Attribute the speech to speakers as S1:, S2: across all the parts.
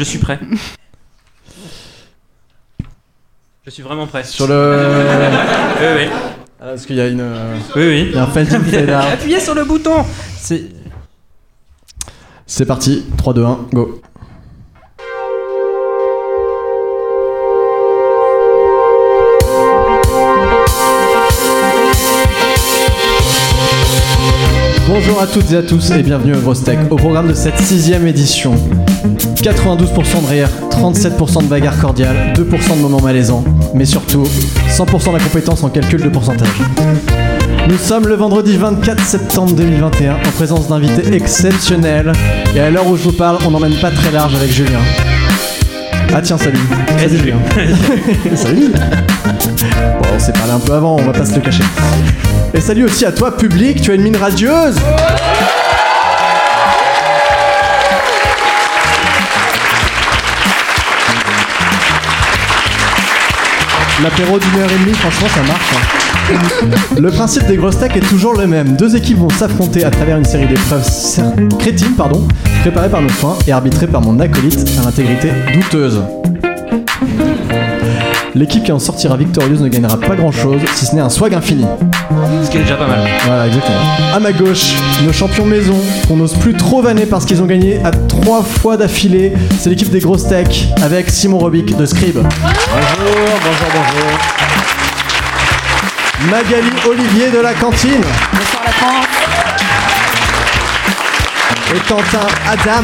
S1: Je suis prêt. Je suis vraiment prêt.
S2: Sur le.
S1: Oui, oui.
S2: Ah, Parce qu'il y a une. euh,
S1: oui,
S2: Il y a un fighting qui est
S1: oui.
S2: là.
S1: Appuyez sur le bouton. C'est
S2: C'est parti, 3, 2, 1, go. Bonjour à toutes et à tous et bienvenue à Grosse Tech, au programme de cette sixième édition. 92% de rire, 37% de bagarre cordiale, 2% de moments malaisants, mais surtout 100% d'incompétence en calcul de pourcentage. Nous sommes le vendredi 24 septembre 2021 en présence d'invités exceptionnels. Et à l'heure où je vous parle, on n'emmène pas très large avec Julien. Ah tiens, salut. Salut Julien. salut. Bon, on s'est parlé un peu avant, on va pas se le cacher. Et salut aussi à toi, public, tu as une mine radieuse. L'apéro d'une heure et demie, franchement, ça marche. hein. Le principe des grosses tech est toujours le même. Deux équipes vont s'affronter à travers une série d'épreuves cer- crétines, pardon, préparées par nos soins et arbitrées par mon acolyte à l'intégrité douteuse. L'équipe qui en sortira victorieuse ne gagnera pas grand chose, si ce n'est un swag infini.
S1: ce qui est déjà pas mal.
S2: Voilà, exactement. À ma gauche, nos champions maison, qu'on n'ose plus trop vanner parce qu'ils ont gagné à trois fois d'affilée, c'est l'équipe des grosses tech avec Simon Robic de Scribe.
S3: Bonjour, bonjour, bonjour.
S2: Magali Olivier de la cantine. Et Quentin Adam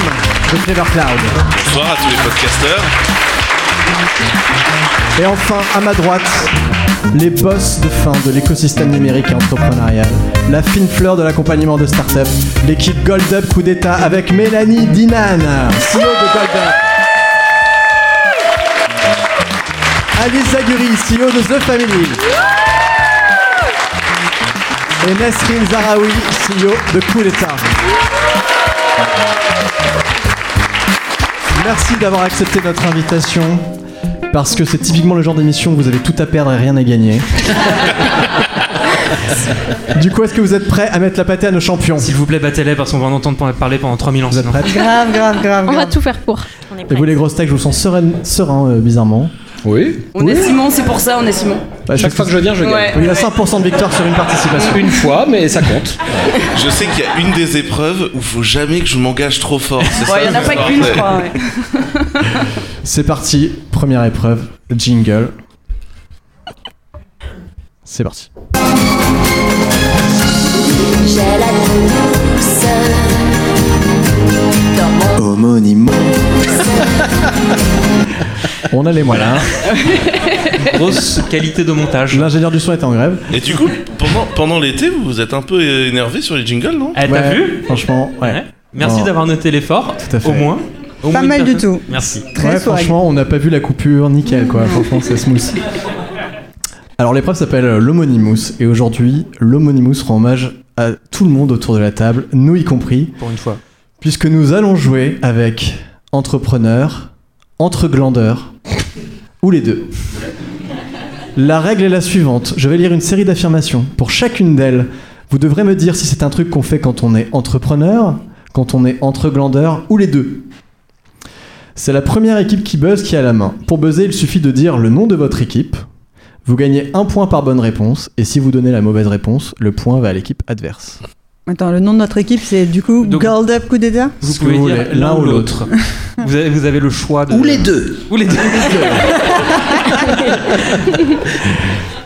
S2: de Clever Cloud.
S4: Bonsoir à tous les podcasteurs.
S2: Et enfin, à ma droite, les boss de fin de l'écosystème numérique et entrepreneurial. La fine fleur de l'accompagnement de start-up. L'équipe Gold Up Coup d'État avec Mélanie Dinan, CEO de Gold Up. Alice Zaguri, CEO de The Family. Et Nasrin Zaraoui, CEO de Coup d'État. Merci d'avoir accepté notre invitation. Parce que c'est typiquement le genre d'émission où vous avez tout à perdre et rien à gagner. du coup, est-ce que vous êtes prêts à mettre la pâtée à nos champions
S1: S'il vous plaît, battez-les parce qu'on va en entendre parler pendant 3000 ans.
S2: Vous êtes
S1: sinon.
S2: prêts
S5: Grave, grave, grave.
S6: On va
S5: grave.
S6: tout faire pour.
S7: On est
S2: Et
S7: prêts.
S2: vous, les grosses têtes, je vous sens serein, serein euh, bizarrement.
S3: Oui.
S5: On est Simon, c'est pour ça, on est Simon.
S2: Bah, je-
S3: Chaque fois que je viens, je gagne.
S5: Ouais.
S2: Il a 5% de victoire sur une participation.
S3: Une fois, mais ça compte.
S4: Je sais qu'il y a une des épreuves où faut jamais que je m'engage trop fort. c'est
S5: Bon,
S4: ça,
S5: il y en a
S4: le
S5: pas
S4: sport,
S5: qu'une, je
S4: ouais.
S5: crois. ouais.
S2: C'est parti, première épreuve, jingle. C'est parti. Homonyme. On a les moyens.
S1: Grosse qualité de montage.
S2: L'ingénieur du son est en grève.
S4: Et du coup, pendant, pendant l'été, vous vous êtes un peu énervé sur les jingles, non
S1: Eh, t'as
S2: Ouais,
S1: vu
S2: Franchement, ouais.
S1: Ouais. Merci
S2: Non.
S1: d'avoir noté l'effort.
S2: Tout à fait.
S1: Au moins. Au moins
S5: Pas
S1: une
S5: mal du
S1: personne-
S5: tout.
S1: Merci.
S5: Très
S2: Ouais,
S5: swag.
S2: franchement, on n'a pas vu la coupure, nickel quoi. franchement, c'est smooth. Alors, l'épreuve s'appelle euh, l'homonymous. Et aujourd'hui, l'homonymous rend hommage à tout le monde autour de la table, nous y compris,
S1: Pour une fois.
S2: puisque nous allons jouer avec entrepreneur, entre-glandeur, ou les deux. La règle est la suivante. Je vais lire une série d'affirmations. Pour chacune d'elles, vous devrez me dire si c'est un truc qu'on fait quand on est entrepreneur, quand on est entre-glandeur, ou les deux. C'est la première équipe qui buzz qui a la main. Pour buzzer, il suffit de dire le nom de votre équipe. Vous gagnez un point par bonne réponse, et si vous donnez la mauvaise réponse, le point va à l'équipe adverse.
S5: Attends, le nom de notre équipe, c'est du coup
S1: Donc-
S5: Gold Up Coup d'État
S1: Vous
S2: Ce que
S1: pouvez
S2: vous
S1: dire
S2: voulez,
S1: l'un ou l'autre. vous, avez, vous avez le choix de.
S3: Ou les deux.
S1: Ou les deux.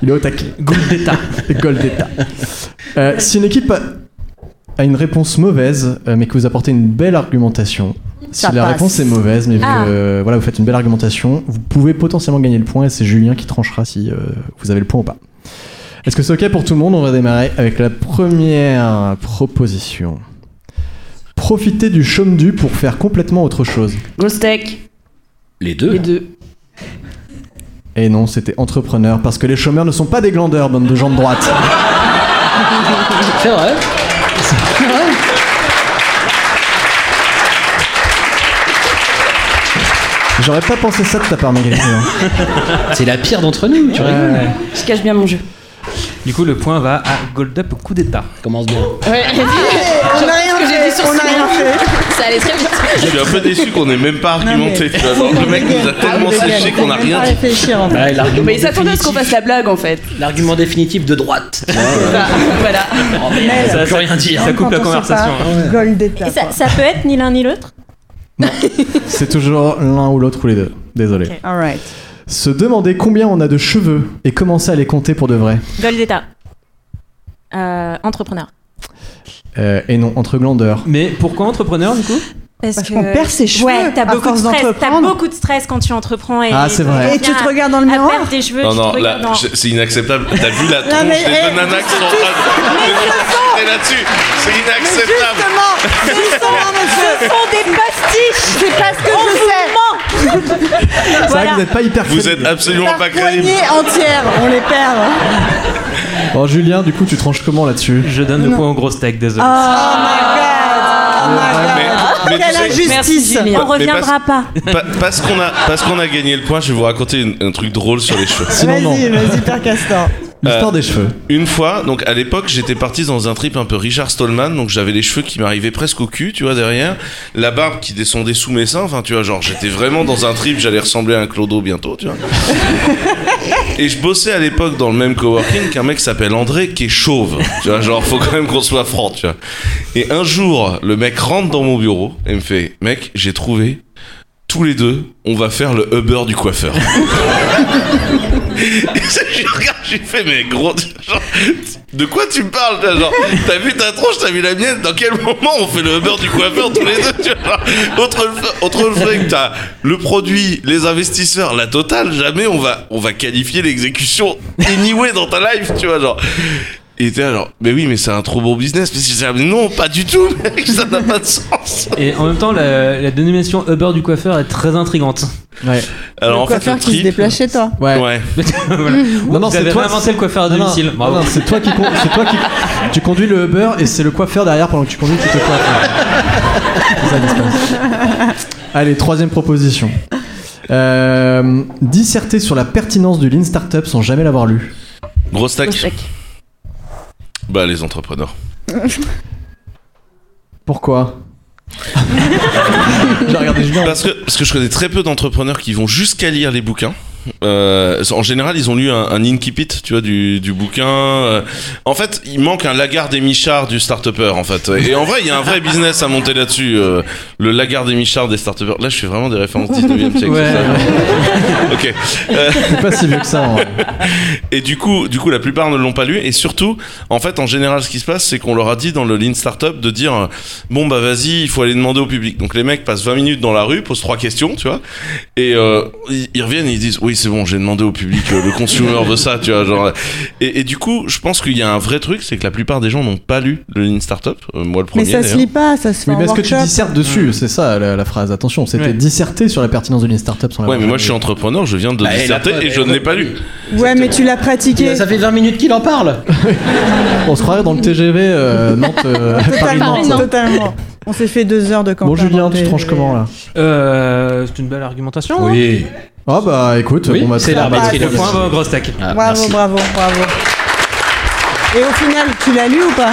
S2: Il est au taquet.
S1: Goût d'état.
S2: Goldetta. Euh, si une équipe a- a une réponse mauvaise, euh, mais que vous apportez une belle argumentation, si
S5: Ça
S2: la
S5: passe.
S2: réponse est mauvaise, mais vous,
S6: Ah.
S2: euh, voilà, vous faites une belle argumentation, vous pouvez potentiellement gagner le point et c'est Julien qui tranchera si euh, vous avez le point ou pas. Est-ce que c'est ok pour tout le monde On va démarrer avec la première proposition. Profitez du chaume du pour faire complètement autre chose.
S5: Grosse Tech.
S3: Les deux.
S5: Les deux.
S2: Et non, c'était entrepreneur, parce que les chômeurs ne sont pas des glandeurs, bande de gens de droite.
S3: C'est vrai.
S2: J'aurais pas pensé ça de ta part, Magali.
S1: hein.
S3: C'est la pire d'entre nous, tu rigoles.
S5: Je cache bien mon jeu.
S1: Du coup, le point va à Goldup coup d'état.
S3: Commence bien.
S6: Ouais.
S5: On n'a rien
S6: j'ai dit
S5: fait,
S6: sur
S5: on n'a
S6: ce
S5: rien fait.
S6: Ça allait très vite.
S4: Je suis un peu déçu qu'on ait même pas
S5: Non, mais- Ah
S4: argumenté. tu vois, genre, le mec nous a tellement séché qu'on a
S5: On n'a
S4: rien
S5: pas
S4: dit.
S5: réfléchir en fait.
S3: Bah, l'argument
S6: Mais il s'attendait à ce qu'on fasse
S3: définitif-
S6: la blague en fait.
S3: L'argument définitif de droite.
S6: Bah, voilà.
S3: Oh, merde, ça veut plus rien dire.
S1: Ça coupe la
S5: Quand on sait
S1: conversation. hein.
S5: pas, Gold d'état.
S7: Et ça,
S5: quoi.
S7: ça peut être ni l'un ni l'autre
S2: C'est toujours l'un ou l'autre ou les deux. Désolé.
S7: Ok.
S5: All right.
S2: Se demander combien on a de cheveux et commencer à les compter pour de vrai.
S7: Goldeta. Euh, entrepreneur.
S2: Euh, et non, entre glandeurs.
S1: Mais pourquoi entrepreneur du coup
S7: Parce,
S5: Parce qu'on perd ses cheveux
S7: Ouais, t'as
S5: à
S7: beaucoup, de
S5: force
S7: stress. T'as
S5: d'entreprendre.
S7: beaucoup de stress quand tu entreprends. Et
S2: Ah, c'est vrai.
S5: Et tu te regardes dans le
S7: à
S5: miroir
S7: perdre tes cheveux.
S4: Non,
S7: tu te
S4: non,
S7: regardes
S4: là,
S7: dans-
S4: je- c'est inacceptable. T'as vu la tronche
S5: mais,
S4: des
S5: eh,
S4: deux nanas qui sont en train de- de là-dessus C'est inacceptable
S5: Justement, ce sont, monsieur,
S7: font des pastiches
S5: c'est pas ce que je sais.
S2: C'est vrai que
S7: Voilà.
S2: vous n'êtes pas hyper
S4: Vous
S2: crédible.
S4: êtes absolument
S5: Par
S4: pas crédible.
S5: poignée entière, on les perd. hein.
S2: Bon, Oh, Julien, du coup, tu tranches comment là-dessus
S1: Je donne le point au gros steak, désolé.
S7: Ah.
S5: Oh my
S8: Ah.
S5: god. Oh my god.
S4: Ah. Mais, mais tu
S5: Quelle
S4: sais,
S5: injustice.
S7: Merci, Ah, Julien.
S4: Mais
S7: Ah, On reviendra pas.
S4: pa- parce qu'on a, parce qu'on a gagné le point, je vais vous raconter une- un truc drôle sur les cheveux.
S2: Sinon, non.
S5: Vas-y, vas-y, Père Castor.
S2: L'histoire des cheveux.
S4: Euh, Une fois, donc à l'époque, j'étais parti dans un trip un peu Richard Stallman, donc j'avais les cheveux qui m'arrivaient presque au cul, tu vois, derrière, la barbe qui descendait sous mes seins, enfin, tu vois, genre, j'étais vraiment dans un trip, j'allais ressembler à un clodo bientôt, tu vois. Et je bossais à l'époque dans le même coworking qu'un mec qui s'appelle André qui est chauve, tu vois, genre, faut quand même qu'on soit franc, tu vois. Et un jour, le mec rentre dans mon bureau et me fait, mec, j'ai trouvé, tous les deux, on va faire le Uber du coiffeur. J'ai regardé, j'ai fait, mais gros, genre, de quoi tu me parles là, genre, T'as vu ta tronche, t'as vu la mienne, dans quel moment on fait le beurre du coiffeur tous les deux tu vois, genre, autre, le fait- autre le fait que t'as le produit, les investisseurs, la totale, jamais on va, on va qualifier l'exécution anyway dans ta life, tu vois, genre. Et t'es là, genre, mais oui, mais c'est un trop bon business. Mais c'est- mais non, pas du tout, mec, ça n'a pas de sens.
S1: Et en même temps, la, la dénomination Uber du coiffeur est très intrigante.
S2: Ouais.
S4: Alors
S5: Le
S4: en fait,
S5: coiffeur
S4: le
S5: qui se
S4: trip.
S5: déplace chez toi.
S2: Ouais.
S4: Ouais.
S1: Voilà.
S2: Non, non,
S1: Vous
S2: c'est
S1: avez
S2: toi-
S1: réinventé le coiffeur à
S2: Ah, Non, non,
S1: domicile. Bravo.
S2: non, c'est toi qui con- c'est toi qui tu conduis le Uber et c'est le coiffeur derrière pendant que tu conduis qui te coiffe. C'est ça qui se passe. Allez, troisième proposition. Euh, disserter sur la pertinence du Lean Startup sans jamais l'avoir lu.
S4: Grosse
S6: Au
S4: tac.
S6: sec.
S4: Bah, les entrepreneurs.
S2: Pourquoi J'ai regardé Julien.
S4: Parce que, parce que je connais très peu d'entrepreneurs qui vont jusqu'à lire les bouquins. Euh, en général, ils ont lu un, un incipit, tu vois, du, du bouquin. Euh, En fait, il manque un Lagarde et Michard du start-upper, en fait. Et en vrai, il y a un vrai business à monter là-dessus. euh, le Lagarde et Michard des start-uppers. Là, je fais vraiment des références 19e siècle.
S1: Ouais,
S4: c'est ça Ok. Euh,
S2: C'est pas si vieux que ça. en vrai.
S4: et du coup, du coup, la plupart ne l'ont pas lu. Et surtout, en fait, en général, ce qui se passe, c'est qu'on leur a dit dans le Lean Startup de dire euh, bon bah vas-y, il faut aller demander au public. Donc les mecs passent 20 minutes dans la rue, posent trois questions, tu vois, et euh, ils, ils reviennent et ils disent oui c'est bon, j'ai demandé au public, euh, le consumer veut ça, tu vois. Genre, et, et du coup, je pense qu'il y a un vrai truc, c'est que la plupart des gens n'ont pas lu le Lean Startup, euh, moi le
S5: Mais
S4: premier.
S5: ça se
S4: d'ailleurs.
S5: lit pas, ça se fait
S2: Oui,
S5: en
S2: mais est-ce que tu
S5: workshop.
S2: dissertes dessus C'est ça la, la phrase. Attention, c'était
S1: Ouais.
S2: disserter sur la pertinence du Lean Startup sans
S4: Ouais,
S2: l'avoir
S4: mais moi
S2: lu.
S4: je suis entrepreneur, je viens de
S3: Bah, et la
S4: disserter
S3: preuve,
S4: et je
S3: et la
S4: ne l'ai pas
S3: preuve.
S4: lu.
S5: Ouais, mais tu l'as
S3: Et
S5: pratiqué.
S3: Ça fait 20 minutes qu'il en parle.
S2: On se croirait dans le TGV euh, Nantes. euh,
S5: Totalement,
S2: Paris-Nantes.
S5: totalement. On s'est fait deux heures de campagne.
S2: Bon, Julien, tu
S5: Et-
S2: tranches comment là
S1: Euh, c'est une belle argumentation. hein.
S3: Oui.
S2: Ah bah écoute,
S3: Oui,
S2: on va
S3: c'est
S2: faire-
S3: l'arbitre qui
S1: Le
S3: l'a
S1: point
S3: décidé.
S1: va au gros steak.
S3: Ah,
S5: Bravo,
S3: merci.
S5: bravo, bravo. Et au final, tu l'as lu ou pas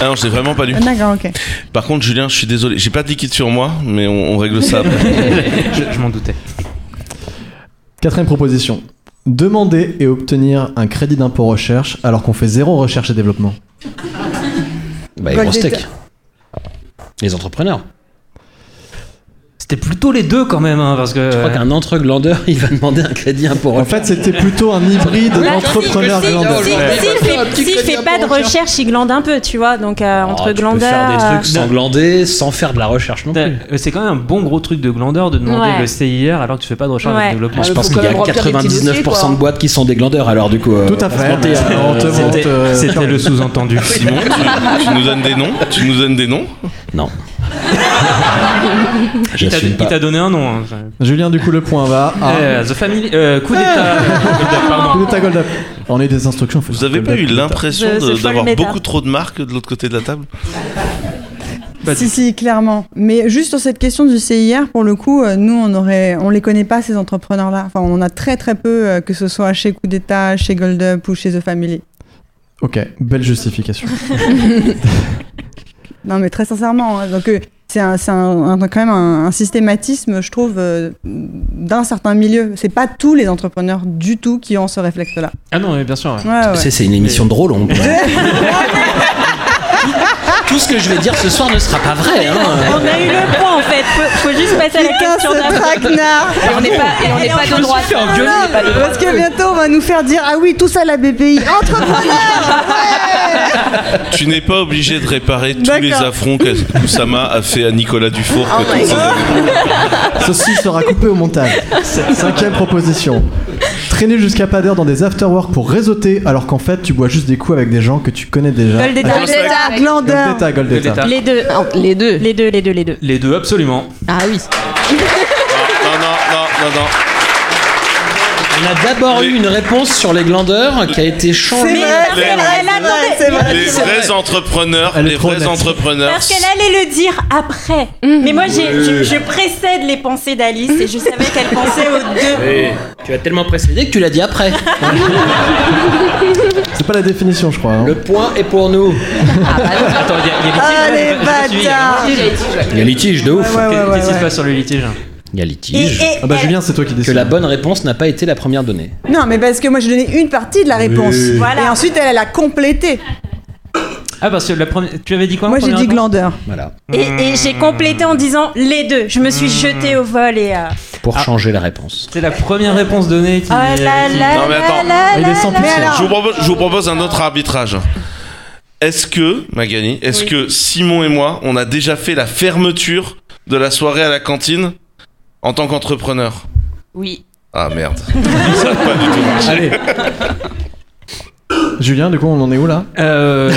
S4: Ah non, je l'ai vraiment pas lu.
S5: Ah, D'accord, ok.
S4: Par contre, Julien, je suis désolé, j'ai pas de liquide sur moi, mais on, on règle ça après.
S1: Je, je m'en doutais.
S2: Quatrième proposition. Demander et obtenir un crédit d'impôt recherche alors qu'on fait zéro recherche et développement.
S3: Bah, les
S5: Gold
S3: gros steaks.
S5: Data.
S3: Les entrepreneurs.
S1: C'était plutôt les deux quand même, hein, parce que.
S3: Je crois qu'un entre-glandeur, il va demander un crédit impôt.
S2: En fait, c'était plutôt un hybride
S7: Ouais,
S2: d'entrepreneur
S3: si, si,
S2: glandeur.
S7: Si,
S3: si, Ouais.
S7: si, il fait-
S3: Un petit
S7: si, il
S3: crédit
S7: fait pas de
S3: impôt recherche.
S7: recherche, il glande un peu, tu vois. Donc euh, entre
S3: Oh, tu peux
S7: glandeurs.
S3: faire des
S7: euh,
S3: trucs sans glander, sans faire de la recherche non plus.
S1: Euh, C'est quand même un bon gros truc de glandeur de demander
S7: Ouais.
S1: le CIR alors que tu fais pas de recherche et
S7: Ouais.
S1: de développement.
S3: je
S6: Ah, faut
S3: pense
S6: quand
S3: qu'il y a
S6: même remplir des petits
S3: 99%
S6: dossiers, quoi.
S3: de boîtes qui sont des glandeurs, alors du coup. euh,
S2: Tout à
S3: on va
S2: fait,
S3: se mentir.
S2: mais, euh, on te ment.
S1: C'était-
S2: euh,
S1: C'était le sous-entendu.
S4: Simon, tu, tu nous donnes des noms Tu nous donnes des noms
S3: Non.
S1: Il t'a-
S3: J'assume
S1: il
S3: pas.
S1: t'a donné un nom. hein.
S2: Julien, du coup, le point va
S6: Ah.
S2: à...
S1: Euh, the Family. euh, coup d'état.
S2: Coup
S1: Pardon.
S2: d'état, gold up. On a eu des instructions. faut
S4: Vous
S2: faire
S4: avez
S2: gold
S4: pas
S2: up,
S4: eu
S2: gold up.
S4: l'impression
S7: The-
S4: de-
S7: the
S4: d'avoir
S7: Farmetta.
S4: beaucoup trop de marques de l'autre côté de la table
S1: Pas
S5: Si,
S1: du-
S5: si, clairement. Mais juste sur cette question du CIR, pour le coup, euh, nous, on aurait, on les connaît pas, ces entrepreneurs-là. Enfin, on en a très, très peu, euh, que ce soit chez Coup d'État, chez Gold Up ou chez The Family.
S2: Ok, belle justification.
S4: Oh
S5: Non, mais très sincèrement, hein, donc euh, c'est un, c'est un- un- quand même un, un systématisme, je trouve, euh, d'un certain milieu. C'est pas tous les entrepreneurs du tout qui ont ce réflexe-là.
S1: Ah non, mais bien sûr. ouais.
S5: Ouais, ouais.
S3: Tu sais, c'est une émission drôle. On... Tout ce que je vais dire ce soir ne sera pas vrai. Hein.
S7: On a eu le point en fait. Faut, faut juste passer à la
S5: Putain,
S7: question
S5: ce
S7: d'après.
S5: traquenard
S6: Et on n'est pas, et on n'est pas de droite.
S1: fait un vieux-
S6: On n'est pas de droite.
S5: Parce que bientôt, on va nous faire dire Ah oui, tout ça, la BPI, entrepreneur
S4: Tu n'es pas obligé de réparer tous
S5: D'accord.
S4: les affronts qu'Oussama a fait à Nicolas Dufour.
S5: Oh
S4: que toutes ces années-
S2: Ceci sera coupé au montage. Cinquième proposition. Traîner jusqu'à pas d'heure dans des afterworks pour réseauter alors qu'en fait tu bois juste des coups avec des gens que tu connais déjà.
S5: Goldeta,
S4: Goldeta.
S5: Glandeur
S2: Goldeta, Goldeta.
S1: Goldeta.
S7: Les deux.
S6: Les deux.
S7: Les deux, les deux, les deux.
S1: Les deux, absolument.
S6: Ah oui.
S4: Non, non, non, non, non.
S3: On
S5: Euh,
S3: a d'abord eu une réponse sur les glandeurs qui a été
S5: C'est
S3: changée.
S5: vrai,
S4: Les-
S5: c'est vrai,
S7: elle a
S5: c'est vrai,
S7: demandé-
S5: c'est vrai.
S4: Les vrais entrepreneurs,
S2: Elle est
S4: les
S2: trop
S4: vrais
S2: honnête.
S4: entrepreneurs.
S7: Parce qu'elle allait le dire après.
S6: Mhm.
S7: Mais moi, j'ai- je, je précède les pensées d'Alice et je savais qu'elle pensait aux deux.
S3: Tu as tellement précédé que tu l'as dit après.
S2: C'est pas la définition, je crois. hein.
S3: Le point est pour nous.
S1: Attends, il y a, il y a litige.
S5: Ah,
S1: là, j'ai
S5: les
S1: pas- j'ai pas suivi, hein.
S5: bâtards
S3: Il y a litige de ouf.
S5: Ouais, ouais,
S1: Qu'est-
S5: ouais,
S1: Qu'est-ce qui se
S5: ouais.
S1: passe sur le litige
S3: Il y a
S7: Et,
S3: litige.
S7: et-
S2: Ah bah
S7: et-
S2: Julien, c'est toi qui
S3: Que
S2: décide.
S3: la bonne réponse n'a pas été la première donnée.
S5: Non, mais parce que moi, j'ai donné une partie de la réponse.
S7: Voilà.
S5: Et ensuite, elle, elle a complété.
S1: Ah, parce que la première. Tu avais dit quoi
S5: Moi, j'ai
S1: première
S5: dit
S1: réponse Hmm.
S5: glandeur.
S3: Voilà.
S7: et- et j'ai complété en disant les deux. Je me suis jetée au vol et. euh,
S3: Pour changer la réponse.
S1: C'est la première réponse donnée qui.
S7: Oh là
S6: Ah,
S1: qui-
S7: là
S4: Non, mais
S7: là
S4: attends.
S7: là
S2: Il est
S7: là
S2: sans
S7: là
S2: pitié.
S7: là.
S4: Je vous, propose, je vous propose un autre arbitrage. Est-ce que, Magani, est-ce
S7: Oui.
S4: que Simon et moi, on a déjà fait la fermeture de la soirée à la cantine en tant qu'entrepreneur
S6: Oui.
S4: Ah merde.
S2: Allez. Julien, du coup, on en est où là
S1: Euh.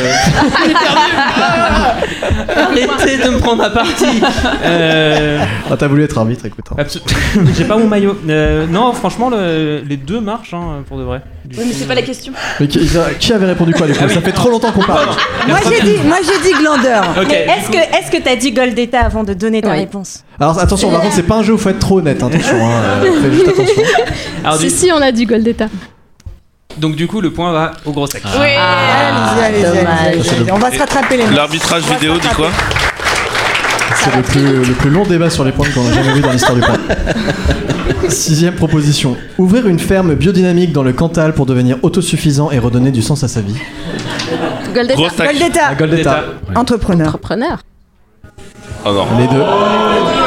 S1: Arrêtez de me prendre à partie. Euh.
S2: Ah, t'as voulu être arbitre, écoute. hein.
S1: abso- J'ai pas mon maillot. Euh, non, franchement, le- les deux marchent hein, pour de vrai.
S6: Oui, mais c'est pas la question.
S2: Mais qui, qui avait répondu quoi, du coup Ça fait trop longtemps qu'on parle.
S5: Moi, j'ai dit, moi, j'ai dit glandeur.
S1: Ok.
S7: Mais est-ce que est-ce que t'as dit Goldeta avant de donner ta
S6: Oui.
S7: réponse
S2: Alors, attention, par contre, c'est pas un jeu où faut être trop honnête. hein, Attention, hein, euh, fais juste attention.
S1: Alors, du-
S8: Si, si, on a du Goldeta.
S1: Donc, du coup, le point va au gros sac.
S2: Ah.
S6: Oui.
S5: Allez-y, allez-y, allez-y, allez-y. On va se rattraper, les mecs.
S4: L'arbitrage vidéo dit quoi
S2: C'est le plus, le plus long débat sur les points qu'on a jamais vu dans l'histoire du point. Sixième proposition. Ouvrir une ferme biodynamique dans le Cantal pour devenir autosuffisant et redonner du sens à sa vie.
S8: Goldeta,
S4: Grosse tac.
S6: Ah.
S5: Goldeta,
S2: Goldeta.
S5: entrepreneur.
S6: Entrepreneur.
S4: Oh non.
S2: Les deux.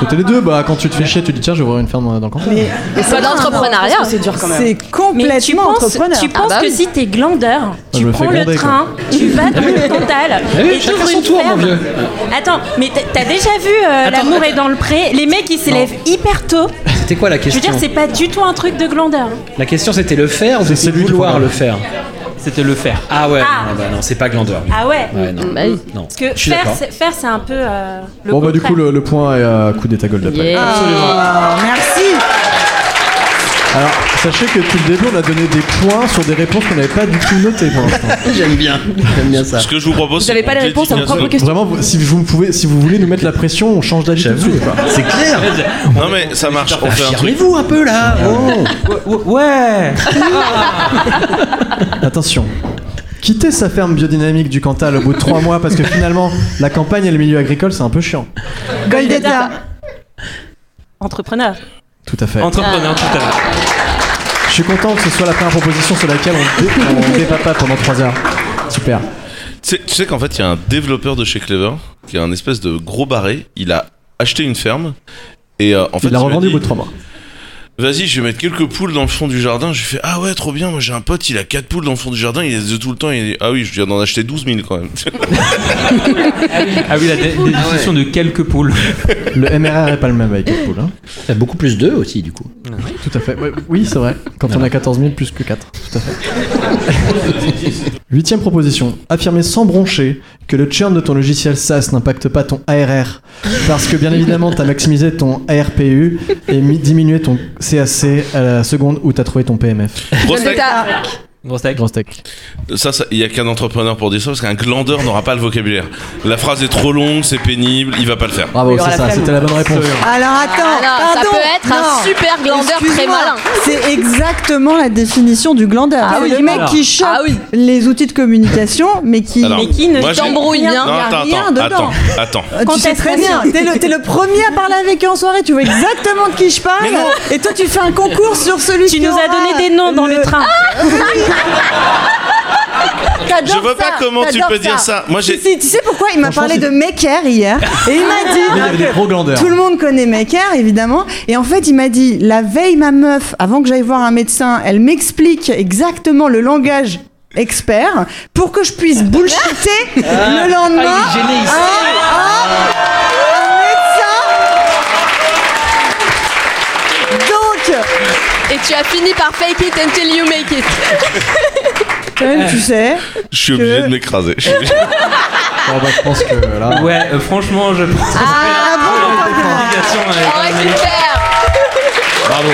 S2: C'était les deux. Bah, quand tu te fais chier, tu dis tiens, je vais ouvrir une ferme dans le Cantal.
S6: Mais c'est l'entrepreneuriat. C'est dur
S5: C'est
S7: Mais tu
S5: complètement
S7: penses,
S5: entrepreneur.
S7: tu penses
S6: Ah bah
S7: que
S6: oui.
S7: si t'es glandeur,
S2: je
S7: tu
S2: me
S7: prends
S2: fais
S7: le
S2: glander, quoi.
S7: train, tu vas dans le Cantal
S3: oui,
S7: et
S3: chacun
S7: t'ouvres
S3: son
S7: une
S3: tour, mon
S7: ferme.
S3: vieux.
S7: Attends, mais t'as- t'as déjà vu euh,
S3: Attends,
S7: l'amour est dans le pré Les mecs ils s'élèvent hyper tôt.
S3: C'était quoi la
S7: Je veux
S3: question
S7: dire, c'est pas du tout un truc de glandeur. hein.
S3: La question c'était le faire ou
S2: c'est
S3: c'est
S2: lui qui
S3: vouloir
S2: prend la-
S3: le faire
S1: C'était le faire.
S3: Ah ouais,
S7: Ah.
S3: non, bah non, c'est pas glandeur.
S7: Ah ouais.
S3: Ouais, non.
S6: Bah oui.
S3: non.
S7: Parce que
S3: Je suis
S7: faire,
S3: d'accord.
S7: c'est, faire, c'est un peu euh, le
S2: Bon, bah, du
S7: contraire. Oh,
S2: coup, le, le point est à coup d'état Goldeta.
S7: Eh.
S5: Ah, merci.
S2: Alors, sachez que tout le début, on a donné des points sur des réponses qu'on n'avait pas du tout notées pour l'instant.
S3: J'aime bien. J'aime bien ça.
S4: Ce que je vous propose,
S6: Vous avez pas les réponses à vos propres questions.
S2: Vraiment, vous- si vous, pouvez, si vous voulez nous mettre la pression, on change d'avis tout de suite. quoi.
S3: C'est clair.
S4: Non mais ça marche, on fait un truc. Ah
S3: Affirmez-vous un peu là. Oh.
S1: Ouais
S2: Attention. Quitter sa ferme biodynamique du Cantal au bout de trois mois parce que finalement la campagne et le milieu agricole c'est un peu chiant.
S5: Goldeta.
S7: Entrepreneur.
S2: Tout à fait.
S1: Entrepreneur tout à l'heure.
S2: Je suis content que ce soit la première proposition sur laquelle on, dé on débat pas pendant trois heures. Super.
S4: Tu sais, tu sais qu'en fait, il y a un développeur de chez Clever qui a un espèce de gros barré. Il a acheté une ferme et euh, en fait,
S2: Il l'a
S4: m'a
S2: revendu au
S4: dit,
S2: bout de trois mois.
S4: Vas-y, je vais mettre quelques poules dans le fond du jardin. Je fais ah ouais, trop bien. Moi, j'ai un pote, il a quatre poules dans le fond du jardin. Il les a tout le temps. Il dit ah oui, je viens d'en acheter 12 000 quand même.
S1: Ah oui, la dé- définition de quelques poules.
S2: Le MRR est pas le même avec les poules. hein.
S3: Il y a beaucoup plus d'eux aussi du coup.
S2: Tout à fait. Ouais, Oui, c'est vrai. Quand on a 14 000 plus que 4. Tout à fait. Huitième proposition. Affirmer sans broncher que le churn de ton logiciel SaaS n'impacte pas ton ARR. Parce que bien évidemment, t'as maximisé ton ARPU et mi- diminué ton CAC à la seconde où t'as trouvé ton PMF.
S4: Grosse tech.
S6: Goldeta.
S1: Grosse tech.
S2: Grosse tech.
S4: Ça, ça- il y a qu'un entrepreneur pour dire ça parce qu'un glandeur n'aura pas le vocabulaire. La phrase est trop longue, c'est pénible, il va pas le faire.
S2: Bravo,
S6: Il aura
S2: c'est
S6: la
S2: ça.
S6: flemme.
S2: C'était la bonne réponse.
S5: Alors
S8: Ah
S5: attends,
S8: non, ça
S5: pardon,
S8: peut être un
S5: Non.
S8: super glandeur très
S5: Excuse-moi,
S8: malin.
S5: C'est exactement la définition du glandeur.
S1: Ah
S5: C'est
S1: oui,
S5: le mec
S1: alors.
S5: qui chope
S8: Ah oui.
S5: les outils de communication, mais qui.
S4: Alors,
S5: mais
S7: Mais qui ne
S4: moi, j'ai-
S7: t'embrouille
S5: t'embrouille
S7: bien.
S4: Non,
S5: y a
S4: attends,
S5: rien
S4: attends,
S5: dedans.
S4: attends, attends.
S5: euh, tu sais très bien,
S7: contestation.
S5: t'es le, t'es le premier à parler avec eux en soirée, tu vois exactement de qui je parle,
S4: Mais non.
S5: et toi tu fais un concours sur celui
S7: Tu
S5: qui
S7: nous as
S5: aura
S7: donné des noms dans le Ah train.
S4: Je vois pas comment tu peux dire ça. Moi, j'ai.
S5: Tu sais, tu sais pourquoi il m'a
S2: Franchement,
S5: parlé
S2: c'est-
S5: de Maker hier Et il m'a dit.
S2: Il y avait des gros glandeurs.
S5: Tout le monde connaît Maker, évidemment. Et en fait, il m'a dit la veille, ma meuf, avant que j'aille voir un médecin, elle m'explique exactement le langage expert pour que je puisse bullshiter le lendemain.
S3: Ah, il est gêné ici.
S5: un médecin. Donc,
S8: Et tu as fini par fake it until you make it.
S5: quand même, tu sais,
S4: Je suis obligé de m'écraser. Je suis obligé-
S2: Oh, bah, je pense que là.
S1: Ouais, euh, franchement, je pense que
S5: ah bon,
S1: c'est une
S8: Oh, super
S2: Bravo.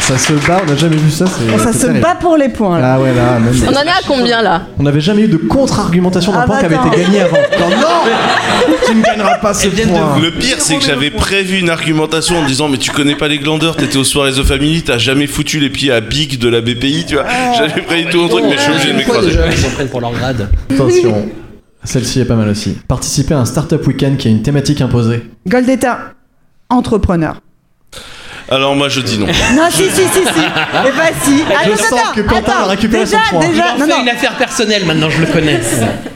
S2: Ça se bat, on n'a jamais vu ça. c'est-
S5: ça
S2: c'est
S5: se
S2: terrible.
S5: bat pour les points là.
S2: Ah ouais, là, même.
S8: On en est à combien là
S2: On n'avait jamais eu de contre-argumentation d'un
S5: Ah
S2: point
S5: bah
S2: qui avait
S5: attends.
S2: été gagné avant. Genre, non Tu ne gagneras pas ce point.
S4: Le pire, c'est que j'avais prévu une argumentation en disant Mais tu connais pas les glandeurs, t'étais aux soirées The Family, t'as jamais foutu les pieds à Big de la BPI, tu vois. J'avais prévu tout mon truc, mais je suis obligé de
S3: Ah. Pourquoi
S4: m'écraser.
S3: déjà ils en prennent pour leur grade
S2: Attention. Celle-ci est pas mal aussi. Participer à un startup week-end qui a une thématique imposée.
S5: Goldeta, entrepreneur.
S4: Alors, moi, je dis non.
S5: Non, si, si, si, si. Eh ben, si. Attends,
S2: sens
S5: attends,
S2: que Quentin
S5: attends.
S2: a récupéré
S5: déjà,
S2: son point.
S5: Déjà,
S3: C'est
S5: non, non.
S3: une affaire personnelle maintenant, je le connais.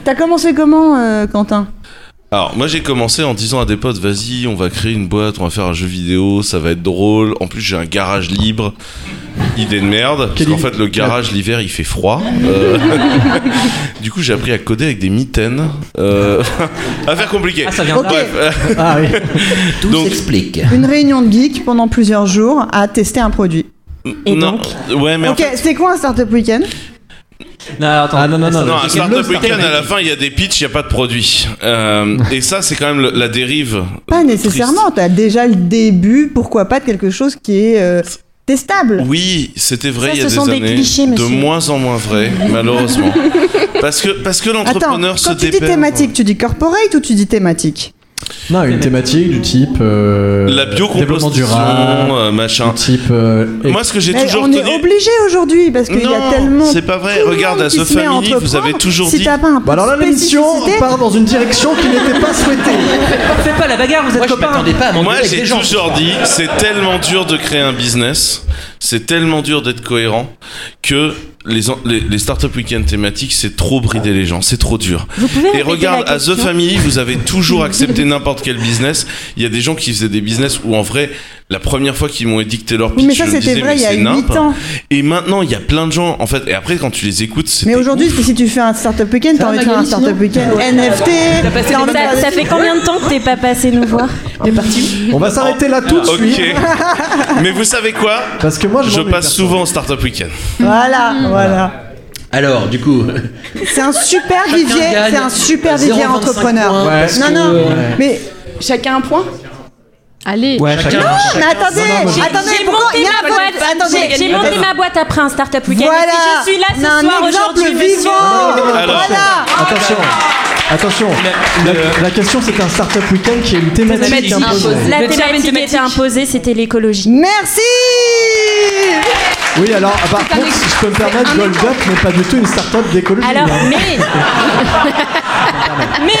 S5: T'as commencé comment, euh, Quentin
S4: Alors, moi, j'ai commencé en disant à des potes Vas-y, on va créer une boîte, on va faire un jeu vidéo, ça va être drôle. En plus, j'ai un garage libre. Idée de merde. Parce
S2: Quelle
S4: qu'en
S2: idée-
S4: fait, le garage, l'hiver, il fait froid. Euh, du coup, j'ai appris à coder avec des mitaines. Euh... Affaire compliquée.
S1: Ah, ça vient de là.
S5: Ok.
S4: Bref.
S2: Ah oui.
S3: Tout
S4: Donc-
S3: s'explique.
S5: Une réunion de geeks pendant plusieurs jours à tester un produit.
S7: Et
S4: non.
S7: donc
S4: Ouais, mais en
S5: ok, c'était quoi un startup week-end
S1: Non, attends.
S2: Ah, non, non, non,
S4: Non,
S2: J'ai
S4: un
S2: le
S4: startup
S2: startup
S4: week-end, à la fin, il y a des pitchs, il n'y a pas de produit. Euh, et ça, c'est quand même le- la dérive.
S5: Pas nécessairement, t'as déjà le début, pourquoi pas de quelque chose qui est euh, testable.
S4: Oui, c'était vrai
S7: Ça,
S4: il y a
S7: ce
S4: des
S7: sont des
S4: années.
S7: clichés,
S4: de
S7: monsieur.
S4: moins en moins vrai, malheureusement. Parce que, parce que
S5: Attends,
S4: l'entrepreneur se hein.
S5: quand tu dis
S4: dépêche.
S5: thématique, tu dis corporate ou tu dis thématique
S2: Non, une thématique du type. euh,
S4: La
S2: Développement
S4: biocomposition,
S2: durable.
S4: euh, machin.
S2: Du type. euh, et-
S4: Moi, ce que j'ai
S5: Mais
S4: toujours
S5: On
S4: tenu.
S5: est obligé aujourd'hui parce qu'il y a
S4: Non,
S5: tellement.
S4: c'est pas vrai.
S5: tout le
S4: Regarde,
S5: monde
S4: à
S5: qui
S4: ce
S5: se met
S4: Family, vous
S5: entreprendre.
S4: avez toujours
S5: si
S4: dit-
S5: t'as pas un peu
S2: Bah alors là,
S5: de
S2: l'émission
S5: spécificité-
S2: part dans une direction qui n'était pas souhaitée.
S1: Faites pas la bagarre, vous êtes
S3: Moi, je
S1: copains.
S3: m'attendais pas à
S4: Moi,
S3: m'engueuler avec
S4: j'ai
S3: des gens.
S4: toujours dit, c'est tellement dur de créer un business, c'est tellement dur d'être cohérent que les, en- les, les startup weekend thématiques, c'est trop brider les gens, c'est trop dur.
S7: Vous pouvez
S4: Et
S7: répéter
S4: regarde,
S7: la
S4: à The
S7: question
S4: Family, vous avez toujours accepté n'importe quel business. Il y a des gens qui faisaient des business où, en vrai, la première fois qu'ils m'ont édicté leur pitch,
S5: Oui, mais ça
S4: je me
S5: c'était
S4: disais,
S5: vrai
S4: mais
S5: il y a
S4: c'est nimp.
S5: 8 ans.
S4: Et maintenant, il y a plein de gens, en fait. Et après, quand tu les écoutes, c'est.
S5: Mais aujourd'hui, si tu fais un startup week-end, t'as envie de faire un startup week-end NFT.
S1: passé
S5: t'as envie de faire
S7: Ça,
S5: des-
S7: ça fait combien de temps que t'es pas passé nous voir
S2: On va s'arrêter là tout de
S4: Ok.
S2: suite.
S4: mais vous savez quoi
S2: Parce que moi, je,
S4: Je
S2: m'ennuie
S4: passe
S2: perso.
S4: souvent au startup week-end.
S5: Voilà,
S6: Hmm.
S5: voilà.
S3: Alors, du coup,
S5: C'est un super Ah, vivier,
S3: gagne
S5: c'est un super
S3: 0,25
S5: vivier entrepreneur.
S3: points
S2: Ouais. parce
S5: Non, non,
S2: ouais.
S5: mais,
S6: Chacun un point
S8: Allez,
S1: Ouais, chacun.
S5: mais attendez, attendez,
S7: J'ai
S5: pourquoi il
S7: monté
S5: y a
S7: ma
S5: un peu-
S7: boîte.
S5: attendez,
S7: j'ai- J'ai monté ma boîte après un startup week-end.
S5: Voilà,
S7: Et si je suis là
S5: on a
S7: ce soir
S5: un exemple
S7: aujourd'hui, monsieur.
S5: vivant.
S4: Alors.
S5: Voilà.
S2: Attention. Attention.
S1: Le- le-
S2: La, la question, c'était un startup week-end qui a une thématique
S1: Thématique
S2: imposée.
S1: imposée.
S7: La
S1: Le terme
S7: thématique
S1: thématique.
S7: était imposée, c'était l'écologie.
S5: Merci.
S2: Oui, alors, par contre, si je peux me permettre, Gold Up n'est pas du tout une start-up d'écologie.
S7: Alors,
S2: hein.
S7: mais,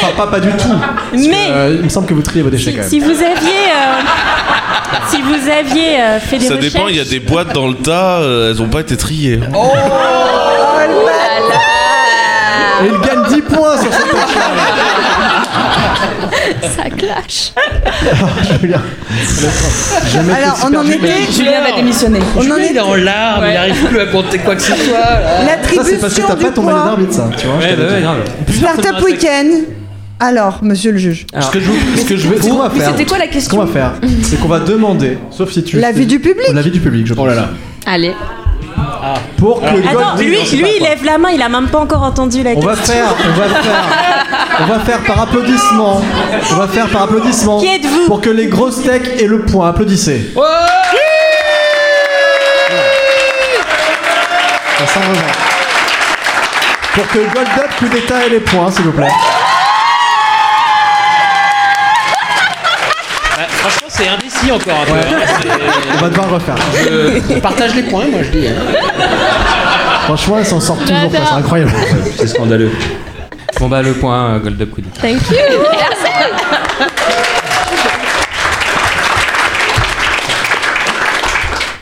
S2: Enfin, pas, pas du tout. Parce que,
S7: Mais-
S2: euh, il me semble que vous triez vos déchets
S7: si,
S2: quand même.
S7: si vous aviez, euh, si vous aviez euh, fait des
S4: Ça
S7: recherches,
S4: dépend, il y a des boîtes dans le tas, euh, elles ont pas été triées.
S5: Oh,
S2: Et il gagne 10 points sur cette tâche
S8: ça clash.
S2: Julien. Jamais
S5: Alors, on en était.
S6: Julien va démissionner.
S5: On en
S3: Julien, il est
S5: était.
S3: en larmes, il n'arrive plus à compter quoi que ce soit. euh, là.
S2: Ça, c'est parce que
S5: L'attribution
S2: t'as
S5: du
S2: pas ton maillot
S5: point.
S2: d'arbitre, ça. Tu vois, je
S1: Ouais,
S2: t'avais
S1: bah ouais,
S2: dit.
S1: grave.
S5: Startup week-end. Alors, monsieur le juge,
S1: Alors,
S2: Ce que je, vous- ce que je vais, ce qu'on va
S6: Mais
S2: faire.
S6: c'était quoi la
S2: Ce qu'on
S6: question
S2: va faire, c'est qu'on va demander, sauf si tu.
S5: L'avis du public.
S2: L'avis du public, je pense.
S8: Allez.
S2: Pour que Gold
S7: Attends,
S2: Digger-
S7: lui, lui, il lève la main, il a même pas encore entendu la
S2: On va
S7: question.
S2: faire, on va faire, on va faire par applaudissement. On va faire par applaudissement.
S7: Qui êtes-vous
S2: Pour que les grosses techs aient le point. Applaudissez. Ça s'en rejoint. Pour que Gold Up, coup d'état ait les points, s'il vous plaît.
S1: Franchement, c'est indécis. réfléchis encore un peu.
S2: On va devoir refaire.
S3: Je partage les points, moi je dis. hein.
S2: Franchement, elle s'en sort toujours pas, c'est incroyable.
S3: C'est scandaleux.
S1: Bon bah le point euh, Gold Up Quidditch.
S8: Thank you.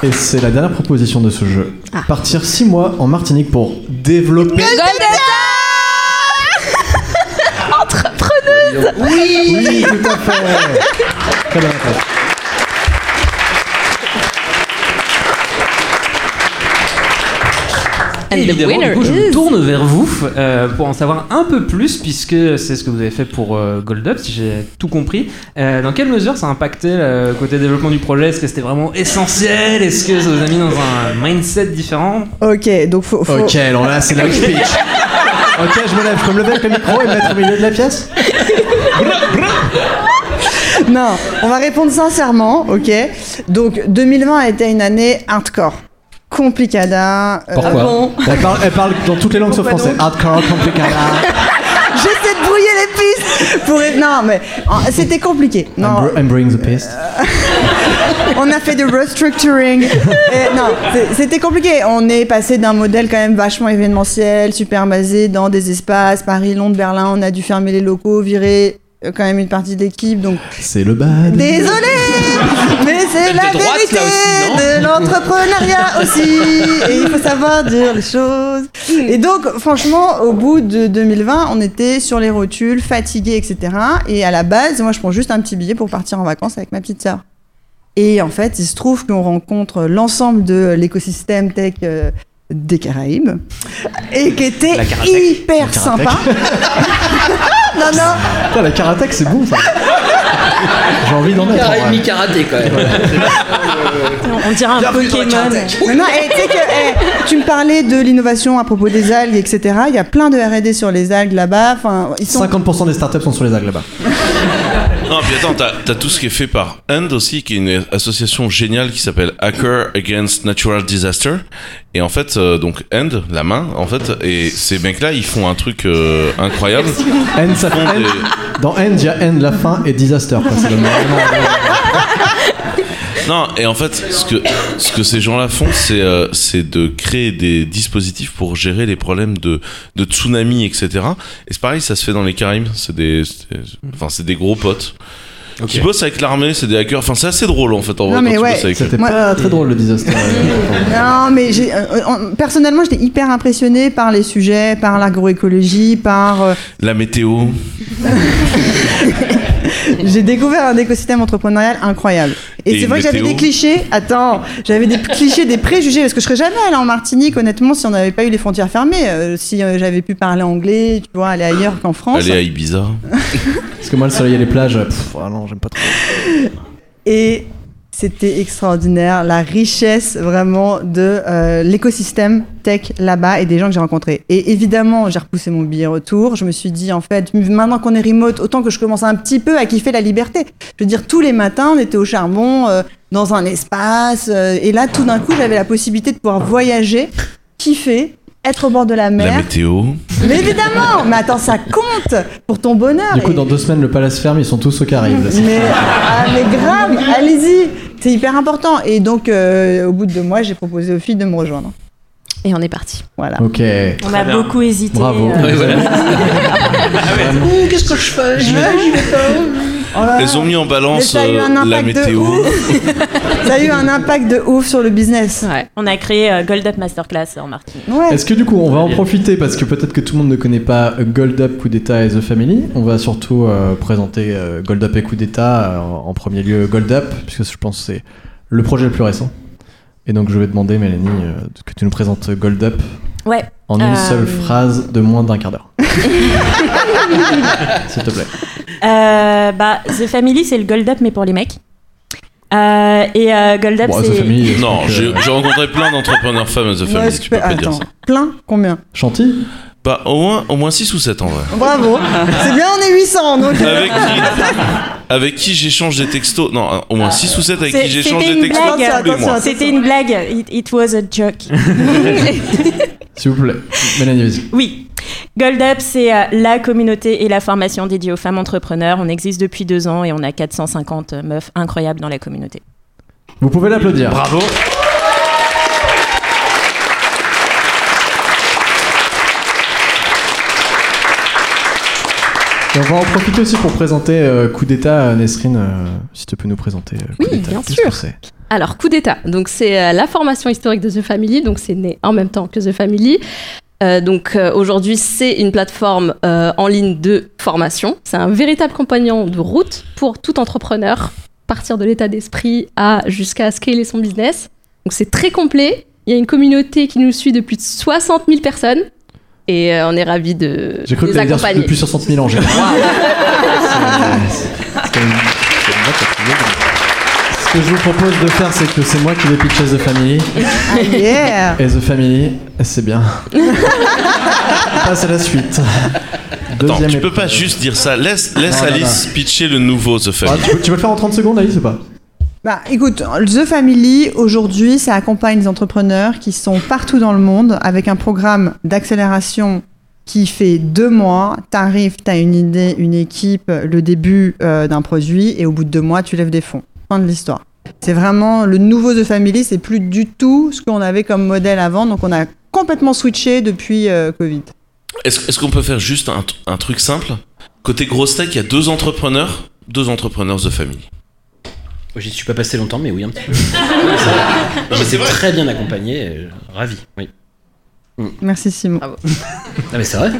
S2: Et c'est la dernière proposition de ce jeu.
S5: Ah.
S2: Partir 6 mois en Martinique pour développer. Oui, tout à fait. Très bien. très bien.
S8: And the
S1: Évidemment,
S8: winner
S1: du coup, je me
S8: is-
S1: tourne vers vous euh, pour en savoir un peu plus, puisque c'est ce que vous avez fait pour euh, Gold Up, si j'ai tout compris. Euh, dans quelle mesure ça a impacté le côté développement du projet Est-ce que c'était vraiment essentiel Est-ce que ça vous a mis dans un mindset différent
S5: Ok, donc faut. faut-
S2: Ok, alors là, c'est là où je pitch. Ok, je me lève, je peux me lever avec le micro et me mettre au milieu de la pièce
S5: Non, on va répondre sincèrement, ok. Donc 2020 a été une année hardcore, complicada. euh,
S3: Pourquoi
S5: ah bon
S2: elle parle, elle parle dans toutes les langues sauf
S5: Pourquoi
S2: français. Hardcore, complicada.
S5: J'essaie de brouiller les pistes pour. Non, mais en- c'était compliqué.
S2: I'm,
S5: Non,
S2: br- I'm bringing the pest.
S5: on a fait du restructuring. Et non, c'est- c'était compliqué. On est passé d'un modèle quand même vachement événementiel, super basé dans des espaces, Paris, Londres, Berlin. On a dû fermer les locaux, virer euh, quand même une partie de l'équipe. Donc
S2: C'est le bad.
S5: Désolé, mais c'est la
S3: de droite,
S5: vérité
S3: là aussi, non
S5: de l'entrepreneuriat aussi. Et il faut savoir dire les choses. Et donc, franchement, au bout de 2020, on était sur les rotules, fatigués, etc. Et à la base, moi, je prends juste un petit billet pour partir en vacances avec ma petite sœur. Et en fait, il se trouve qu'on rencontre l'ensemble de l'écosystème tech euh, des Caraïbes et qui était hyper sympa. non, non.
S2: Putain, la karatek, c'est bon ça. J'ai envie d'en mettre. en
S3: Carré
S2: vrai.
S3: mi-karaté quand même.
S7: On dirait un Pokémon.
S5: Mais non, eh, tu sais que, eh, tu me parlais de l'innovation à propos des algues, etc. Il y a plein de R&D sur les algues là-bas. Enfin, ils sont.
S2: 50% des startups sont sur les algues là-bas.
S4: Non, puis attends, t'as t'as tout ce qui est fait par End aussi, qui est une association géniale qui s'appelle Hacker Against Natural Disaster. Et en fait, euh, donc End, la main, en fait, et ces mecs-là, ils font un truc euh, incroyable.
S2: N, ça fait
S4: Ils font
S2: N.
S4: des-
S2: Dans End, il y a End la fin et disaster. quoi. C'est le même.
S4: Non, et en fait, ce que, ce que ces gens-là font, c'est euh, c'est de créer des dispositifs pour gérer les problèmes de, de tsunami, etc. Et c'est pareil, ça se fait dans les Caraïbes. C'est des, c'est- enfin, c'est des gros potes. Qui bossent avec l'armée, c'est des hackers. Enfin, c'est assez drôle en fait en
S5: Non,
S4: vrai quand
S5: mais
S4: tu
S5: ouais,
S4: bosses avec eux.
S2: C'était
S5: Moi-
S2: pas très drôle le disaster.
S5: Non, mais j'ai- euh, euh, personnellement, j'étais hyper impressionnée par les sujets, par l'agroécologie, par. euh,
S4: La météo.
S5: J'ai découvert un écosystème entrepreneurial incroyable. Et,
S4: Et
S5: c'est vrai que j'avais
S4: météo.
S5: des clichés. Attends, j'avais des clichés, des préjugés, parce que je serais jamais allée en Martinique, honnêtement, si on n'avait pas eu les frontières fermées. Euh, si euh, j'avais pu parler anglais, tu vois, aller ailleurs qu'en France.
S4: Aller à Ibiza.
S2: Parce que moi, le soleil et les plages, pff, ah non, j'aime pas trop.
S5: Et c'était extraordinaire, la richesse vraiment de euh, l'écosystème tech là-bas et des gens que j'ai rencontrés. Et évidemment, j'ai repoussé mon billet retour. Je me suis dit, en fait, maintenant qu'on est remote, autant que je commence un petit peu à kiffer la liberté. Je veux dire, tous les matins, on était au charbon, euh, dans un espace. euh, et là, tout d'un coup, j'avais la possibilité de pouvoir voyager, kiffer, être au bord de la
S4: La
S5: mer.
S4: météo.
S5: Mais évidemment, mais attends, ça compte pour ton bonheur.
S7: Ah,
S2: Du coup,
S5: Et-
S2: dans deux semaines, le palace ferme, ils sont tous au Caraïbes. là.
S5: mais, ah, mais grave, allez-y, c'est hyper important. Et donc, euh, au bout de deux mois, j'ai proposé aux filles de me rejoindre.
S8: Et on est parti.
S5: Voilà.
S2: Ok.
S7: On a beaucoup hésité.
S2: Bravo.
S7: euh,
S3: Qu'est-ce que je fais Je vais-
S5: Oh là là,
S4: Elles ont mis en
S5: mais
S4: balance
S5: ça a eu
S4: euh,
S5: un
S4: la
S5: impact de
S4: météo.
S5: ouf. ça a eu un impact de ouf sur le business.
S8: Ouais.
S7: On a créé euh, Gold Up Masterclass en Martinique.
S5: Ouais.
S2: Est-ce que du coup, on va en profiter parce que peut-être que tout le monde ne connaît pas euh, Gold Up, Coup d'État et The Family. On va surtout euh, présenter euh, Gold Up et Coup d'État euh, en en premier lieu Gold Up, puisque je pense que c'est le projet le plus récent. Et donc, je vais demander, Mélanie, euh, que tu nous présentes Gold Up
S7: Ouais.
S2: en une
S7: Euh,
S2: seule phrase de moins d'un quart d'heure. S'il te plaît.
S7: Euh, bah, The Family, c'est le Gold Up, mais pour les mecs. Euh, et euh, Gold Up,
S2: Bon, The
S7: c'est.
S2: Family.
S4: Non, j'ai j'ai rencontré plein d'entrepreneurs femmes à The
S5: Ouais,
S4: Family,
S5: je
S4: tu
S5: peux-
S4: peux pas dire
S5: Attends,
S4: ça.
S5: plein Hein, Combien
S2: Chantilly
S4: Bah, au moins, au moins 6 ou 7 en vrai.
S5: Bravo. c'est bien, on est 800. Donc, euh,
S4: Avec qui, avec qui j'échange des textos. Non, euh, au moins 6 ou 7 avec
S7: C'est-
S4: qui j'échange
S7: c'était
S4: des
S7: une
S4: textos.
S7: blague.
S4: tous les mois.
S5: Attention,
S7: C'était une blague. It, it was a joke.
S2: S'il vous plaît. Mélanie, vas-y.
S7: Oui. Gold Up, c'est euh, la communauté et la formation dédiée aux femmes entrepreneurs. On existe depuis deux ans et on a 450 euh, meufs incroyables dans la communauté.
S2: Vous pouvez l'applaudir.
S1: Bravo.
S2: Et on va en profiter aussi pour présenter euh, Coup d'État, euh, Nesrine, euh, si tu peux nous présenter euh, Coup
S8: Oui,
S2: d'État.
S8: bien
S2: Qu'est-ce que
S8: sûr.
S2: c'est
S8: Alors, coup d'État. Donc, c'est euh, la formation historique de The Family. Donc, c'est né en même temps que The Family. Euh, donc, euh, aujourd'hui, c'est une plateforme euh, en ligne de formation. C'est un véritable compagnon de route pour tout entrepreneur, partir de l'état d'esprit à jusqu'à scaler son business. Donc, c'est très complet. Il y a une communauté qui nous suit depuis 60 000 personnes. Et euh, on est ravis de
S2: J'ai cru que
S8: les
S2: t'allais dire
S8: accompagner.
S2: depuis 60 000 ans. j'ai- C'est- c'est- c'est une- c'est une note à trouver. Ce que je vous propose de faire, c'est que c'est moi qui vais pitcher The Family.
S5: Ah, yeah.
S2: Et The Family, c'est bien.
S5: euh.
S2: On passe à la suite.
S4: Attends, tu peux
S2: épreuve.
S4: pas juste dire ça. Laisse, laisse
S2: Non, non,
S4: Alice pitcher le nouveau The
S2: Ah,
S4: Family.
S2: tu, peux, tu peux le faire en 30 secondes, Alice, ou pas
S5: Bah, écoute, The Family, aujourd'hui, ça accompagne des entrepreneurs qui sont partout dans le monde avec un programme d'accélération qui fait deux mois. T'arrives, t'as une idée, une équipe, le début euh, d'un produit et au bout de deux mois, tu lèves des fonds. Fin de l'histoire. C'est vraiment le nouveau The Family, c'est plus du tout ce qu'on avait comme modèle avant. Donc, on a complètement switché depuis euh, Covid.
S4: Est-ce est-ce qu'on peut faire juste un, t- un truc simple Côté grosse tech, il y a deux entrepreneurs, deux entrepreneurs The Family.
S3: J'y suis pas passé longtemps, mais oui, un petit peu. J'étais très bien accompagné, euh, ravi. Oui.
S5: Merci Simon.
S3: Ah, mais c'est vrai.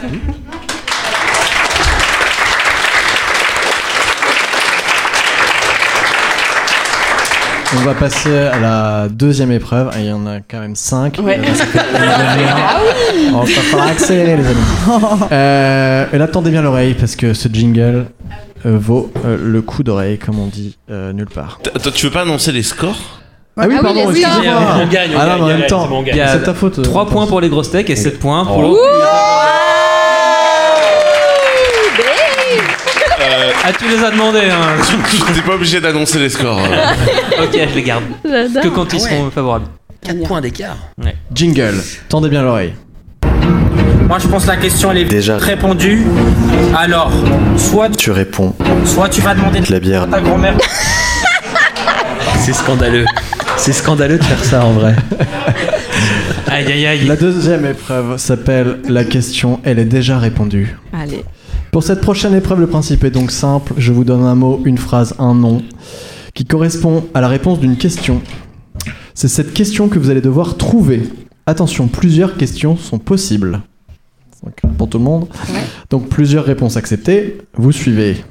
S2: On va passer à la deuxième épreuve. Ah, Il y en a quand même Euh, 5.
S6: Ouais.
S2: Ah oui On va falloir accélérer, les amis. Euh, et là, tendez bien l'oreille parce que ce jingle euh, vaut euh, le coup d'oreille, comme on dit euh, nulle part.
S4: T- Attends, tu veux pas annoncer les scores
S2: Ah oui,
S8: oui,
S2: pardon,
S8: les
S2: excusez-moi.
S3: scores. On gagne, on
S2: Ah non,
S3: gagne,
S2: mais en même
S3: allez,
S2: temps,
S3: c'est bon, on gagne.
S2: c'est
S1: Il y a
S2: ta faute. euh,
S1: 3 points pour les grosses tech et 7 points
S2: Oh.
S7: Oh,
S1: pour l'autre. Ah, tu les as demandés, hein.
S4: Euh, T'es pas obligé d'annoncer les scores. euh.
S1: ok, je les garde. Que
S8: J'adore.
S1: quand ils
S3: Ah ouais.
S1: seront favorables.
S3: 4 points d'écart.
S2: Jingle. Tendez bien l'oreille.
S9: Moi, je pense que la question elle est
S10: Déjà.
S9: répondue. Alors, soit tu,
S10: Tu réponds
S9: soit tu vas demander de
S10: la bière.
S9: la grand-mère.
S3: C'est scandaleux. C'est scandaleux de faire ça en vrai.
S1: Aïe aïe aïe.
S2: La deuxième épreuve s'appelle La question, elle est déjà répondue.
S8: Allez.
S2: Pour cette prochaine épreuve, le principe est donc simple. Je vous donne un mot, une phrase, un nom qui correspond à la réponse d'une question. C'est cette question que vous allez devoir trouver. Attention, plusieurs questions sont possibles. Donc, pour tout le monde. Donc plusieurs réponses acceptées. Vous suivez.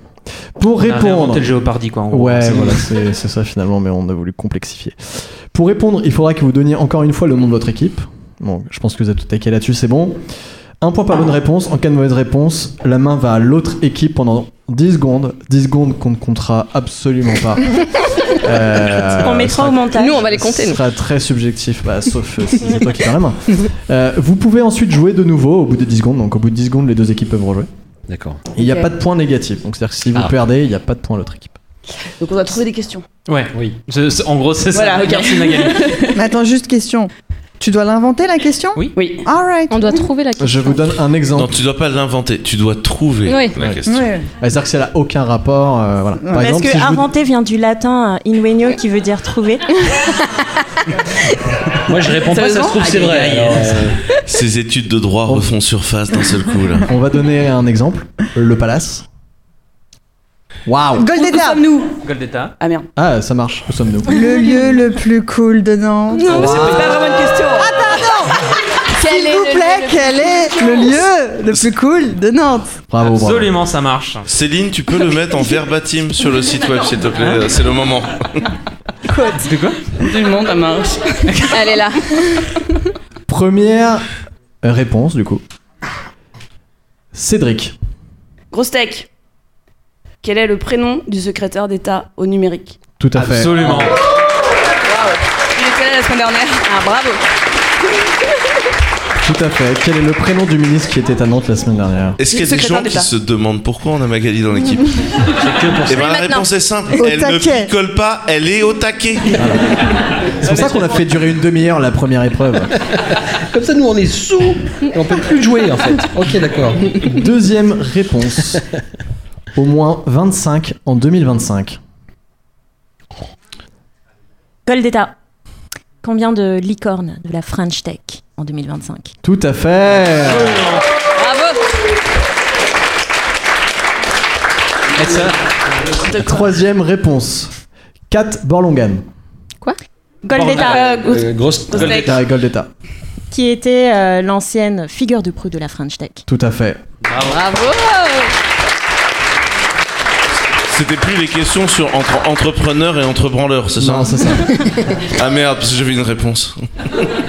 S2: Pour
S1: On a réinventé
S2: répondre.
S1: le Géopardy, quoi. en gros.
S2: Ouais,
S1: C'est-
S2: voilà, c'est c'est ça finalement, mais on a voulu complexifier. Pour répondre, il faudra que vous donniez encore une fois le nom de votre équipe. Bon, je pense que vous êtes tout taqué là-dessus, c'est bon. Un point par bonne réponse. En cas de mauvaise réponse, la main va à l'autre équipe pendant 10 secondes. 10 secondes qu'on ne comptera absolument pas. Euh,
S7: on
S2: ce sera-
S7: mettra au montage.
S8: Nous, on va les compter,
S2: ce
S8: nous.
S2: sera très subjectif, bah, sauf euh, si c'est toi qui perds la main. Euh, vous pouvez ensuite jouer de nouveau au bout de 10 secondes. Donc, au bout de 10 secondes, les deux équipes peuvent rejouer.
S3: D'accord.
S2: Et Il n'y a
S6: Ok.
S2: pas de point négatif. Donc, c'est-à-dire que si vous
S3: Ah.
S2: perdez, il n'y a pas de point à l'autre équipe.
S6: Donc on doit trouver des questions.
S1: Ouais.
S3: Oui.
S1: C'est- c'est- en gros, c'est
S6: Voilà,
S1: ça.
S6: ok.
S1: Merci Magali.
S5: Mais attends, juste question. Tu dois l'inventer la question
S1: Oui.
S6: Oui.
S5: All right.
S8: On doit trouver la question.
S2: Je vous donne un exemple.
S4: Non, tu dois pas l'inventer, tu dois trouver
S8: Oui.
S4: la
S2: Ouais.
S4: question.
S5: Ouais.
S2: Ah, C'est-à-dire que si elle a aucun rapport, euh, voilà. Par
S7: Parce
S2: exemple,
S7: que
S2: si je vous-
S7: inventer vient du latin euh, invenio qui veut dire trouver.
S3: Moi je réponds pas, ça se trouve c'est vrai. Alors, euh,
S4: Ces études de droit refont surface d'un seul coup là.
S2: on va donner un exemple, le palace. Waouh
S5: Gold
S6: Où
S5: État.
S6: sommes-nous
S1: Goldeta.
S6: Ah merde.
S2: Ah, ça marche, où sommes-nous
S5: Le lieu le plus cool de Nantes.
S6: C'est pas vraiment une question.
S5: S'il vous plaît, quel est le lieu le plus cool de Nantes
S2: Bravo, bravo.
S1: Absolument, ça marche.
S4: Céline, tu peux le mettre en verbatim sur le site web s'il te plaît, c'est le moment.
S1: C'est quoi
S6: Du monde, ça marche.
S8: Elle est là.
S2: Première réponse, du coup. Cédric.
S6: Grosse tech. Quel est le prénom du secrétaire d'État au numérique
S2: Tout à fait.
S1: Absolument.
S6: Il était là la semaine dernière. Ah bravo.
S2: Je Tout à fait. Quel est le prénom du ministre qui était à Nantes la semaine dernière
S4: Est-ce qu'il y a des
S6: secrétaire
S4: gens qui
S6: d'État.
S4: se demandent pourquoi on a Magali dans l'équipe Et ben la
S8: maintenant.
S4: réponse est simple,
S5: Au
S4: elle
S5: taquet.
S4: ne picole pas, elle est au taquet.
S2: C'est pour ça qu'on a fait durer une demi-heure la première épreuve.
S3: Comme ça, nous, on est sous et on peut plus jouer, en fait. Ok, d'accord.
S2: Deuxième réponse. Au moins 25 en 2025.
S7: Goldeta, combien de licornes de la French Tech en 2025
S2: Tout à fait
S7: Euh,
S8: Bravo
S2: Troisième réponse. Kat Borlongan,
S7: Goldeta,
S3: Euh, grosse.
S2: Carré Goldeta.
S7: qui était euh, l'ancienne figure de proue de la French Tech.
S2: Tout à fait.
S8: Bravo
S4: C'était plus les questions sur entre entrepreneur et entrepreneur, c'est ça
S2: Non, c'est ça.
S4: Ah merde, parce que j'avais une réponse.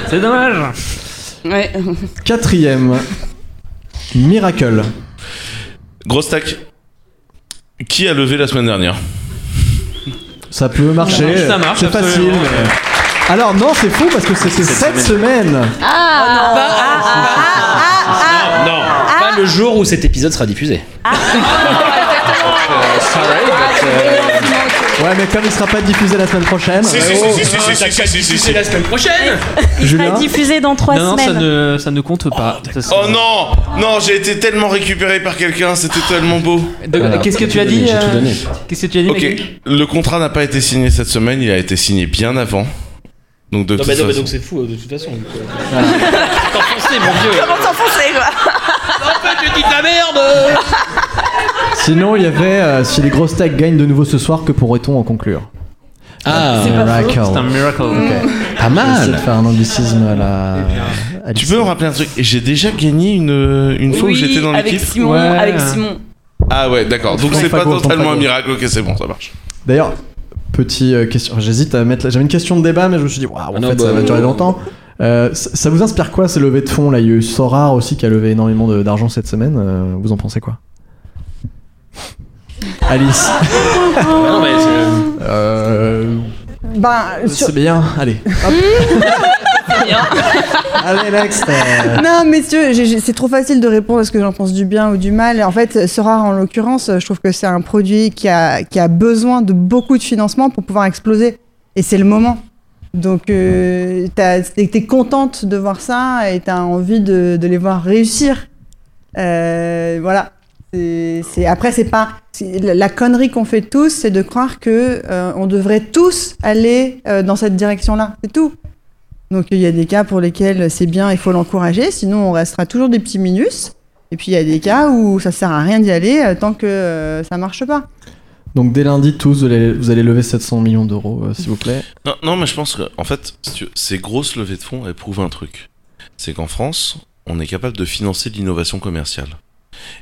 S1: C'est dommage.
S6: Ouais.
S2: Quatrième. Miracle.
S4: Grosse tac. Qui a levé la semaine dernière
S2: Ça peut marcher.
S1: Ça marche,
S2: C'est facile.
S1: absolument.
S2: mais- Alors non, c'est fou parce que c'était cette semaine.
S6: Ah. Bah,
S3: Non, pas le jour où cet épisode sera diffusé.
S1: Euh,
S6: Eh, bah,
S3: Ah
S2: Ouais, mais comme il sera pas diffusé la semaine prochaine,
S3: C'est la semaine prochaine
S2: Julien,
S7: Pas diffusé dans trois
S1: Non, non, ça
S7: semaines.
S1: ne, ça ne compte pas. Ça, c'est-
S4: Oh non Non, j'ai été tellement récupéré par quelqu'un, c'était tellement beau.
S1: De-
S3: Alors,
S1: Qu'est-ce que
S3: j'ai
S1: tu as
S3: tout donné,
S1: dit
S3: j'ai tout
S1: euh,
S3: donné.
S1: Qu'est-ce que tu as dit
S4: Ok,
S1: Maggie
S4: le contrat n'a pas été signé cette semaine, il a été signé bien avant. Donc de
S3: Non,
S4: toute
S3: mais non, mais
S4: façon-
S3: donc c'est fou, euh, de toute façon. du coup. Ah. T'enfoncer, mon vieux
S6: Comment t'enfoncer, quoi
S3: Tu dis ta merde
S2: sinon il y avait euh, si les grosses tags gagnent de nouveau ce soir, que pourrait-on en conclure
S3: Ah,
S2: Miracle.
S1: C'est un miracle.
S3: pas
S2: J'essaie de
S3: mal
S2: faire un anglicisme à la. à
S4: Eh Tu peux me rappeler un truc J'ai déjà gagné une, une fois où
S6: Oui,
S4: j'étais dans
S6: avec
S4: l'équipe
S6: Simon,
S1: Ouais.
S6: avec Simon.
S4: Ah ouais, d'accord. Donc
S2: Ton
S4: c'est pas
S2: fagot, ton
S4: totalement un
S2: fagot.
S4: miracle. Ok, c'est bon, ça marche.
S2: D'ailleurs, petite question. J'hésite à mettre. la- J'avais une question de débat, mais je me suis dit, waouh, en
S3: Ah non,
S2: fait,
S3: bah,
S2: ça va
S3: oui.
S2: durer longtemps. Euh, ça ça vous inspire quoi ces levées de fonds là Il y a eu Sorar aussi qui a levé énormément de- d'argent cette semaine. Euh, vous en pensez quoi Alice.
S3: Non, mais c'est-
S2: Euh,
S5: Ben, sur- Hmm?
S2: C'est bien. Allez. Hop. Allez next. Euh,
S5: Non, messieurs, j'ai- j'ai- c'est trop facile de répondre à ce que j'en pense du bien ou du mal. En fait, ce rare en l'occurrence, je trouve que c'est un produit qui a, qui a besoin de beaucoup de financement pour pouvoir exploser. Et c'est le moment. Donc, euh, t'as- t'es t'es contente de voir ça et t'as envie de, de les voir réussir. Euh, voilà. C'est c'est- après, c'est pas c'est- la, la connerie qu'on fait tous, c'est de croire que euh, on devrait tous aller euh, dans cette direction-là. C'est tout. Donc il y a des cas pour lesquels c'est bien, il faut l'encourager, sinon on restera toujours des petits minus. Et puis il y a des cas où ça sert à rien d'y aller euh, tant que euh, ça marche pas.
S2: Donc dès lundi tous, vous allez, vous allez lever 700 millions d'euros, euh, s'il vous plaît.
S4: Non, non, mais je pense que, en fait, si tu veux, ces grosses levées de fonds, elles prouvent un truc. C'est qu'en France, on est capable de financer de l'innovation commerciale.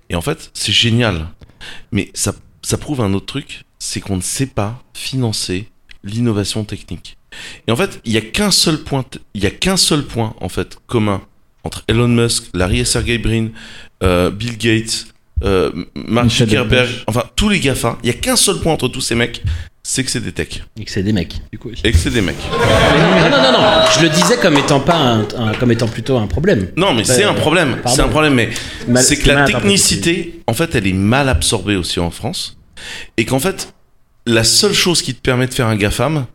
S4: Et en fait, c'est génial. Mais ça, ça prouve un autre truc, c'est qu'on ne sait pas financer l'innovation technique. Et en fait, il n'y a qu'un seul point, il y a qu'un seul point, en fait, commun entre Elon Musk, Larry et Sergey Brin, euh, Bill Gates, euh, Mark
S2: Michel
S4: Zuckerberg,
S2: Delpech.
S4: enfin, tous les GAFA. Il n'y a qu'un seul point entre tous ces mecs, c'est que c'est des techs.
S3: Et que c'est des mecs, du coup. aussi.
S4: Et que c'est des mecs.
S3: Non, non, non, non, je le disais comme étant, pas un- un- comme étant plutôt un problème.
S4: Non, mais
S3: Bah,
S4: c'est un problème.
S3: pardon.
S4: C'est un problème, mais
S3: Mal-
S4: c'est que
S3: c'est
S4: la
S3: mal interprété.
S4: technicité, en fait, elle est mal absorbée aussi en France. Et qu'en fait, la seule chose qui te permet de faire un GAFAM,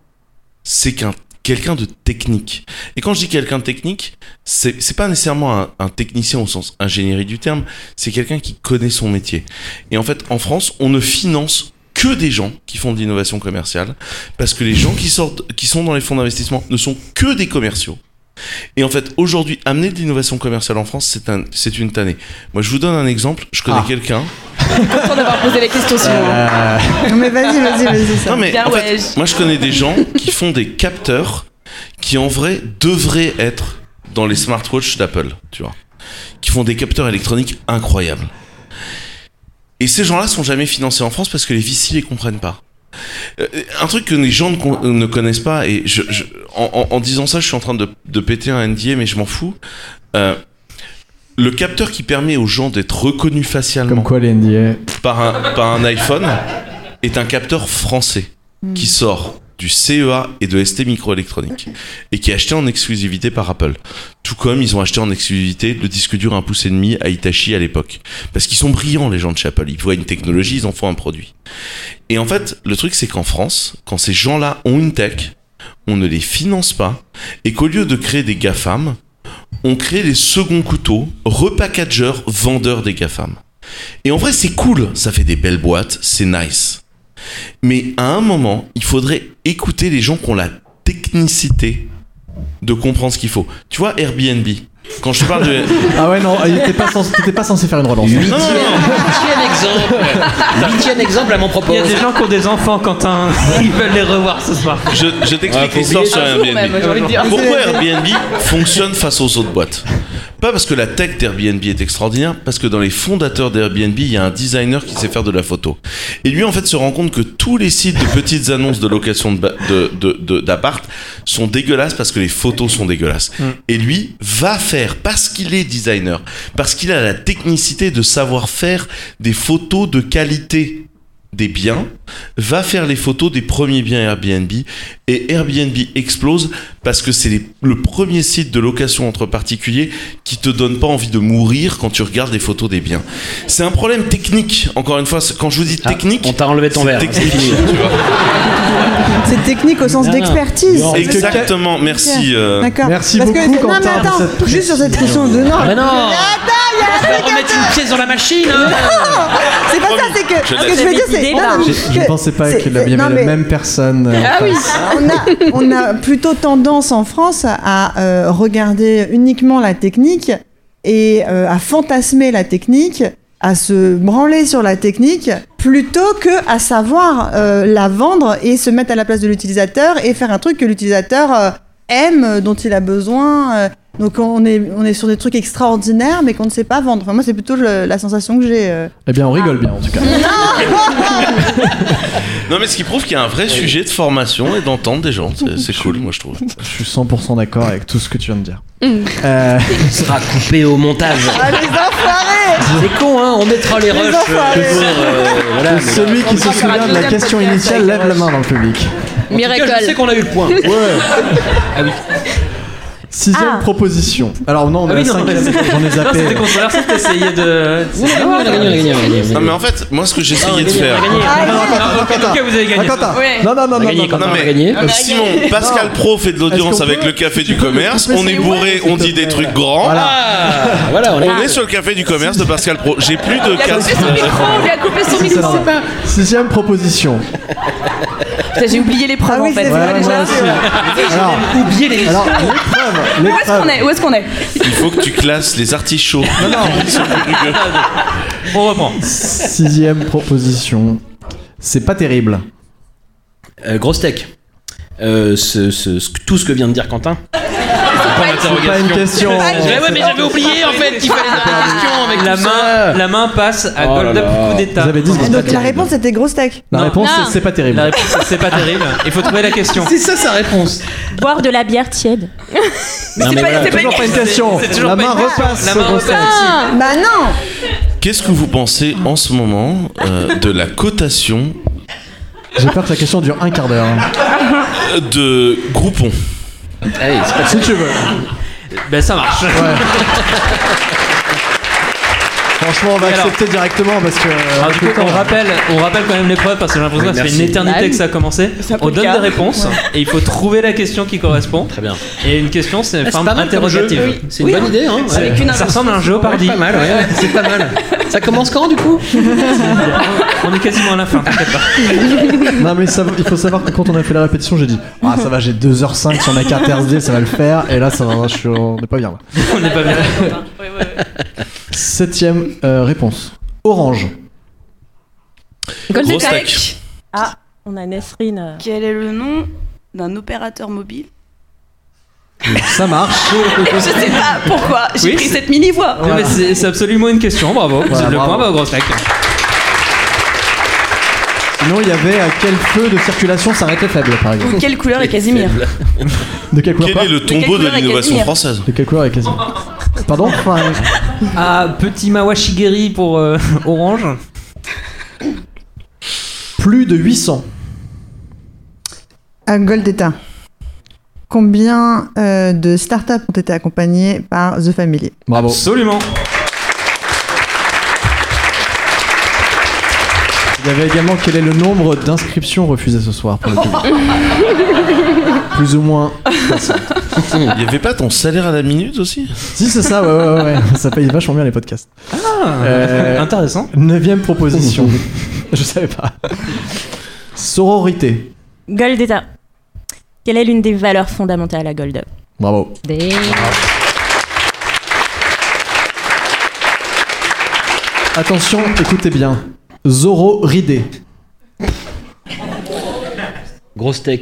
S4: c'est qu'un quelqu'un de technique. Et quand je dis quelqu'un de technique, c'est c'est pas nécessairement un, un technicien au sens ingénierie du terme, c'est quelqu'un qui connaît son métier. Et en fait, en France, on ne finance que des gens qui font de l'innovation commerciale, parce que les gens qui sortent, qui sont dans les fonds d'investissement ne sont que des commerciaux. Et en fait, aujourd'hui, amener de l'innovation commerciale en France, c'est un, c'est une tannée. Moi, je vous donne un exemple. Je connais
S2: Ah.
S4: quelqu'un.
S6: Content d'avoir posé la question, Simon.
S2: Euh,
S5: Non mais vas-y, vas-y, vas-y. ça.
S4: Non mais
S6: Bien,
S4: en
S6: ouais.
S4: fait, moi, je connais des gens qui font des capteurs qui, en vrai, devraient être dans les smartwatches d'Apple, tu vois, qui font des capteurs électroniques incroyables. Et ces gens-là sont jamais financés en France parce que les VC les comprennent pas. Euh, un truc que les gens ne, con- euh, ne connaissent pas, et je, je- en, en- en disant ça, je suis en train de, de péter un NDA, mais je m'en fous. Euh, le capteur qui permet aux gens d'être reconnus facialement
S2: Comme quoi les NDA.
S4: par un, par un iPhone est un capteur français qui sort du CEA et de ST Microélectronique et qui est acheté en exclusivité par Apple. Tout comme ils ont acheté en exclusivité le disque dur un pouce et demi à Hitachi à l'époque. Parce qu'ils sont brillants les gens de chez Apple, ils voient une technologie, ils en font un produit. Et en fait, le truc c'est qu'en France, quand ces gens-là ont une tech, on ne les finance pas et qu'au lieu de créer des GAFAM, on crée les seconds couteaux, repackageurs, vendeurs des GAFAM. Et en vrai, c'est cool, ça fait des belles boîtes, c'est nice. Mais à un moment, il faudrait écouter les gens qui ont la technicité de comprendre ce qu'il faut. Tu vois, Airbnb. Quand je te parle de.
S2: Ah ouais, non, il était pas censé- t'étais pas censé faire une relance.
S4: Non, non, non.
S3: Huitième exemple Huitième exemple, elle m'en
S1: Il y
S3: propose.
S1: a des gens qui ont des enfants, Quentin. Ils veulent les revoir ce soir.
S4: Je, je
S3: Ouais,
S4: t'explique
S3: faut
S1: Ah,
S4: l'histoire
S3: oublier
S4: sur Airbnb.
S1: envie de dire.
S4: Pourquoi Airbnb fonctionne face aux autres boîtes Pas parce que la tech d'Airbnb est extraordinaire, parce que dans les fondateurs d'Airbnb, il y a un designer qui sait faire de la photo. Et lui, en fait, se rend compte que tous les sites de petites annonces de location de ba- de- de- de- d'appart sont dégueulasses parce que les photos sont dégueulasses. Et lui va faire, parce qu'il est designer, parce qu'il a la technicité de savoir faire des photos de qualité des biens, va faire les photos des premiers biens Airbnb et Airbnb explose parce que c'est les- le premier site de location entre particuliers qui te donne pas envie de mourir quand tu regardes les photos des biens. C'est un problème technique. Encore une fois, c'est- quand je vous dis
S3: Ah,
S4: technique,
S3: On t'a enlevé ton
S4: c'est
S3: verre.
S4: technique,
S3: c'est fini.
S4: tu vois.
S5: C'est technique au sens
S3: Non, non.
S5: d'expertise.
S3: Non,
S5: C'est ça.
S4: Exactement. Merci. euh,
S5: D'accord.
S2: Merci
S5: Parce
S2: beaucoup,
S5: que, Non, mais
S2: Quentin, pour
S5: attends,
S2: cette
S5: juste sur cette question de non.
S3: Ah, mais non
S5: Attends,
S3: On va remettre une pièce dans la machine hein.
S5: c'est pas ça, c'est
S4: Je
S5: que. Ah, ce que
S4: laisse.
S5: je veux dire,
S7: J'ai des
S5: c'est. non,
S7: idées,
S5: non,
S2: Je,
S5: que-
S2: je pensais pas
S5: c'est-
S2: qu'il
S5: c'est-
S2: y avait
S5: non,
S2: la
S5: mais-
S2: même personne. euh,
S8: Ah oui
S5: on a, on a plutôt tendance en France à euh, regarder uniquement la technique et euh, à fantasmer la technique, à se branler sur la technique, plutôt que à savoir euh, la vendre et se mettre à la place de l'utilisateur et faire un truc que l'utilisateur euh, aime, euh, dont il a besoin. euh. donc on est, on est sur des trucs extraordinaires, mais qu'on ne sait pas vendre. Enfin, moi, c'est plutôt le- la sensation que j'ai. euh.
S2: Eh bien, on rigole bien en tout cas.
S4: Non, mais ce qui prouve qu'il y a un vrai sujet de formation et d'entendre des gens. C'est- C'est cool, moi je trouve.
S2: Je suis 100% d'accord avec tout ce que tu viens de dire.
S8: Mm.
S2: Euh,
S3: Il sera coupé au montage.
S5: Ah, les enfoirés
S3: C'est con, hein On mettra les rushs.
S5: enfoirés.
S3: euh, euh, voilà, mais-
S2: celui qui se
S8: On fera
S2: souvient
S8: un
S2: de la
S8: deuxième
S2: question
S8: podcast
S2: initiale
S8: avec
S2: lève la main dans le public.
S8: Miracle.
S3: Je sais qu'on a eu le point.
S2: Sixième proposition. Alors non, on
S1: Ah
S2: a
S1: oui,
S2: la
S1: non,
S2: cinquième,
S1: mais-
S2: j'en ai
S1: Non,
S2: zappé.
S1: c'était controversé, t'essayais de.
S3: On a gagné, on a gagné, on a gagné, on a gagné.
S4: Non, mais en fait, moi ce que
S3: Ah, on a
S4: j'essayais de
S3: gagné, on a
S4: faire.
S3: gagné.
S2: Ah, non, attends,
S1: En
S2: attends,
S1: tout
S2: attends,
S1: cas, vous avez gagné.
S2: attends, attends.
S6: Ouais.
S2: Non, non, non,
S3: On a
S2: non,
S3: gagné
S2: non,
S3: quand
S4: non,
S3: on a
S4: mais-
S3: gagné.
S4: Euh, Simon, Pascal Pro fait de l'audience
S2: Est-ce qu'on
S4: avec
S2: peut-
S4: le café du commerce. On est bourré, on dit des trucs grands.
S2: Voilà.
S3: Ah, voilà, on a
S4: On est sur le café du commerce de Pascal Pro. J'ai plus
S6: Il
S4: de
S6: a coupé son
S4: casque.
S6: micro, on lui a coupé son
S2: C'est
S6: micro.
S2: normal. Sixième proposition.
S6: Putain, j'ai oublié les preuves
S5: Ah oui,
S6: en fait.
S5: c'est
S2: Ouais,
S5: vrai,
S6: Déjà,
S2: moi aussi. Alors,
S3: oublié les
S2: alors l'épreuve,
S6: Où est-ce qu'on
S2: l'épreuve.
S6: est Où est-ce qu'on est
S4: Il faut que tu classes les artichauts. Non,
S1: On reprend.
S2: Sixième proposition. C'est pas terrible.
S3: Euh, grosse tech. Euh, ce- ce- ce- tout ce que vient de dire Quentin.
S2: C'est pas une question.
S3: Ouais, ouais, mais j'avais oublié en fait qu'il fallait la question avec
S1: La
S3: tout
S1: main,
S3: ça.
S1: la main passe à
S3: Oh là
S1: Gold Up
S3: là.
S1: coup d'état.
S2: Vous avez dit que c'est pas
S5: Donc la
S2: terrible.
S5: réponse était grosse tech.
S2: La
S1: Non.
S2: réponse,
S8: Non.
S2: c'est- c'est pas
S1: La
S2: terrible.
S1: réponse, c'est pas terrible. Il faut trouver la question.
S3: C'est ça sa réponse.
S7: Boire de la bière tiède.
S3: Non, mais
S6: pas-
S3: voilà.
S6: c'est pas-
S2: Toujours pas une question.
S1: C'est toujours
S2: La
S1: pas
S2: main
S1: une question.
S2: repasse.
S1: La main
S2: grosse tête.
S1: repasse.
S8: Ah,
S5: Bah non
S4: Qu'est-ce que vous pensez en ce moment euh, de la cotation
S2: J'ai peur que la question dure un quart d'heure.
S4: de Groupon
S3: Allez, c'est pas-
S2: Si tu veux.
S1: Ben ça marche.
S2: Franchement, on va
S1: Et alors
S2: accepter directement parce que.
S1: Alors, Euh, du coup,
S2: hein.
S1: on rappelle, on rappelle quand même l'épreuve parce que j'ai l'impression
S3: Oui,
S1: que ça fait
S3: Ah, merci.
S1: une éternité que ça a commencé.
S6: Bah un peu
S1: On
S6: le
S1: donne
S6: cas.
S1: des réponses et il faut trouver la question qui correspond.
S3: Très bien.
S1: Et une question, c'est une
S3: Ah, c'est
S1: forme
S3: pas mal comme jeu.
S1: interrogative.
S3: Oui, C'est une bonne idée, hein. ouais.
S6: Avec une
S1: Ça
S6: inversion.
S1: ressemble à un jeu au
S3: Ouais,
S1: pardi.
S3: pas mal, ouais, c'est pas mal. Ça commence quand du coup
S1: On est quasiment à la fin, t'inquiète pas.
S2: Non, mais ça- il faut savoir que quand on a fait la répétition, j'ai dit Ah, ça va, j'ai 2h05 sur ma carte RSD, ça va le faire. Et là, ça va, je suis- on n'est pas bien. là.
S1: On n'est pas bien.
S6: Ouais, ouais, ouais.
S2: Septième euh, réponse Orange.
S4: Grosse
S8: Golden
S4: tech.
S7: On a Nesrine. euh,
S6: Quel est le nom d'un opérateur mobile
S2: Ça marche.
S6: Je sais pas pourquoi j'ai
S1: Oui,
S6: pris
S1: c'est-
S6: cette mini voix.
S1: Non, mais c'est c'est absolument une question, bravo.
S2: Voilà,
S1: C'est le
S2: bravo.
S1: point va au gros stack.
S2: Sinon, il y avait à quel feu de circulation s'arrêtait faible, par exemple
S6: Ou quelle couleur est Casimir
S2: De quelle couleur
S4: Quel
S2: pas
S4: est le tombeau
S6: couleur
S4: de
S6: est
S4: l'innovation
S6: Casimir
S4: française
S2: De quelle couleur est quasi Pardon Enfin, euh,
S1: Ah, petit Mawashigeri pour euh, Orange.
S2: Plus de 800.
S5: à Goldeta, combien euh, de startups ont été accompagnées par The Family
S2: Bravo.
S1: Absolument.
S2: Il y avait également quel est le nombre d'inscriptions refusées ce soir pour le public. Plus ou moins.
S4: Il y avait pas ton salaire à la minute aussi
S2: Si, c'est ça, ouais, ouais, ouais, ouais. Ça paye vachement bien les podcasts. Euh,
S1: Intéressant.
S2: Neuvième proposition. Je savais pas. Sororité.
S7: Goldeta. Quelle est l'une des valeurs fondamentales à Gold Up
S2: Bravo.
S8: Des-
S2: Attention, écoutez bien. Zororidé.
S3: Grosse tech.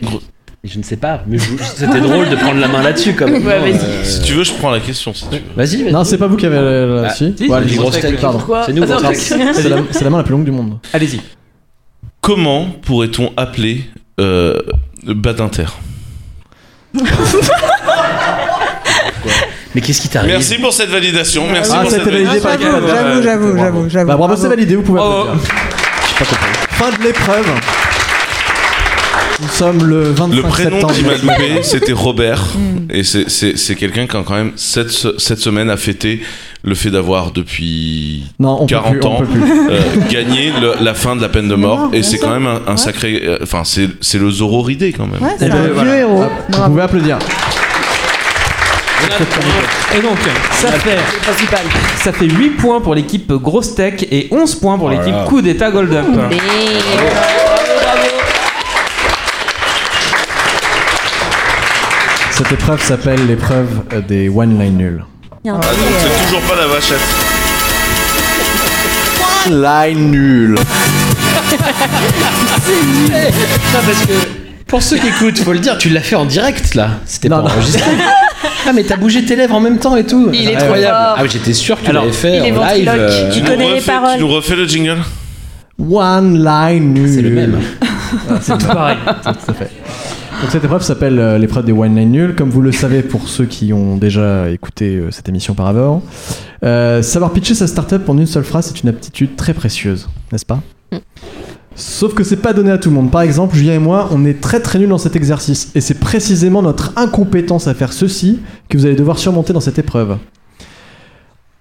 S3: Je ne sais pas, mais je- c'était drôle de prendre la main là-dessus quand même.
S6: Ouais, vas-y.
S3: Euh,
S4: Si tu veux, je prends la question. Si tu veux.
S3: Vas-y, vas-y.
S2: Non, c'est pas vous qui avez la. la-
S3: Ah,
S2: si.
S1: si,
S2: Ouais,
S1: c'est
S2: les grosses
S1: grosses
S2: têtes,
S1: têtes,
S2: pardon.
S6: Pourquoi
S3: C'est nous,
S6: Attends,
S3: Grosse Tech.
S6: qu'est-ce que-
S2: C'est la, c'est la main la plus longue du monde.
S1: Allez-y.
S4: Comment pourrait-on appeler euh, Badinter
S3: Mais qu'est-ce qui t'arrive
S4: Merci pour cette validation. Merci
S2: Ah,
S4: pour
S2: ça a
S4: cette
S2: été validé
S4: validation.
S2: par
S1: Bravo,
S5: J'avoue, j'avoue, j'avoue, j'avoue, j'avoue.
S2: Bah bravo, c'est validé, vous pouvez
S4: Oh.
S2: hein.
S1: Bravo.
S2: applaudir. Fin de l'épreuve. Nous sommes le 25
S4: Le prénom
S2: septembre. Mm.
S4: qui m'a loupé, c'était Robert. Et c'est- c'est c'est quelqu'un qui, a quand même, cette, se- cette semaine, a fêté le fait d'avoir, depuis
S2: Non, on peut
S4: 40
S2: plus, on
S4: ans,
S2: peut plus.
S4: euh, gagné le- la fin de la peine de mort. et c'est quand même un, un
S5: Ouais.
S4: sacré. euh, Enfin, c'est c'est le zororidé quand même.
S5: Ouais, c'est
S2: ben,
S5: un vieux
S2: voilà.
S5: héros.
S2: Hop, Vous
S5: Bravo.
S2: pouvez applaudir.
S1: Et donc, ça fait, ça fait 8 points pour l'équipe Grosse Tech et 11 points pour l'équipe
S3: Voilà.
S1: Coup d'État Gold Up.
S8: des-
S2: Cette épreuve s'appelle l'épreuve euh, des one-line nuls.
S4: Ah, donc c'est toujours pas la vachette.
S2: Line nul.
S3: Non, parce que pour ceux qui écoutent, faut le dire, tu l'as fait en direct là. C'était pas
S2: Non, non.
S3: enregistré. Ah, mais t'as bougé tes lèvres en même temps et tout.
S8: Il est
S3: Ah,
S8: trop
S3: incroyable.
S8: fort.
S3: Ah, mais j'étais sûr que tu
S1: Alors,
S3: l'avais
S6: il
S3: fait
S6: est
S3: en live.
S6: ventriloque.
S3: euh,
S7: Tu
S4: nous
S7: connais les
S4: refais-
S7: paroles.
S4: Tu nous refais le jingle
S2: One-line nul.
S3: C'est le même.
S4: Ah,
S1: C'est tout pareil.
S2: Tout à fait. Donc cette épreuve s'appelle euh, l'épreuve des Wine Line Nuls. Comme vous le savez pour ceux qui ont déjà écouté euh, cette émission par avant, euh, savoir pitcher sa startup en une seule phrase, c'est une aptitude très précieuse, n'est-ce pas Sauf que c'est pas donné à tout le monde. Par exemple, Julien et moi, on est très très nuls dans cet exercice. Et c'est précisément notre incompétence à faire ceci que vous allez devoir surmonter dans cette épreuve.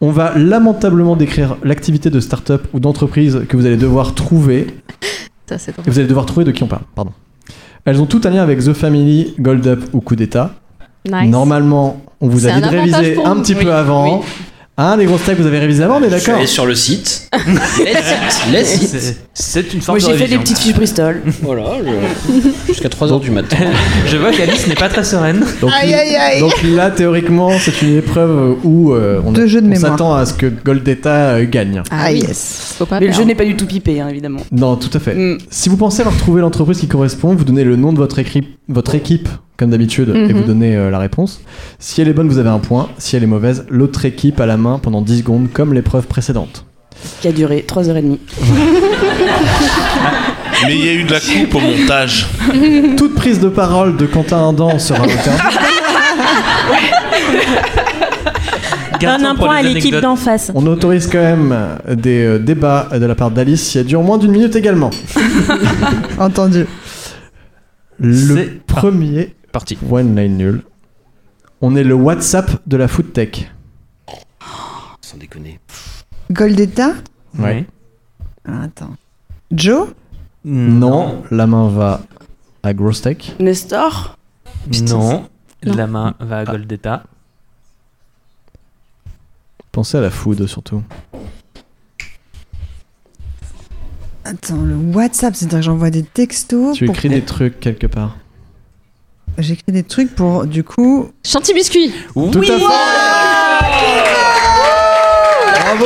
S2: On va lamentablement décrire l'activité de startup ou d'entreprise que vous allez devoir trouver
S8: Ça, c'est drôle.
S2: et vous allez devoir trouver de qui on parle, pardon. Elles ont tout un lien avec The Family, Gold Up ou Coup d'État.
S8: Nice.
S2: Normalement, on vous a
S8: C'est
S2: dit de
S8: un avantage
S2: réviser
S8: pour
S2: un
S8: nous.
S2: petit
S8: Oui,
S2: peu avant.
S8: oui.
S2: Hein, les grosses têtes, vous avez révisé avant, on est
S3: Je suis
S2: d'accord
S3: allé sur le site. Les sites. Les sites.
S1: C'est- C'est une forme
S6: Moi
S1: de
S6: j'ai fait des
S1: révision.
S6: petites fiches Bristol.
S3: Voilà. je- Jusqu'à 3h du matin.
S1: Je vois qu'Alice n'est pas très sereine.
S2: donc,
S5: Aïe, aïe, aïe.
S2: donc là, théoriquement, c'est une épreuve où euh, on,
S5: Deux jeux de
S2: on
S5: mémoire.
S2: s'attend à ce que Gold Data euh, gagne.
S5: Ah,
S8: oui.
S5: yes.
S8: Faut pas
S6: Mais le
S8: perdre.
S6: jeu n'est pas du tout pipé, hein, évidemment.
S2: Non, tout à fait.
S6: Mm.
S2: Si vous pensez avoir trouvé l'entreprise qui correspond, vous donnez le nom de votre équipe, votre équipe comme d'habitude, et
S8: Mhm.
S2: vous donnez euh, la réponse. Si elle est bonne, vous avez un point. Si elle est mauvaise, l'autre équipe à la main pendant 10 secondes, comme l'épreuve précédente.
S6: Qui a duré 3h30.
S4: Mais il y a eu de la coupe au montage.
S2: Toute prise de parole de Quentin Indan sera hautain.
S7: Donne un
S1: pour
S7: point à
S1: les
S7: l'équipe
S1: anecdotes.
S7: d'en face.
S2: On autorise quand même euh, des euh, débats de la part d'Alice si elle dure moins d'une minute également.
S5: Entendu.
S2: Le
S1: C'est
S2: premier
S1: Parti.
S2: one line nul. On est le WhatsApp de la food tech.
S3: Sans déconner.
S5: Goldeta
S2: Ouais.
S5: Alors, Attends. Joe
S2: Non, la main va à Gross Tech.
S6: Nestor
S1: Non.
S8: Non.
S1: La main va à
S3: Ah.
S1: Gold Data.
S2: Pensez à la food surtout.
S5: Attends, le WhatsApp, c'est-à-dire que j'envoie des textos.
S2: Tu
S5: pour-
S2: écris des trucs quelque part.
S5: J'écris des trucs pour, du coup.
S8: Chanty biscuit.
S2: Tout à fait Bravo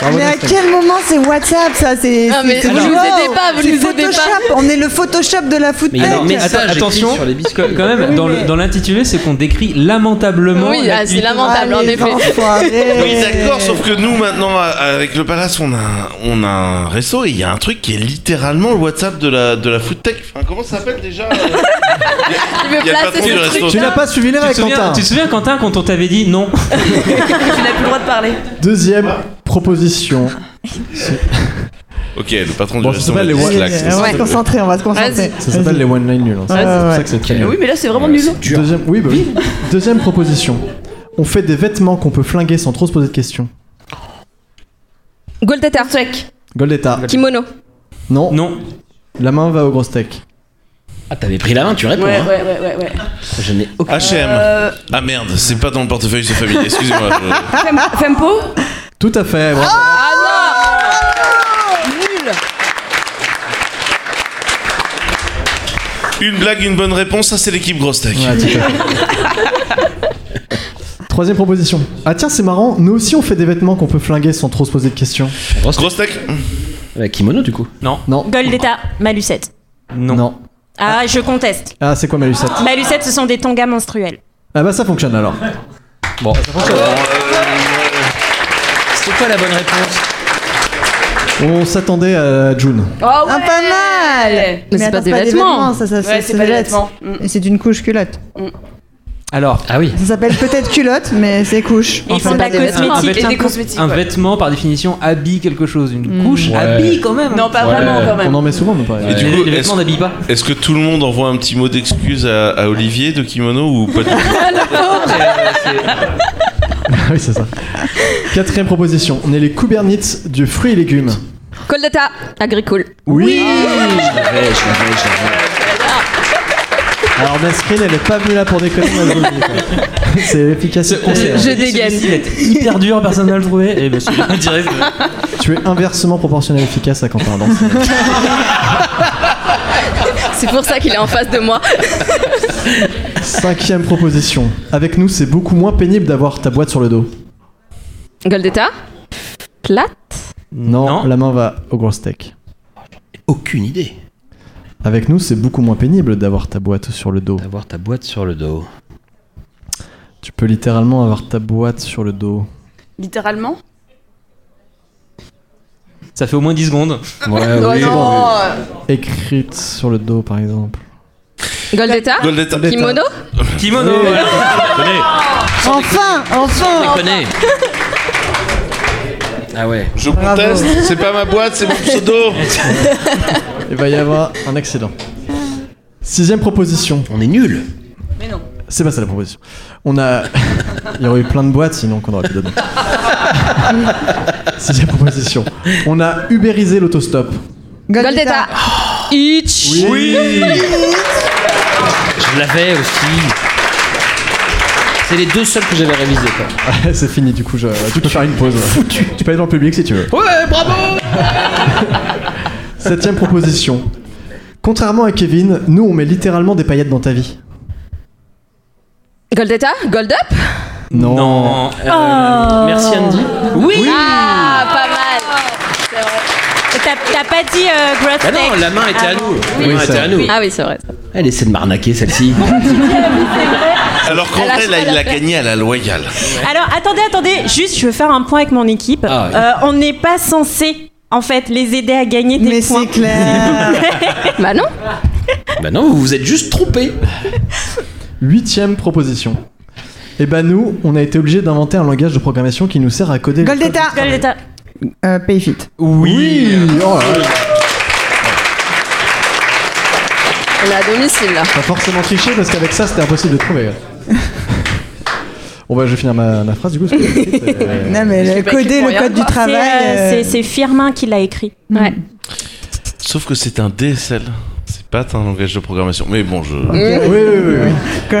S2: Bravo
S5: mais à
S2: Nathan.
S5: quel moment c'est WhatsApp ça C'est.
S8: Ah,
S5: c'est-
S8: mais
S5: c'est
S8: vous nous
S5: Wow.
S8: aidez pas, vous
S5: C'est
S8: nous aidez pas.
S5: Photoshop, On est le Photoshop de la Ah, food
S3: Mais il y a
S5: tech.
S3: des messages écrits
S1: Ah, attention,
S3: sur les biscuits.
S1: Quand quand même, dans le- dans l'intitulé, c'est qu'on décrit lamentablement.
S8: Oui, ah, c'est
S1: l'activité.
S8: lamentable,
S5: Ah,
S8: en
S5: les
S8: effet.
S5: enfoirés.
S1: Euh,
S4: Oui, d'accord, sauf que nous, maintenant, à- avec le Palace, on a, un- on a un resto et il y a un truc qui est littéralement le WhatsApp de la, de la food tech. Enfin, comment ça s'appelle déjà euh,
S8: Tu veux
S4: Il y a le
S8: placer
S4: patron du
S8: ce truc.
S4: resto.
S2: Tu n'as pas suivi les
S1: Tu te,
S2: règles,
S1: souviens,
S2: Quentin
S1: tu te souviens, Quentin, quand on t'avait dit non
S6: Tu n'as plus le droit de parler.
S2: Deuxième proposition.
S4: Ok, le patron
S2: Bon,
S4: du
S2: ça
S4: restaurant.
S2: s'appelle les
S4: dit
S2: One-
S4: Slack, c'est
S5: Euh, on
S4: ça.
S5: va se concentrer, on va se concentrer.
S2: Ça s'appelle les One Line Nuls. hein.
S5: Ouais,
S2: C'est
S5: ouais,
S2: pour ça
S5: ouais.
S2: que c'est
S3: Ah,
S2: très nul.
S6: Eh Oui, mais là, c'est vraiment nul.
S2: Deuxième, oui, bah oui. Deuxième proposition. On fait des vêtements qu'on peut flinguer sans trop se poser de questions.
S8: Goldetta.
S6: Sec.
S2: Goldetta.
S8: Kimono.
S2: Non.
S1: Non.
S2: La main va au gros steak.
S3: Ah, t'avais pris la main, tu réponds.
S6: Ouais,
S3: hein.
S6: ouais, ouais, ouais, ouais.
S3: Je n'ai aucun.
S4: HM.
S8: Euh,
S4: Ah merde, c'est pas dans le portefeuille, c'est familier. Excusez-moi. je-
S6: Fem- Fempo
S2: Tout à fait. bravo.
S4: Une blague, une bonne réponse, ça c'est l'équipe grosse tech.
S2: Ouais, tout à fait. Troisième proposition. Ah tiens, c'est marrant. Nous aussi, on fait des vêtements qu'on peut flinguer sans trop se poser de questions.
S4: Grosse tech
S3: Ouais, Euh, kimono, du coup.
S2: Non.
S7: Goldetta, Malucette.
S1: Non.
S2: Non.
S7: Ah, je conteste.
S2: Ah, c'est quoi ma lucette
S7: Malucette, ce sont des tongas menstruels.
S2: Ah bah ça fonctionne alors.
S3: C'est quoi la bonne réponse
S2: On s'attendait à June.
S6: Oh,
S5: Ah, pas mal
S8: Mais c'est
S5: attends,
S8: pas des vêtements.
S5: ça, ça, ça,
S6: Ouais, c'est
S5: ça
S6: pas des
S5: jette.
S6: vêtements. Mm.
S5: Et c'est une couche culotte.
S1: Alors,
S3: Ah oui.
S5: Ça s'appelle peut-être culotte, mais c'est couche.
S7: Et ils font de la
S8: des vêtements.
S7: cosmétique.
S6: Et
S1: vêtement-
S6: des cosmétiques.
S1: un
S6: ouais. Mm.
S1: vêtement par définition habille quelque chose, une couche
S3: Ouais.
S1: habille quand même.
S6: Non, pas
S3: Ouais.
S6: vraiment quand
S2: On
S6: même.
S2: en met souvent, mais pas.
S4: Et du
S1: les,
S4: coup,
S1: les vêtements
S4: est-ce-
S1: n'habillent pas.
S4: Est-ce que tout le monde envoie un petit mot d'excuse à, à Olivier de Kimono ou pas du tout
S2: Ah oui, c'est ça. Quatrième proposition. On est les Kubernitz du fruit et légumes.
S8: Goldetta. Agricole.
S2: Oui.
S3: Je l'avais, je l'avais, je l'avais.
S2: Alors ma screen, elle est pas venue là pour déconner. moi, je vous le dis, quoi. C'est efficace.
S8: Je dégaine.
S1: Il est hyper dur, personne n'a le trouvé. Et ben, celui-là, on dirait que-
S2: Tu es inversement proportionnel efficace à Quentin Danse.
S8: C'est pour ça qu'il est en face de moi.
S2: Cinquième proposition. Avec nous, c'est beaucoup moins pénible d'avoir ta boîte sur le dos.
S8: Goldetta. Plate.
S2: Non,
S1: Non.
S2: la main va au gros steak.
S3: Aucune idée
S2: Avec nous, c'est beaucoup moins pénible d'avoir ta boîte sur le dos.
S3: d'avoir ta boîte sur le dos.
S2: Tu peux littéralement avoir ta boîte sur le dos.
S6: Littéralement
S1: Ça fait au moins 10 secondes.
S2: Ouais,
S6: Oh non
S2: Écrite sur le dos, par exemple.
S8: Goldetta.
S4: Goldetta.
S8: Kimono.
S1: Kimono voilà.
S3: Connais,
S5: Enfin, enfin
S3: connais. Ah ouais.
S4: Je conteste, c'est pas ma boîte, c'est mon pseudo.
S2: Il va y avoir un accident. Sixième proposition.
S3: On est nuls.
S6: Mais non.
S2: C'est pas ça la proposition. On a. Il y aurait eu plein de boîtes sinon qu'on aurait pu donner. Sixième proposition. On a ubérisé l'autostop.
S8: Goldetta. Itch.
S2: Oui
S3: Je l'avais aussi. C'est les deux seuls que j'avais révisés. Quoi.
S2: C'est fini, du coup, je... tu peux faire une pause. Foutu. Tu peux aller dans le public si tu veux.
S3: Ouais, bravo
S2: Septième proposition. Contrairement à Kevin, nous on met littéralement des paillettes dans ta vie.
S8: Goldetta. Gold up. Oh.
S2: Non.
S1: Non.
S3: Euh, Merci Andy. Oui,
S8: Ah, pas mal.
S7: T'as t'as pas dit euh, Great
S3: Bah non,
S7: Neck.
S3: la main était à nous. La
S2: Oui,
S3: main
S2: ça.
S3: était à nous.
S8: Ah oui, c'est vrai.
S3: Elle essaie de m'arnaquer celle-ci.
S4: Alors qu'en
S8: Elle a-
S4: vrai, là, il
S8: elle
S4: l'a
S8: a fait-
S4: gagné à la loyale.
S7: Alors attendez, attendez, juste je veux faire un point avec mon équipe.
S3: Ah, oui.
S7: Euh, on n'est pas censé en fait les aider à gagner des
S5: Mais
S7: points.
S5: c'est clair
S8: Bah non.
S3: bah non, vous vous êtes juste trompés.
S2: Huitième proposition. Et ben nous, on a été obligé d'inventer un langage de programmation qui nous sert à coder. le code.
S5: Goldetta
S7: Goldetta.
S5: euh, Payfit.
S2: Oui. Oh là là,
S8: On est à domicile là.
S2: T'as forcément triché parce qu'avec ça, c'était impossible de trouver. bon bah, je vais finir ma, ma phrase du coup. parce que- euh,
S5: Non mais
S6: l'ai
S5: le-
S6: pas écrit
S5: coder
S6: pour
S5: le
S6: rien.
S5: code du
S7: C'est,
S5: travail.
S7: euh,
S5: euh,
S7: c'est- c'est Firmin qui l'a écrit.
S8: Ouais.
S4: Sauf que c'est un DSL. C'est pas un langage de programmation. Mais bon, je.
S2: oui, oui, oui, oui.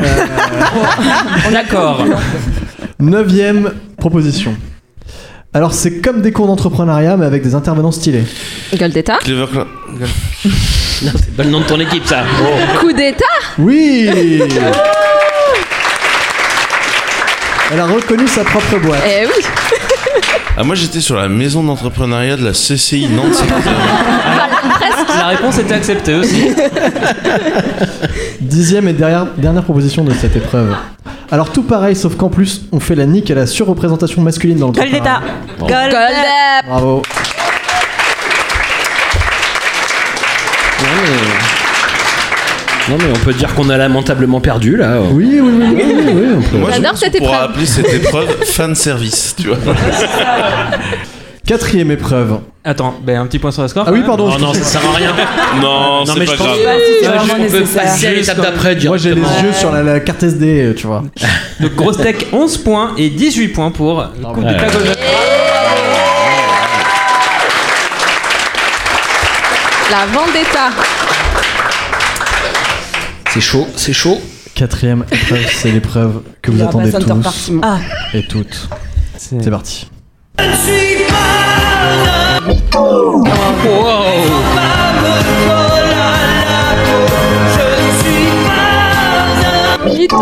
S1: D'accord.
S2: Neuvième proposition. Alors c'est comme des cours d'entrepreneuriat mais avec des intervenants stylés.
S8: Goldetta.
S4: Clever Cla- Oh.
S3: Non, c'est pas le nom de ton équipe ça.
S8: Coup d'état.
S2: Oui Elle a reconnu sa propre boîte.
S8: Eh oui.
S4: Ah, moi j'étais sur la maison d'entrepreneuriat de la CCI Nantes.
S2: Ah,
S1: La réponse était acceptée aussi.
S2: Dixième et dernière, dernière proposition de cette épreuve. Alors tout pareil sauf qu'en plus on fait la nique à la surreprésentation masculine dans le
S7: Goldetta.
S8: Gold
S7: Goldetta.
S8: up.
S2: Bravo.
S3: Non mais... non, mais on peut dire qu'on a lamentablement perdu là.
S2: Oui, oui, oui, oui, oui, oui.
S3: on peut.
S4: Moi je
S8: J'adore
S4: pense qu'on
S8: cette
S4: pourra
S8: épreuve.
S4: appeler cette épreuve fan service, tu vois.
S2: Quatrième épreuve.
S1: Attends, ben, un petit point sur le score.
S2: Ah
S1: quand
S2: oui,
S1: même.
S2: pardon.
S3: Non, non, ça sert à rien.
S1: Ah,
S4: Non,
S3: Non,
S4: c'est
S3: mais
S4: pas
S3: je pense
S4: grave.
S3: pas.
S5: c'est
S3: Juste,
S5: vraiment
S3: on peut
S5: nécessaire.
S3: passer à
S1: euh,
S3: l'étape d'après
S2: Moi, j'ai les
S3: directement.
S2: yeux sur la, la carte SD, tu vois.
S1: Donc, grosse tech 11 points et 18 points pour le coup
S3: ouais.
S1: de Tagol.
S8: La vendetta.
S3: C'est chaud, c'est chaud.
S2: Quatrième épreuve, c'est l'épreuve que vous
S5: Ah, bah,
S2: attendez
S5: ça ne te repart-
S2: tous
S5: Ah,
S2: et toutes. C'est parti.
S8: Vite.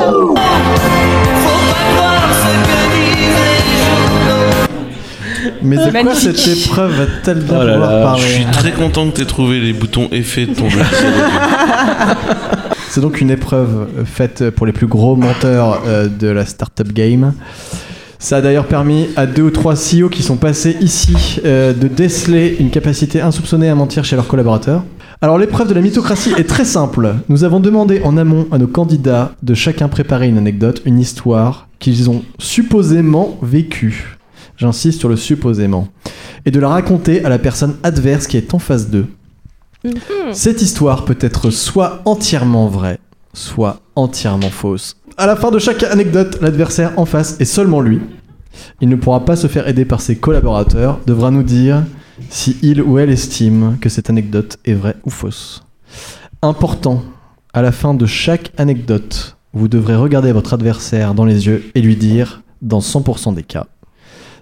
S2: Mais de quoi cette épreuve va-t-elle bien
S3: Oh là
S2: pouvoir
S3: là,
S4: Je
S2: parler
S4: suis très content que t'aies trouvé les boutons effets de ton jeu.
S2: C'est donc une épreuve euh, faite pour les plus gros menteurs euh, de la startup game. Ça a d'ailleurs permis à deux ou trois CEO qui sont passés ici euh, de déceler une capacité insoupçonnée à mentir chez leurs collaborateurs. Alors l'épreuve de la mythocratie est très simple. Nous avons demandé en amont à nos candidats de chacun préparer une anecdote, une histoire qu'ils ont supposément vécue. J'insiste sur le supposément. Et de la raconter à la personne adverse qui est en face d'eux. Cette histoire peut être soit entièrement vraie, soit entièrement fausse. À la fin de chaque anecdote, l'adversaire en face et seulement lui. Il ne pourra pas se faire aider par ses collaborateurs, devra nous dire si il ou elle estime que cette anecdote est vraie ou fausse. Important, à la fin de chaque anecdote, vous devrez regarder votre adversaire dans les yeux et lui dire, dans 100% des cas,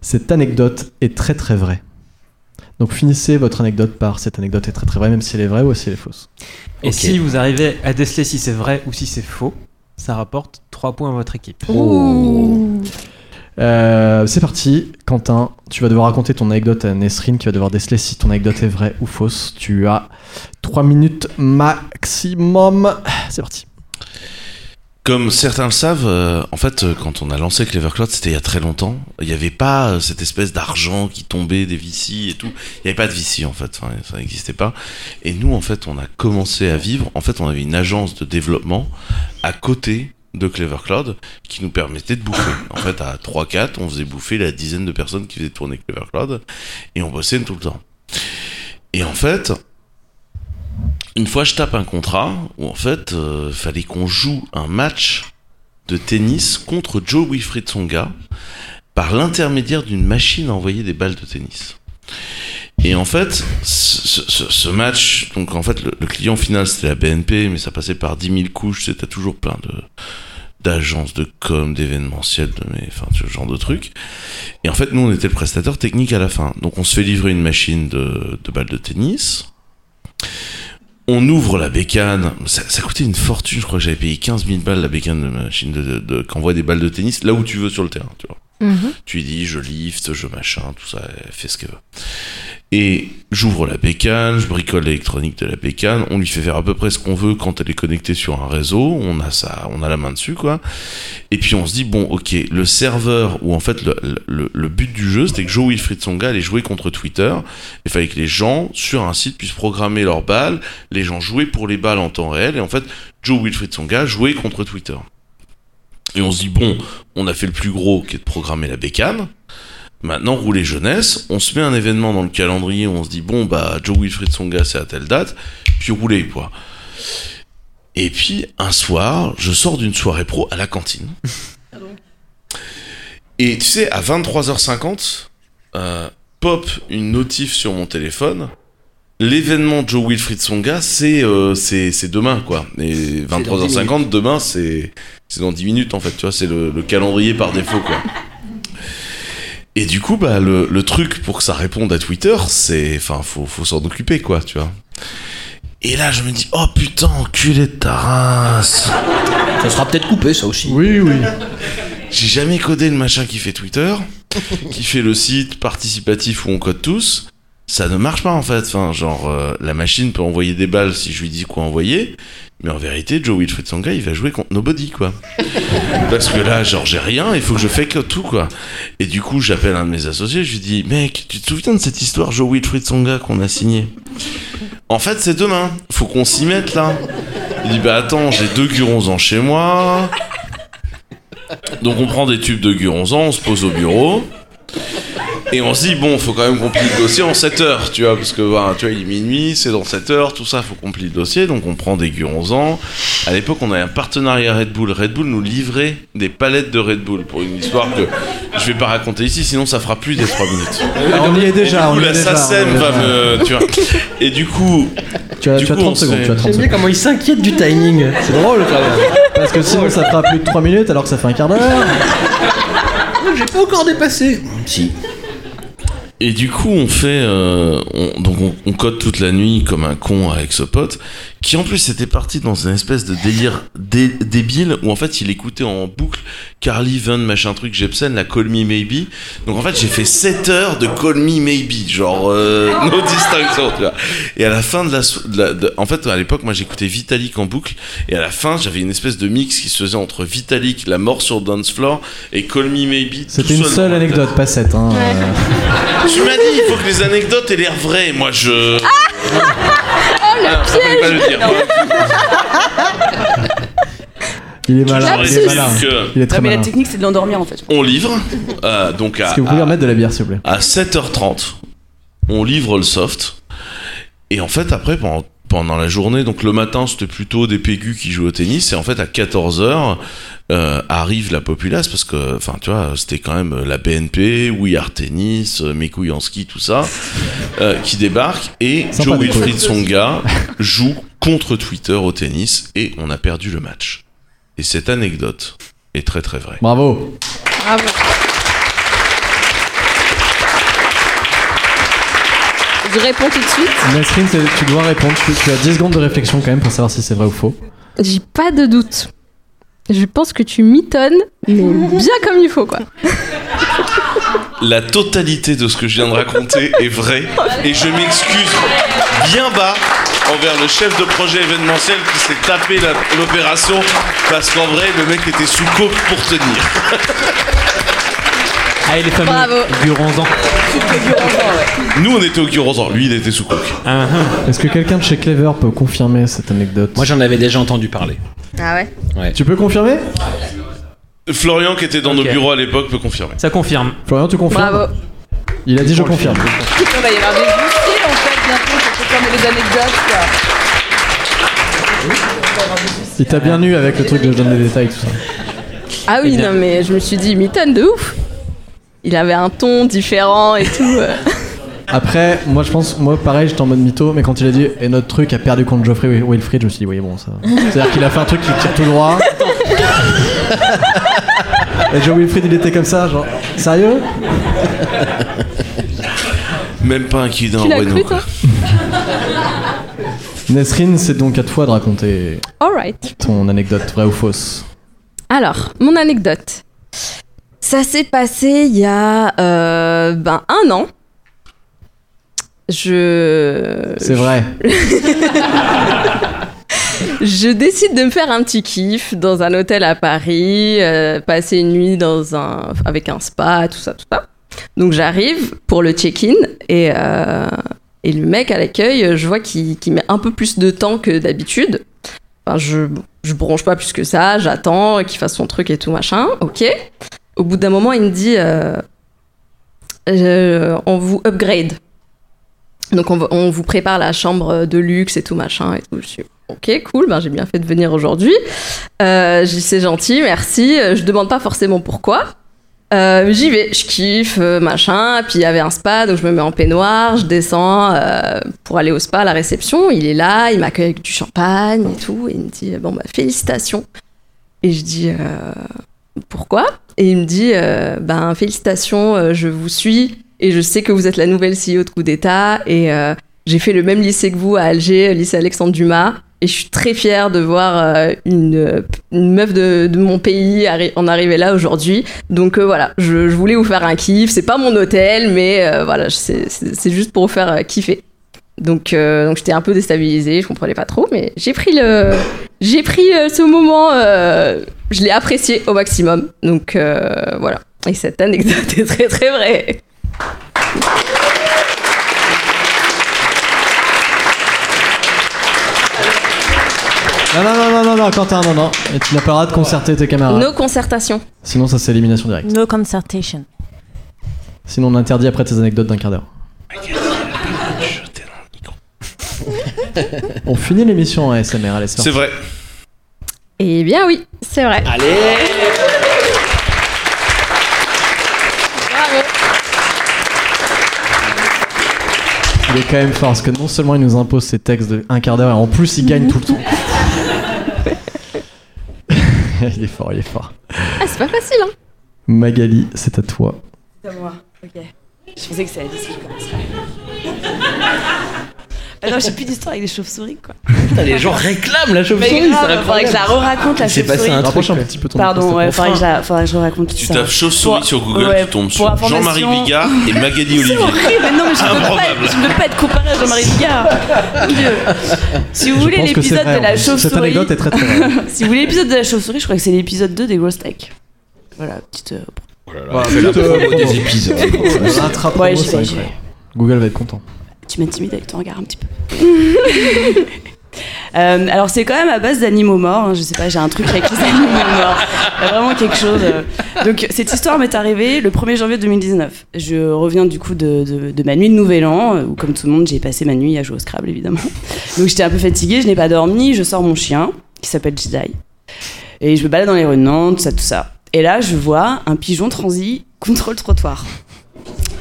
S2: cette anecdote est très très vraie. Donc finissez votre anecdote par cette anecdote est très très vraie, même si elle est vraie ou si elle est fausse.
S1: Et
S3: Ok.
S1: si vous arrivez à déceler si c'est vrai ou si c'est faux, ça rapporte 3 points à votre équipe.
S2: Euh, c'est parti, Quentin, tu vas devoir raconter ton anecdote à Nesrine qui va devoir déceler si ton anecdote est vraie ou fausse. Tu as 3 minutes maximum. C'est parti.
S4: Comme certains le savent, euh, en fait, euh, quand on a lancé Clever Cloud, c'était il y a très longtemps. Il n'y avait pas euh, cette espèce d'argent qui tombait des VC et tout. Il n'y avait pas de VC en fait, Enfin, ça n'existait pas. Et nous, en fait, on a commencé à vivre. En fait, on avait une agence de développement à côté de Clever Cloud qui nous permettait de bouffer. En fait, à 3-4, on faisait bouffer la dizaine de personnes qui faisaient tourner Clever Cloud et on bossait tout le temps. Et en fait, une fois, je tape un contrat où en fait, euh, fallait qu'on joue un match de tennis contre Joe Wilfried Songa par l'intermédiaire d'une machine à envoyer des balles de tennis. Et en fait, ce, ce- ce match, donc en fait, le, le client final c'était la BNP, mais ça passait par 10 000 couches, c'était toujours plein de d'agences de com, d'événementiel, de mais enfin ce genre de trucs. Et en fait, nous on était le prestataire technique à la fin. Donc on se fait livrer une machine de, de balles de tennis. On ouvre la bécane. Ça, ça coûtait une fortune. Je crois que j'avais payé 15 000 balles la bécane de machine de, de, de- qu'envoie des balles de tennis là où tu veux sur le terrain. Tu vois. Tu lui dis je lift, je machin, tout ça, elle fait ce qu'elle veut. Et j'ouvre la bécane, je bricole l'électronique de la bécane. On lui fait faire à peu près ce qu'on veut quand elle est connectée sur un réseau. On a ça, on a la main dessus quoi. Et puis on se dit bon ok le serveur ou en fait le, le- le, le but du jeu c'était que Joe Wilfried Songa allait jouer contre Twitter. Il fallait que les gens sur un site puissent programmer leurs balles les gens jouaient pour les balles en temps réel, et en fait, Joe Wilfried Songa jouait contre Twitter. Et on se dit, bon, on a fait le plus gros qui est de programmer la bécane. Maintenant, rouler jeunesse, on se met un événement dans le calendrier, on se dit, bon, bah, Joe Wilfried Songa, c'est à telle date, puis rouler, quoi. Et puis, un soir, je sors d'une soirée pro à la cantine. Et tu sais, à 23h50, euh, pop une notif sur mon téléphone L'événement Joe Wilfried Songa, c'est euh, c'est c'est demain, quoi. Et 23h50, demain, c'est c'est dans 10 minutes, en fait. Tu vois, c'est le, le calendrier par défaut, quoi. Et du coup, bah, le, le truc pour que ça réponde à Twitter, c'est. Enfin, faut, faut s'en occuper, quoi, tu vois. Et là, je me dis, oh putain, enculé de ta race
S3: Ça sera peut-être coupé, ça aussi.
S2: Oui, oui.
S4: j'ai jamais codé le machin qui fait Twitter, qui fait le site participatif où on code tous. Ça ne marche pas en fait. Enfin, genre, euh, la machine peut envoyer des balles si je lui dis quoi envoyer. Mais en vérité, Joe Wilfried Songa, il va jouer contre Nobody, quoi. Parce que là, genre, j'ai rien, il faut que je fais que tout, quoi. Et du coup, j'appelle un de mes associés, je lui dis, mec, tu te souviens de cette histoire Joe Wilfried Songa qu'on a signée En fait, c'est demain. Faut qu'on s'y mette, là. Il dit, bah attends, j'ai deux guronzans chez moi. Donc on prend des tubes de guronzan, on se pose au bureau. Et on se dit, bon, faut quand même qu'on plie le dossier en 7 heures, tu vois, parce que voilà, tu vois, il est minuit, c'est dans 7 heures, tout ça, faut qu'on plie le dossier, donc on prend des guronzans. À l'époque, on avait un partenariat Red Bull. Red Bull nous livrait des palettes de Red Bull pour une histoire que je vais pas raconter ici, sinon ça fera plus des 3 minutes.
S2: Ah, on y est déjà,
S4: Ou
S2: on y est
S4: la
S2: déjà.
S4: SACEM
S2: on y est
S4: va
S2: déjà.
S4: me. Tu vois. Et du coup,
S2: Tu as,
S4: Du
S2: tu as
S4: coup, on
S2: 30 secondes,
S4: s'est-
S2: tu as 30
S3: J'aime bien
S2: secondes.
S3: comment il s'inquiète du timing. C'est drôle quand même.
S2: Parce que sinon ça fera plus de 3 minutes alors que ça fait un quart d'heure.
S3: J'ai pas encore dépassé. Si.
S4: Et du coup, on fait, euh, on- donc on, on code toute la nuit comme un con avec ce pote, qui en plus était parti dans une espèce de délire dé- débile où en fait il écoutait en boucle Carly Van machin truc Jepsen la Call Me Maybe. Donc en fait j'ai fait 7 heures de Call Me Maybe, genre euh, no distinction. Tu vois. Et à la fin de la, so- de la- de- en fait à l'époque moi j'écoutais Vitalik en boucle et à la fin j'avais une espèce de mix qui se faisait entre Vitalik, la mort sur dance floor et Call Me Maybe. tout
S2: C'était une
S4: seul
S2: seule
S4: dans la tête.
S2: anecdote, pas 7. Hein. Euh,
S4: Tu m'as dit, il faut que les anecdotes aient l'air vraies. Moi, je. Ah,
S8: Ah,
S4: le piège Ah, pas le dire.
S2: Il est malin, il
S4: J'aurais
S2: est
S4: dit
S2: malin.
S4: que
S2: Il est très
S6: Ah, mais
S2: malin.
S6: la technique, c'est de l'endormir en fait.
S4: On livre, euh, donc à,
S2: Est-ce que vous pouvez remettre de la bière, s'il vous plaît
S4: à 7h30, on livre le soft. Et en fait, après, pendant, pendant la journée, donc le matin, c'était plutôt des pégus qui jouaient au tennis. Et en fait, à 14h, euh, arrive la populace parce que, enfin, tu vois, c'était quand même la BNP, We Are Tennis, euh, Mes couilles en ski, tout ça, euh, qui débarque. Et
S2: Sympa,
S4: Joe
S2: mes
S4: Wilfried, son gars, joue contre Twitter au tennis et on a perdu le match. Et cette anecdote est très très vraie.
S2: Bravo.
S8: Bravo. Je réponds tout de suite.
S2: Nasrin, c'est- tu dois répondre. Tu, tu as 10 secondes de réflexion quand même pour savoir si c'est vrai ou faux.
S8: J'ai pas de doute. Je pense que tu mitonnes, mais bien comme il faut, quoi.
S4: La totalité de ce que je viens de raconter est vraie et je m'excuse bien bas envers le chef de projet événementiel qui s'est tapé la- l'opération parce qu'en vrai le mec était sous coke pour tenir.
S1: Ah, et les fameux
S8: Bravo.
S1: guronzans.
S4: Nous on était au Curozan, lui il était sous coke.
S1: Ah, ah.
S2: Est-ce que quelqu'un de chez Clever peut confirmer cette anecdote
S3: Moi j'en avais déjà entendu parler.
S8: Ah ouais
S2: Tu peux confirmer
S4: Florian qui était dans
S1: Ok.
S4: nos bureaux à l'époque peut confirmer.
S1: Ça confirme.
S2: Florian, tu confirmes
S10: Bravo.
S2: Il a dit je confirme.
S10: Il
S6: bah,
S10: va y avoir des dossiers en fait bientôt pour confirmer les anecdotes. quoi.
S2: Il t'a bien eu avec le truc de je donne des détails et tout ça.
S8: Ah oui,
S1: Eh bien.
S8: non, mais je me suis dit, il mitonne de ouf. Il avait un ton différent et tout. euh.
S2: Après, moi je pense, moi pareil, j'étais en mode mytho, mais quand il a dit et notre truc a perdu contre Geoffrey Wil- Wilfried, je me suis dit oui bon ça. va. C'est-à-dire qu'il a fait un truc qui tire tout droit. Et Joe Wilfried il était comme ça, genre sérieux
S4: Même pas un kid en
S8: tu l'as
S4: vrai,
S8: cru,
S4: non.
S8: toi
S2: Nesrine, c'est donc à toi de raconter
S8: Alright.
S2: ton anecdote vraie ou fausse.
S8: Alors, mon anecdote. Ça s'est passé il y a euh, ben, un an. Je.
S2: C'est vrai.
S8: Je décide de me faire un petit kiff dans un hôtel à Paris, euh, passer une nuit dans un, avec un spa, tout ça, tout ça. Donc j'arrive pour le check-in et, euh, et le mec à l'accueil, euh, je vois qu'il qu'il met un peu plus de temps que d'habitude. Enfin, je, je bronche pas plus que ça, j'attends qu'il fasse son truc et tout machin, ok. Au bout d'un moment, il me dit euh, Euh, on vous upgrade. Donc on, va- on vous prépare la chambre de luxe et tout machin et tout. Je suis ok, cool, ben j'ai bien fait de venir aujourd'hui. Euh, j'y- c'est gentil, merci. Euh, Je demande pas forcément pourquoi. Euh, j'y vais, je kiffe, euh, machin. Puis il y avait un spa, donc je me mets en peignoir, je descends euh, pour aller au spa à la réception. Il est là, il m'accueille avec du champagne et tout. Et il me dit bon bah félicitations. Et je dis euh, pourquoi Et il me dit euh, ben félicitations, euh, je vous suis et je sais que vous êtes la nouvelle CEO de Coup d'État et euh, j'ai fait le même lycée que vous à Alger, euh, lycée Alexandre Dumas. Et je suis très fière de voir euh, une, une meuf de, de mon pays arri- en arriver là aujourd'hui. Donc euh, voilà, je, je voulais vous faire un kiff. C'est pas mon hôtel, mais euh, voilà, c'est- c'est c'est juste pour vous faire euh, kiffer. Donc, euh, donc j'étais un peu déstabilisée, je comprenais pas trop, mais j'ai pris le, j'ai pris euh, ce moment, euh, je l'ai apprécié au maximum. Donc euh, voilà. Et cette anecdote est très très vraie.
S2: Non non non non non non Quentin non non. Et tu n'as pas le droit
S3: Bah
S2: de concerter tes camarades.
S8: Nos concertations.
S2: Sinon ça c'est élimination directe.
S7: No concertation.
S2: Sinon, on interdit après tes anecdotes d'un quart d'heure. on finit l'émission en ASMR, allez,
S4: C'est vrai.
S8: Eh bien oui, c'est vrai.
S3: Allez
S2: Il est quand même fort parce que non seulement il nous impose ses textes de un quart d'heure, et en plus il gagne tout le temps. il est fort, il est fort.
S8: Ah, c'est pas facile, hein
S2: Magali, c'est à toi.
S6: C'est à moi, ok. Je pensais que c'est Alice qui commencerait. Ah non, j'ai plus d'histoire avec les chauves-souris, quoi.
S3: Putain, les gens réclament
S6: Ah,
S3: la
S6: Mais
S3: chauve-souris,
S6: grave,
S3: c'est
S6: faudrait que je la re-raconte, la
S3: C'est passé
S6: chauve-souris.
S3: un truc.
S2: Rapproche un petit peu ton
S6: Pardon, ouais, faudrait que, je
S2: Enfin.
S6: la- faudrait que je raconte
S4: Tu
S6: ça.
S4: tapes chauve-souris
S6: Pour-
S4: sur Google,
S6: ouais,
S4: tu tombes
S6: pour
S4: sur
S6: information-
S4: Jean-Marie Bigard et Magali
S6: C'est
S4: Olivier.
S6: horrible, mais non, mais je ne veux,
S4: Improbable.
S6: pas- je ne veux pas être comparé à Jean-Marie Bigard. Mon Dieu. Si vous
S2: Je
S6: voulez
S2: pense que c'est
S6: l'épisode
S2: vrai,
S6: de
S2: en
S6: la
S2: plus.
S6: chauve-souris.
S2: Cette anecdote est très très vraie.
S6: si vous voulez l'épisode de la chauve-souris, je crois que c'est l'épisode 2 des Gross Tech. Voilà, petite. euh,
S2: Voilà,
S4: Oh Elle fait la
S2: petite, euh,
S4: promo
S2: promo.
S4: des épisodes.
S2: On rattrape
S6: Ouais,
S2: promo,
S6: j'y
S2: c'est
S6: vais,
S2: vrai.
S6: j'y vais.
S2: Google va être content.
S6: Tu m'intimides avec ton regard un petit peu. Euh, alors c'est quand même à base d'animaux morts, hein. je sais pas, j'ai un truc avec les animaux morts, Il y a vraiment quelque chose. euh. Donc cette histoire m'est arrivée le 1er janvier 2019. Je reviens du coup de, de- de ma nuit de Nouvel An, euh, où comme tout le monde j'ai passé ma nuit à jouer au Scrabble évidemment. Donc j'étais un peu fatiguée, je n'ai pas dormi, je sors mon chien, qui s'appelle Jedi, et je me balade dans les rues de Nantes, tout ça, tout ça. Et là je vois un pigeon transi contre le trottoir.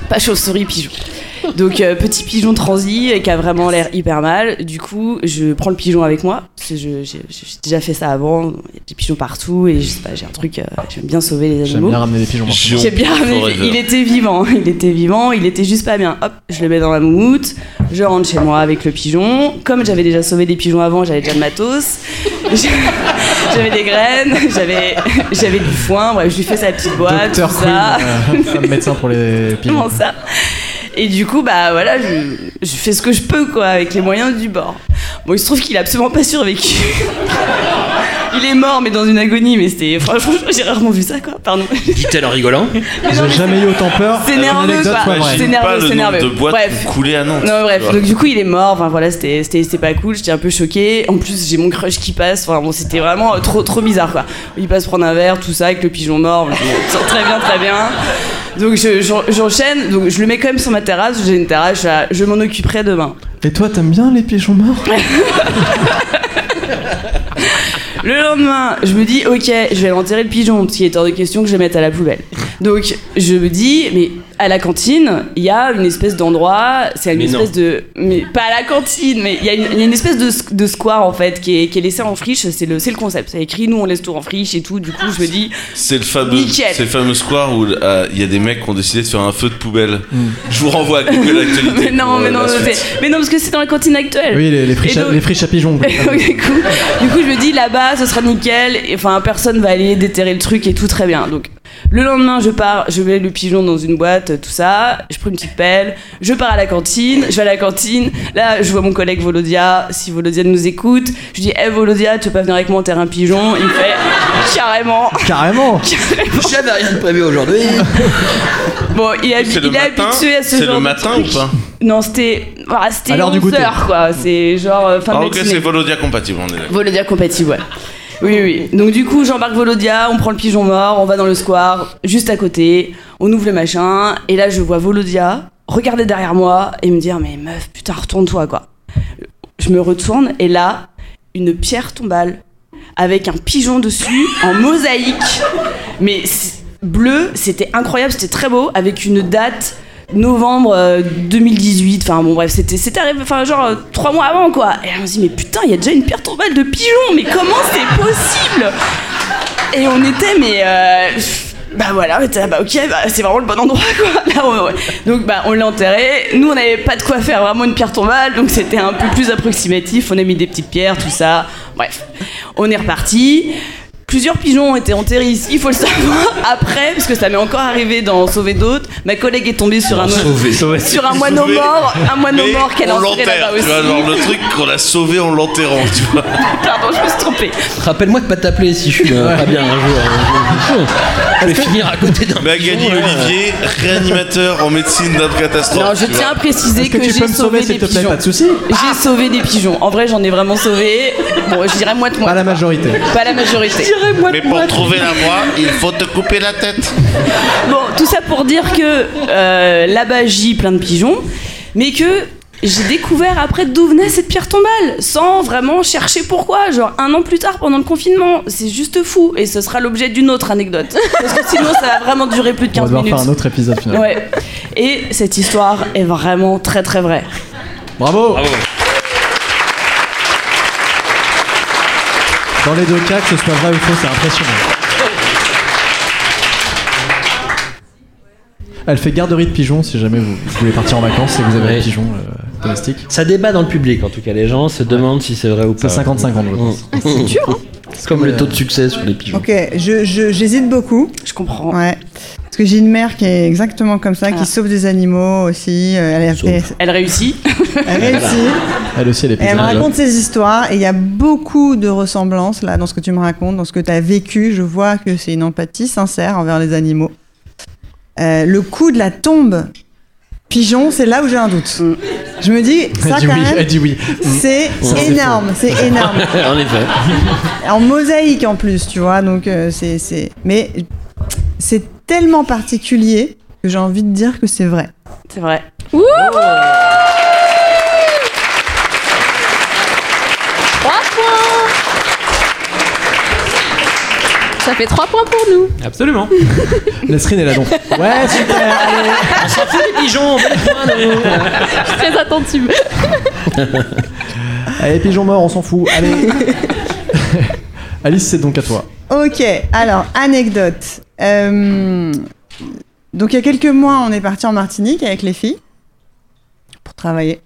S6: Pas chauve-souris, pigeon. Donc euh, petit pigeon transi et qui a vraiment l'air hyper mal. Du coup, je prends le pigeon avec moi. parce que je- J'ai j'ai déjà fait ça avant. Il y a des pigeons partout et je sais pas, j'ai un truc. euh, J'aime bien sauver les
S2: J'aime
S6: animaux.
S2: bien ramener des pigeons. morts.
S4: Gion
S6: J'ai bien ramené-
S4: Forever.
S6: Il était vivant, il était vivant, il était juste pas bien. Hop, je le mets dans la moumoute, je rentre chez moi avec le pigeon. Comme j'avais déjà sauvé des pigeons avant, j'avais déjà le matos. j'avais des graines, j'avais j'avais du foin, bref, je lui fais sa petite boîte,
S2: Docteur
S6: tout ça.
S2: Queen, euh, femme médecin pour les pigeons.
S6: Comment ça Et du coup, bah voilà, je, je fais ce que je peux, quoi, avec les moyens du bord. Bon, il se trouve qu'il a absolument pas survécu. Il est mort, mais dans une agonie, mais c'était. Franchement, j'ai rarement vu ça, quoi, pardon.
S3: Dit-elle en rigolant.
S2: J'ai jamais eu autant peur.
S6: C'est
S2: Une
S6: nerveux,
S2: anecdote
S6: quoi.
S2: soit vraie.
S6: C'est
S4: J'imagine
S6: nerveux,
S4: Bah, pas le
S6: c'est
S4: nombre
S6: nerveux.
S4: de boîtes
S6: Bref.
S4: coulées à Nantes.
S6: Non, bref,
S4: tu vois.
S6: donc du coup, il est mort, enfin voilà, c'était c'était- c'était pas cool, j'étais un peu choquée. En plus, j'ai mon crush qui passe, enfin bon, c'était vraiment euh, trop, trop bizarre, quoi. Il passe prendre un verre, tout ça, avec le pigeon mort, je- très bien, très bien. Donc je- je- j'enchaîne, donc je le mets quand même sur ma terrasse, j'ai une terrasse, je suis là, je m'en occuperai demain.
S2: Et toi, t'aimes bien les pigeons morts
S6: Le lendemain, je me dis, ok, je vais l'enterrer le pigeon, parce qu'il est hors de question que je le mette à la poubelle. Donc, je me dis, mais à la cantine, il y a une espèce d'endroit, c'est une
S3: Mais non.
S6: espèce de. Mais pas à la cantine, mais il y, a une- il y a une espèce de, s- de square, en fait, qui est, qui est laissé en friche, c'est le, c'est le concept. C'est écrit, nous on laisse tout en friche et tout, du coup, je me dis,
S4: C'est le fameux,
S6: Nickel.
S4: c'est le fameux square où euh, il y a des mecs qui ont décidé de faire un feu de poubelle. Je vous renvoie à Google Actualité.
S6: mais non,
S4: pour,
S6: mais
S4: euh,
S6: non,
S4: la
S6: c'est-
S4: suite.
S6: mais non, parce que c'est dans la cantine actuelle.
S2: Oui, les, les, friches
S6: friches à-
S2: à,
S6: donc- les
S2: pigeons.
S6: Et donc, du, coup, du coup, je me dis là-bas, ce sera nickel. Et, Enfin, personne va aller déterrer le truc et tout très bien. Donc, le lendemain, je pars, je mets le pigeon dans une boîte, tout ça. Je prends une petite pelle, je pars à la cantine, je vais à la cantine. Là, je vois mon collègue Volodia. Si Volodia nous écoute, je dis Hé Volodia, tu veux pas venir avec moi enterrer un pigeon Il me fait Carrément
S2: Carrément
S3: J'avais rien de prévu aujourd'hui.
S6: Bon, il, est habi-
S4: C'est le
S6: il est
S4: matin
S6: habitué à ce
S4: C'est
S6: genre
S4: le
S6: de
S4: matin
S6: truc.
S4: ou pas
S6: Non, c'était. ah, c'était
S2: À l'heure du
S6: 11
S2: goûter.
S6: heures, quoi. C'est genre euh, fin
S4: Ah
S6: de
S4: ok,
S6: matinée.
S4: c'est Volodia compatible, on est d'accord.
S6: Volodia compatible, ouais. Oui, oui. Donc du coup, j'embarque Volodia, on prend le pigeon mort, on va dans le square, juste à côté, on ouvre le machin, et là je vois Volodia regarder derrière moi et me dire, mais meuf, putain, retourne-toi, quoi. Je me retourne, et là, une pierre tombale, avec un pigeon dessus, en mosaïque, mais c'est- bleu, c'était incroyable, c'était très beau, avec une date novembre euh, 2018, enfin bon bref, c'était c'était arrivé, enfin genre euh, trois mois avant quoi. Et on se dit mais putain, il y a déjà une pierre tombale de pigeon, mais comment c'est possible Et on était mais euh, pff, bah voilà, on était là, bah ok, bah, c'est vraiment le bon endroit quoi. Là, on- ouais. Donc bah on l'a enterré. Nous on n'avait pas de quoi faire vraiment une pierre tombale, donc c'était un peu plus approximatif. On a mis des petites pierres, tout ça. Bref, on est reparti. Plusieurs pigeons ont été enterrés ici, il faut le savoir. Après, parce que ça m'est encore arrivé d'en sauver d'autres, ma collègue est tombée sur un autre sur un moineau
S4: Sauvé.
S6: mort, un moineau
S4: Mais
S6: mort qu'elle a
S4: on
S6: enterré
S4: l'enterre,
S6: là-bas
S4: tu
S6: aussi.
S4: vois, genre le truc qu'on l'a sauvé en l'enterrant, tu vois.
S6: Pardon, je me suis trompée.
S3: Rappelle-moi de pas t'appeler si je suis euh, pas bien un jour. euh, Je je vais finir à côté d'un.
S4: Magali
S3: pigeon, là.
S4: Olivier, réanimateur en médecine d'un catastrophe.
S6: Non, je
S4: tu
S6: tiens à
S4: vois.
S6: préciser
S2: Est-ce que,
S6: que,
S2: tu peux
S6: j'ai
S2: me
S6: sauvé
S2: sauver
S6: des
S2: s'il te plaît
S6: pigeons.
S2: Pas de Ah. soucis
S6: J'ai sauvé des pigeons. En vrai, j'en ai vraiment sauvé. Bon, je dirais moi de moi.
S2: Pas la majorité.
S6: Pas la majorité. dirais moi
S4: Mais pour trouver la voie, il faut te couper la tête.
S6: Bon, tout ça pour dire que euh, là-bas j'y plein de pigeons, mais que j'ai découvert après d'où venait cette pierre tombale, sans vraiment chercher pourquoi, genre un an plus tard pendant le confinement. C'est juste fou, et ce sera l'objet d'une autre anecdote. Parce que sinon ça va vraiment durer plus de
S2: On va
S6: 15
S2: devoir
S6: minutes.
S2: faire un autre épisode finalement.
S6: Ouais. Et cette histoire est vraiment très très vraie.
S2: Bravo. Dans les deux cas, que ce soit vrai ou faux, c'est impressionnant. Elle fait garderie de pigeons si jamais vous, vous voulez partir en vacances et que vous avez
S3: Ouais.
S2: des pigeons euh, domestiques.
S3: Ça débat dans le public, en tout cas. Les gens se demandent si c'est vrai ou pas. Mm.
S2: C'est 50-50, je pense.
S5: C'est dur, hein
S3: C'est comme le taux de succès sur les pigeons.
S5: Ok, je- je- j'hésite beaucoup.
S6: Je comprends. Ah.
S5: Ouais. Parce que j'ai une mère qui est exactement comme ça, qui sauve des animaux aussi. euh, Elle, a fait-
S6: Elle réussit.
S5: elle réussit.
S2: Elle aussi, elle est
S5: Et elle me
S2: pigeon.
S5: raconte ses histoires. Et il y a beaucoup de ressemblances là, dans ce que tu me racontes, dans ce que tu as vécu. Je vois que c'est une empathie sincère envers les animaux. Euh, le coup de la tombe pigeon, c'est là où j'ai un doute. Je me dis,
S2: Elle
S5: ça
S2: dit
S5: quand
S2: oui, elle
S5: même,
S2: dit oui. Mm.
S5: c'est
S2: c'est
S5: énorme, c'est énorme.
S3: en effet.
S5: en mosaïque en plus, tu vois. Donc euh, c'est c'est mais c'est tellement particulier que j'ai envie de dire que c'est vrai.
S6: C'est vrai.
S8: Trois points Ça fait trois points pour nous.
S1: Absolument.
S2: Nesrine est là donc. Ouais, super.
S3: Les pigeons,
S8: Je suis très attentive.
S2: Allez, pigeons morts, on s'en fout. Allez. Alice, c'est donc à toi.
S5: Ok, alors anecdote. Euh, donc il y a quelques mois, on est parti en Martinique avec les filles pour travailler.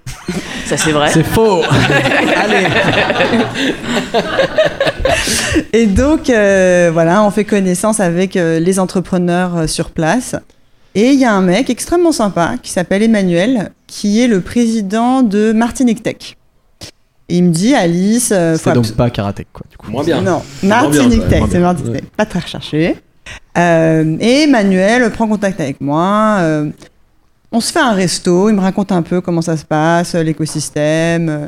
S6: Ça c'est vrai.
S2: C'est faux.
S5: Et donc euh, voilà, on fait connaissance avec euh, les entrepreneurs euh, sur place. Et il y a un mec extrêmement sympa qui s'appelle Emmanuel, qui est le président de Martinique Tech. Et il me dit Alice, euh, faut
S2: C'est donc pas karaté quoi du coup.
S3: Moins bien.
S5: Non,
S3: moins bien,
S5: Martinique
S3: quand même,
S5: Tech,
S3: moins
S5: c'est
S3: bien.
S5: Martinique Tech, pas très recherché. Euh, et Emmanuel prend contact avec moi. euh, on se fait un resto, il me raconte un peu comment ça se passe, euh, l'écosystème, euh,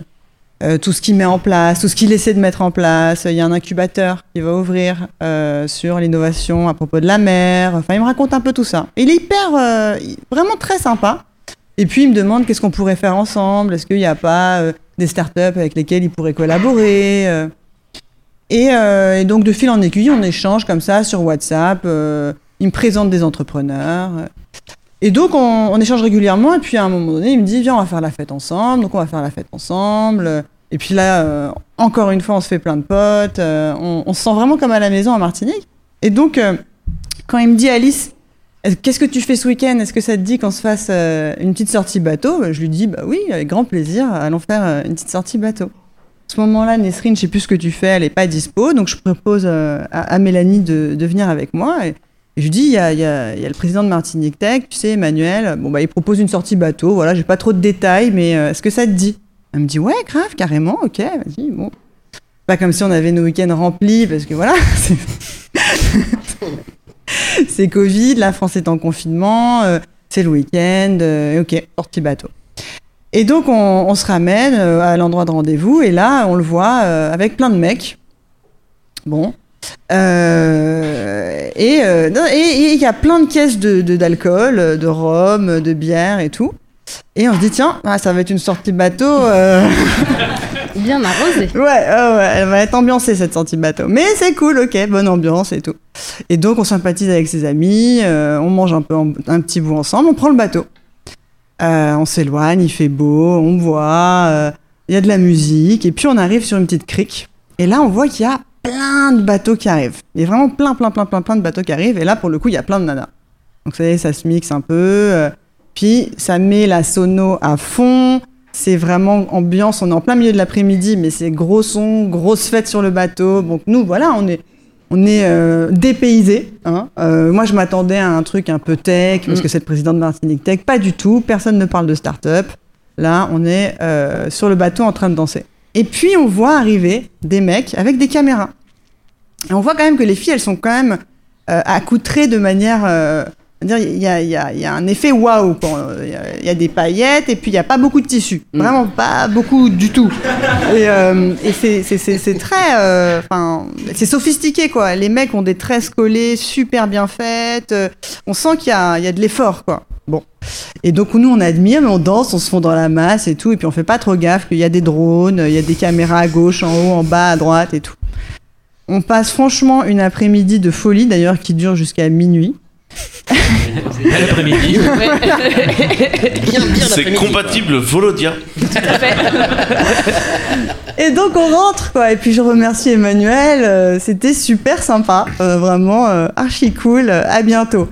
S5: euh, tout ce qu'il met en place, tout ce qu'il essaie de mettre en place. Il y a un incubateur qui va ouvrir euh, sur l'innovation à propos de la mer. Enfin, il me raconte un peu tout ça. Il est hyper, euh, vraiment très sympa. Et puis, il me demande qu'est-ce qu'on pourrait faire ensemble. Est-ce qu'il n'y a pas euh, des startups avec lesquelles il pourrait collaborer euh, et, euh, et donc, de fil en aiguille, on échange comme ça sur WhatsApp. euh, il me présente des entrepreneurs. euh. Et donc, on, on échange régulièrement. Et puis, à un moment donné, il me dit Viens, on va faire la fête ensemble. Donc, on va faire la fête ensemble. Et puis là, euh, encore une fois, on se fait plein de potes. euh, on, on se sent vraiment comme à la maison en Martinique. Et donc, euh, quand il me dit Alice, est-ce- qu'est-ce que tu fais ce week-end Est-ce que ça te dit qu'on se fasse euh, une petite sortie bateau Bah, Je lui dis Bah oui, avec grand plaisir, allons faire euh, une petite sortie bateau. À ce moment-là, Nesrine, je sais plus ce que tu fais, elle n'est pas dispo, donc je propose euh, à, à Mélanie de, de venir avec moi. Et, et je lui dis, il y a, il y a- il y a le président de Martinique Tech, tu sais, Emmanuel, bon, bah, il propose une sortie bateau, voilà, j'ai pas trop de détails, mais euh, est-ce que ça te dit Elle me dit, ouais, grave, carrément, ok, vas-y, bon. Pas comme si on avait nos week-ends remplis, parce que voilà, c'est... c'est Covid, la France est en confinement, euh, c'est le week-end, euh, ok, sortie bateau. Et donc, on, on se ramène euh, à l'endroit de rendez-vous, et là, on le voit euh, avec plein de mecs. Bon. Euh, et euh, non, et- et il y a plein de caisses de- de- d'alcool, de, rhum, de bière et tout. Et on se dit, tiens, ah, ça va être une sortie bateau. euh,
S8: Bien arrosé.
S5: Ouais, ouais, ouais, elle va être ambiancée cette sortie bateau. Mais c'est cool, ok, bonne ambiance et tout. Et donc on sympathise avec ses amis, euh, on mange un peu en- un petit bout ensemble, on prend le bateau. Euh, on s'éloigne, il fait beau, on voit, euh, il y a de la musique, et puis on arrive sur une petite crique. Et là, on voit qu'il y a plein de bateaux qui arrivent. Il y a vraiment plein, plein, plein, plein, plein de bateaux qui arrivent. Et là, pour le coup, il y a plein de nanas. Donc, ça y est, ça se mixe un peu. euh, puis, ça met la sono à fond. C'est vraiment ambiance. On est en plein milieu de l'après-midi, mais c'est gros son, grosse fête sur le bateau. Donc, nous, voilà, on est, on est euh, dépaysés. hein. Euh, moi, je m'attendais à un truc un peu tech, parce que c'est le président de Martinique Tech. Pas du tout. Personne ne parle de start-up. Là, on est euh, sur le bateau en train de danser. Et puis, on voit arriver des mecs avec des caméras. Et on voit quand même que les filles, elles sont quand même euh, accoutrées de manière euh, C'est-à-dire, Il y a, il y a- il y a un effet waouh. quand, euh, Il y a- il y, a des paillettes et puis il n'y a pas beaucoup de tissu. Vraiment pas beaucoup du tout. Et, euh, et c'est- c'est- c'est c'est très. euh, Enfin, c'est sophistiqué quoi. Les mecs ont des tresses collées super bien faites. Euh, On sent qu'il y a, il y a de l'effort quoi. Bon. Et donc nous on admire, mais on danse, on se fond dans la masse et tout. Et puis on fait pas trop gaffe qu'il y a des drones, il y a des caméras à gauche, en haut, en bas, à droite et tout. On passe franchement une après-midi de folie, d'ailleurs, qui dure jusqu'à minuit.
S1: Bel après-midi.
S4: C'est compatible Volodia.
S5: Et donc on rentre, quoi. Et puis je remercie Emmanuel. euh, C'était super sympa, euh, vraiment euh, archi cool. euh, à bientôt.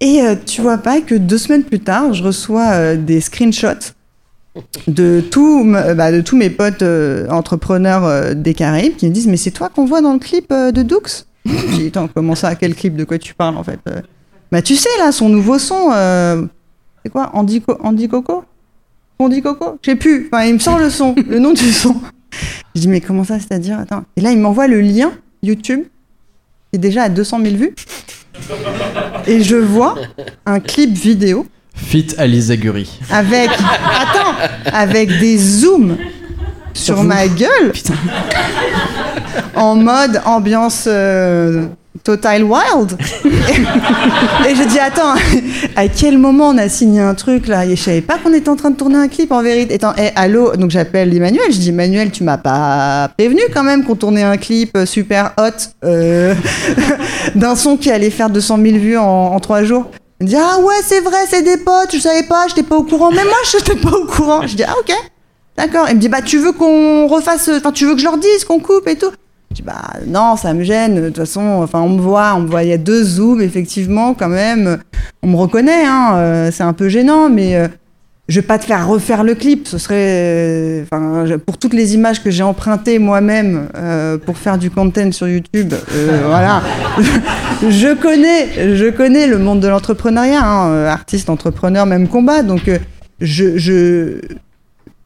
S5: Et euh, tu vois pas que deux semaines plus tard, je reçois euh, des screenshots de, tous m- euh, bah, de tous mes potes euh, entrepreneurs euh, des Caraïbes qui me disent mais c'est toi qu'on voit dans le clip euh, de Dux J'ai dit attends comment ça quel clip de quoi tu parles en fait euh Bah tu sais là son nouveau son euh, c'est quoi Andy, Co- Andy Coco Andy Coco Je sais plus enfin il me sort le son le nom du son. Je dis mais comment ça c'est à dire attends et là il m'envoie le lien YouTube qui est déjà à 200 000 vues et je vois un clip vidéo
S2: Fit Alice Zaguri.
S5: avec attends avec des zooms sur,
S2: vous.
S5: ma gueule en mode ambiance euh, Total Wild et je dis attends à quel moment on a signé un truc là et je savais pas qu'on était en train de tourner un clip en vérité Attends, eh, allô donc j'appelle Emmanuel je dis Emmanuel tu m'as pas prévenu quand même qu'on tournait un clip euh, super hot euh, d'un son qui allait faire 200 000 vues en, en trois jours. Il me dit Ah ouais, c'est vrai, c'est des potes, je savais pas, j'étais pas au courant. Même moi, j'étais pas au courant. Je dis Ah ok, d'accord. Il me dit Bah, tu veux qu'on refasse, enfin, tu veux que je leur dise qu'on coupe et tout Je dis Bah, non, ça me gêne. De toute façon, enfin, on me voit, on me voit, il y a deux zooms, effectivement, quand même. On me reconnaît, hein, euh, c'est un peu gênant, mais. euh, je vais pas te faire refaire le clip, ce serait, euh, enfin, je- pour toutes les images que j'ai empruntées moi-même euh, pour faire du content sur YouTube, euh, voilà. je connais, je connais le monde de l'entrepreneuriat, hein, euh, artiste, entrepreneur, même combat, donc euh, je, je,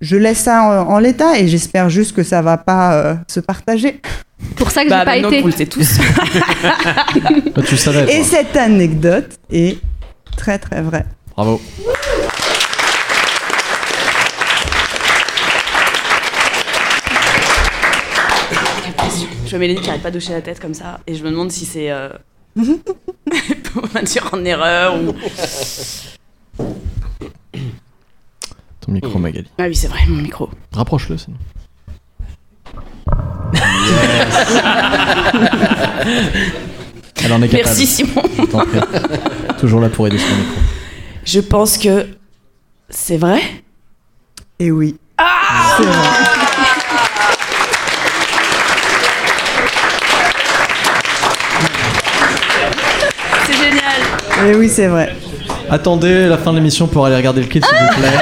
S5: je laisse ça en, en l'état et j'espère juste que ça va pas euh, se partager.
S8: Pour ça que
S6: Bah,
S8: j'ai pas
S6: maintenant
S8: été.
S6: qu'on le sait tous.
S2: Toi, tu le savais,
S5: Et
S2: toi.
S5: cette anecdote est très très vraie.
S2: Bravo.
S6: Je vois Mélanie qui arrête pas de hocher la tête comme ça, et je me demande si c'est. Euh... pour me dire en erreur ou.
S2: Ton micro, Magali.
S6: Ah oui, c'est vrai, mon micro.
S2: Rapproche-le, sinon. Elle en est capable.
S6: Merci Simon.
S2: Je t'en prie. Toujours là pour aider sur le micro.
S6: Je pense que. C'est vrai Ah
S5: Et oui. C'est vrai.
S6: C'est génial
S5: Et Eh oui, c'est vrai.
S2: Attendez la fin de l'émission pour aller regarder le clip, s'il vous plaît.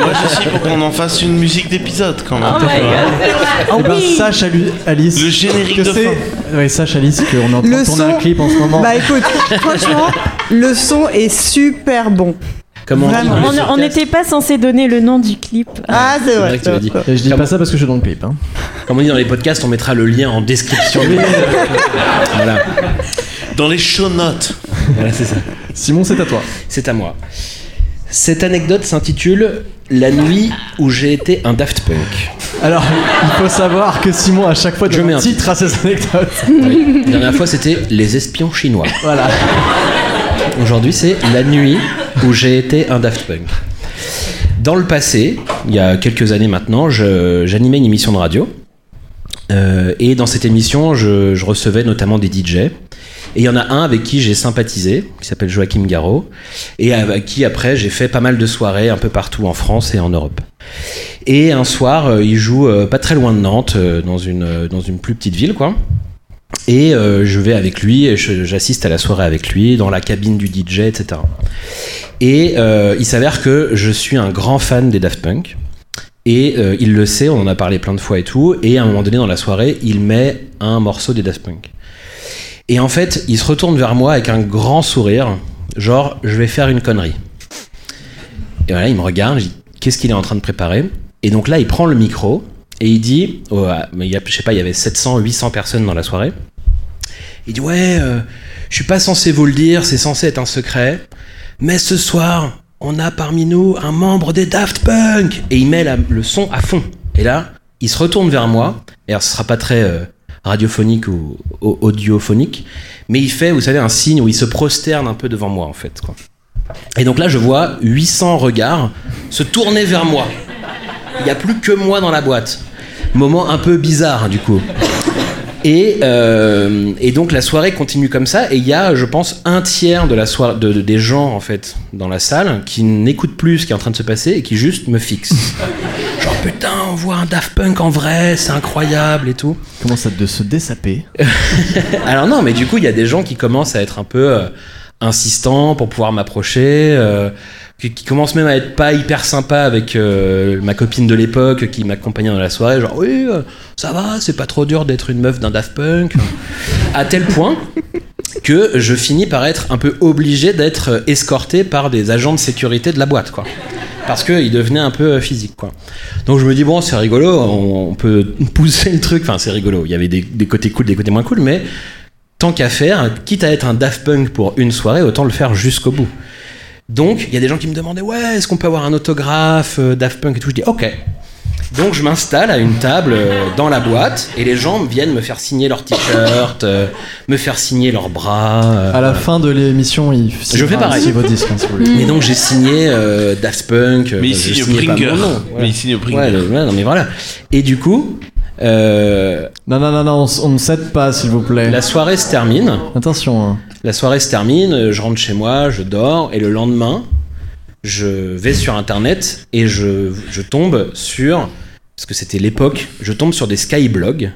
S4: Moi, je suis pour qu'on en fasse une musique d'épisode quand même.
S5: Ah
S2: Eh ben, sache, Alu- Alice.
S4: Le générique
S2: que
S4: de
S2: c'est- Ouais, sache, Alice, qu'on est en train de
S5: Le
S2: tourner
S5: son-
S2: un clip en ce moment.
S5: Bah écoute, franchement, le son est super bon.
S3: Comment
S5: Vraiment.
S3: dit le
S7: On on
S3: podcast
S7: n'était pas censé donner le nom du clip.
S5: Ah, c'est
S3: vrai
S5: vrai.
S3: que tu l'as dit.
S2: Et je dis pas ça parce que je suis dans le clip. Hein.
S3: Comme on dit dans les podcasts, on mettra le lien en description. voilà,
S4: Dans les show notes.
S3: voilà c'est ça.
S2: Simon, c'est à toi.
S3: C'est à moi. Cette anecdote s'intitule La nuit où j'ai été un Daft Punk.
S2: Alors, il faut savoir que Simon, à chaque fois,
S3: Je
S2: donne
S3: mets
S2: un
S3: un
S2: titre à ses anecdotes.
S3: La dernière fois, c'était Les espions chinois.
S2: Voilà.
S3: Aujourd'hui, c'est La nuit où j'ai été un Daft Punk. Dans le passé, il y a quelques années maintenant, je- j'animais une émission de radio. Euh, et dans cette émission, je, je recevais notamment des DJ. Et il y en a un avec qui j'ai sympathisé, qui s'appelle Joachim Garraud, et avec qui après j'ai fait pas mal de soirées un peu partout en France et en Europe. Et un soir, euh, il joue euh, pas très loin de Nantes, euh, dans, une, euh, dans une plus petite ville, quoi. Et euh, je vais avec lui, et je- j'assiste à la soirée avec lui, dans la cabine du DJ, etc. Et euh, il s'avère que je suis un grand fan des Daft Punk. Et euh, il le sait, on en a parlé plein de fois et tout. Et à un moment donné dans la soirée, il met un morceau des Daft Punk. Et en fait, il se retourne vers moi avec un grand sourire, genre je vais faire une connerie. Et voilà, il me regarde, je dis qu'est-ce qu'il est en train de préparer Et donc là, il prend le micro et il dit, oh, ah, mais il y a- je sais pas, il y avait 700, 800 personnes dans la soirée. Il dit ouais, euh, je suis pas censé vous le dire, c'est censé être un secret. Mais ce soir, on a parmi nous un membre des Daft Punk. Et il met la- le son à fond. Et là, il se retourne vers moi. Et alors, ce sera pas très euh, radiophonique ou, ou audiophonique, mais il fait, vous savez, un signe où il se prosterne un peu devant moi en fait. quoi. Et donc là, je vois 800 regards se tourner vers moi. Il n'y a plus que moi dans la boîte. Moment un peu bizarre, du coup. Et, euh, et donc la soirée continue comme ça, et il y a, je pense, un tiers de la soirée, de, de- des gens, en fait, dans la salle, qui n'écoutent plus ce qui est en train de se passer et qui juste me fixent. Genre, Oh, putain, on voit un Daft Punk en vrai, c'est incroyable et tout.
S2: Comment ça de se dessaper
S3: Alors non, mais du coup, il y a des gens qui commencent à être un peu euh, insistants pour pouvoir m'approcher, euh, qui, qui commencent même à être pas hyper sympa avec euh, ma copine de l'époque qui m'accompagnait dans la soirée, genre oui, euh, ça va, c'est pas trop dur d'être une meuf d'un Daft Punk, à tel point que je finis par être un peu obligé d'être euh, escorté par des agents de sécurité de la boîte, quoi. Parce qu'il devenait un peu euh, physique, quoi. Donc je me dis, bon, c'est rigolo, on, on peut pousser le truc. Enfin, c'est rigolo, il y avait des, des côtés cool, des côtés moins cool, mais tant qu'à faire, quitte à être un Daft Punk pour une soirée, autant le faire jusqu'au bout. Donc, il y a des gens qui me demandaient, ouais, est-ce qu'on peut avoir un autographe euh, Daft Punk et tout Je dis, ok. Donc, je m'installe à une table euh, dans la boîte et les gens viennent me faire signer leur t-shirt, euh, me faire signer leurs bras. euh,
S2: À la fin de l'émission, il
S3: Je fais pareil.
S2: C'est votre disque, hein, si vous voulez.
S3: Mais donc, j'ai signé euh, Daft Punk. euh,
S4: Mais il
S3: je
S4: signe
S3: signais pas
S4: Pringer.
S3: mon nom, voilà.
S4: Mais il signe
S3: Ouais,
S4: Pringer.
S3: le- ouais, non, mais voilà. Et du coup, euh,
S2: Non, non, non, non, on s- on ne cède pas, s'il vous plaît.
S3: la soirée se termine.
S2: Attention, hein.
S3: La soirée se termine, euh, je rentre chez moi, je dors, et le lendemain, je vais sur internet et je, je tombe sur, parce que c'était l'époque, je tombe sur des skyblogs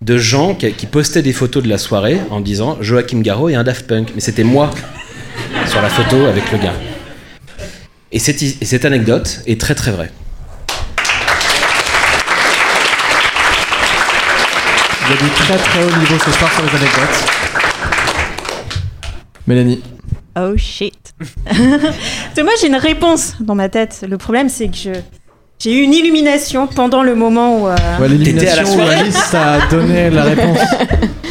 S3: de gens qui, qui postaient des photos de la soirée en disant Joachim Garraud et un Daft Punk. Mais c'était moi sur la photo avec le gars. Et cette, hi- et cette anecdote est très très vraie.
S2: il y a du très très haut niveau ce soir sur les anecdotes. Mélanie,
S7: Oh shit. Parce que moi j'ai une réponse dans ma tête. Le problème c'est que je j'ai eu une illumination pendant le moment où, euh,
S2: ouais,
S3: T'étais à la
S2: l'élimination,
S3: soirée.
S2: Alice, ça a donné la réponse.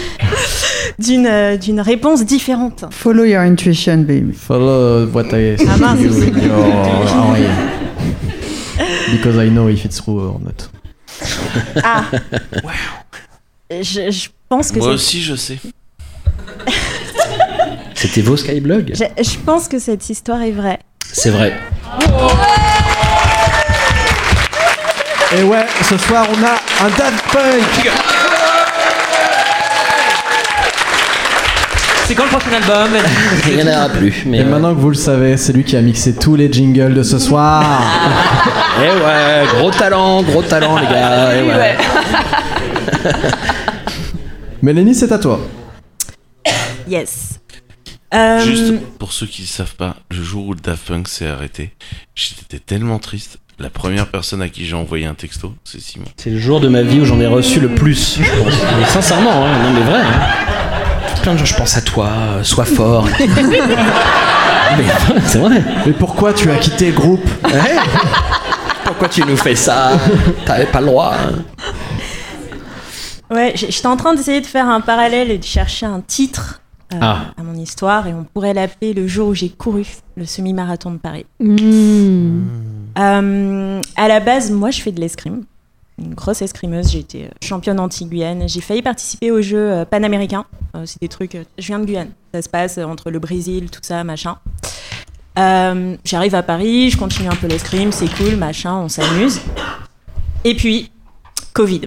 S7: d'une euh, d'une réponse différente.
S5: Follow your intuition, baby.
S2: Follow what I say
S7: Ah, mince.
S2: you with your eye. Because I know if it's true or not.
S7: Ah. Je, je pense que
S4: Moi
S7: c'est-
S4: aussi, je sais.
S3: C'était vos skyblogs
S7: je, je pense que cette histoire est vraie.
S3: C'est vrai.
S2: Et ouais, ce soir on a un Daft Punk
S1: C'est quand le prochain album
S3: Il n'y en aura plus. Mais euh,
S2: Et maintenant que vous le savez, c'est lui qui a mixé tous les jingles de ce soir.
S3: Eh ouais, gros talent, gros talent, les
S10: Ah
S3: gars. eh ouais.
S2: Mélanie, c'est à toi.
S7: Yes. Euh,
S4: Juste pour ceux qui ne savent pas, le jour où le Daft Punk s'est arrêté, j'étais tellement triste. La première personne à qui j'ai envoyé un texto, c'est Simon.
S3: C'est le jour de ma vie où j'en ai reçu le plus, je pense. Mais sincèrement, hein, non mais vrai. hein. Plein de gens, je pense à toi, euh, sois fort. mais c'est vrai.
S2: Mais pourquoi tu as quitté le groupe
S3: Ouais. Pourquoi tu nous fais ça T'avais pas le droit. hein.
S7: ouais, j'- j'étais en train d'essayer de faire un parallèle et de chercher un titre euh,
S3: Ah.
S7: à mon histoire et on pourrait l'appeler le jour où j'ai couru le semi-marathon de Paris. Hmm. Euh, à la base, moi, je fais de l'escrime. Une grosse escrimeuse. J'ai été euh, championne anti-Guyane. J'ai failli participer aux Jeux euh, panaméricains. Euh, c'est des trucs. euh, je viens de Guyane. Ça se passe euh, entre le Brésil, tout ça, machin. Euh, J'arrive à Paris, je continue un peu l'escrime, c'est cool, machin, on s'amuse. Et puis, Covid.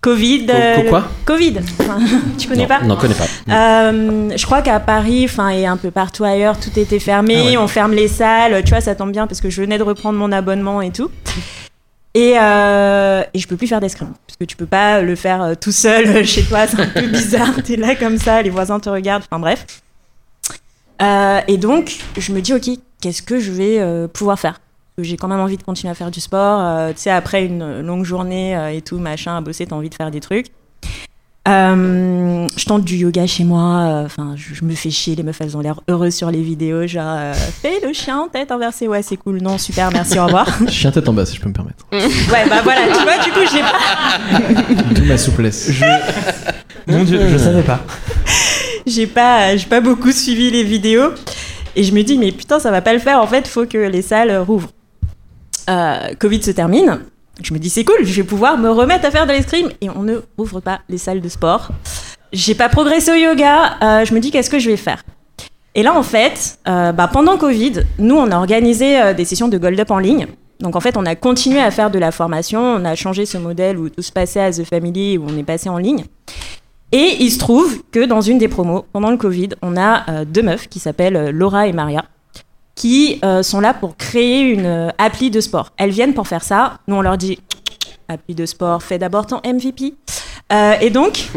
S7: Covid.
S3: co-
S7: le-
S3: quoi
S7: Covid. Enfin, tu connais
S3: non,
S7: pas
S3: Non, connais pas.
S7: euh, je crois qu'à Paris, enfin et un peu partout ailleurs, tout était fermé.
S3: Ah ouais.
S7: On ferme les salles. Tu vois, ça tombe bien parce que je venais de reprendre mon abonnement et tout. Et, euh, et je peux plus faire d'escrime parce que tu peux pas le faire euh, tout seul chez toi. C'est un peu bizarre. T'es là comme ça, les voisins te regardent. Enfin bref. Euh, et donc, je me dis ok, qu'est-ce que je vais euh, pouvoir faire Parce que J'ai quand même envie de continuer à faire du sport. euh, tu sais, après une longue journée euh, et tout, machin, à bosser, t'as envie de faire des trucs. Euh, je tente du yoga chez moi, euh, enfin je, je me fais chier, les meufs elles ont l'air heureuses sur les vidéos, genre euh, fais le chien en tête inversée, ouais c'est cool, non super, merci, au revoir.
S2: Chien tête en bas, si je peux me permettre.
S7: Ouais bah voilà, tu vois du coup j'ai pas...
S2: D'où ma souplesse.
S1: Mon dieu, je savais pas.
S7: j'ai pas, euh, j'ai pas beaucoup suivi les vidéos. Et je me dis, mais putain, ça va pas le faire. En fait, faut que les salles rouvrent. Euh, Covid se termine. Je me dis, c'est cool, je vais pouvoir me remettre à faire de l'escrime. Et on ne rouvre pas les salles de sport. J'ai pas progressé au yoga. Euh, je me dis, qu'est-ce que je vais faire Et là, en fait, euh, bah, pendant Covid, nous, on a organisé euh, des sessions de Gold Up en ligne. Donc, en fait, on a continué à faire de la formation. On a changé ce modèle où tout se passait à The Family, où on est passé en ligne. Et il se trouve que dans une des promos, pendant le Covid, on a euh, deux meufs qui s'appellent euh, Laura et Maria, qui euh, sont là pour créer une euh, appli de sport. Elles viennent pour faire ça. Nous, on leur dit appli de sport, fais d'abord ton MVP. Euh, et donc,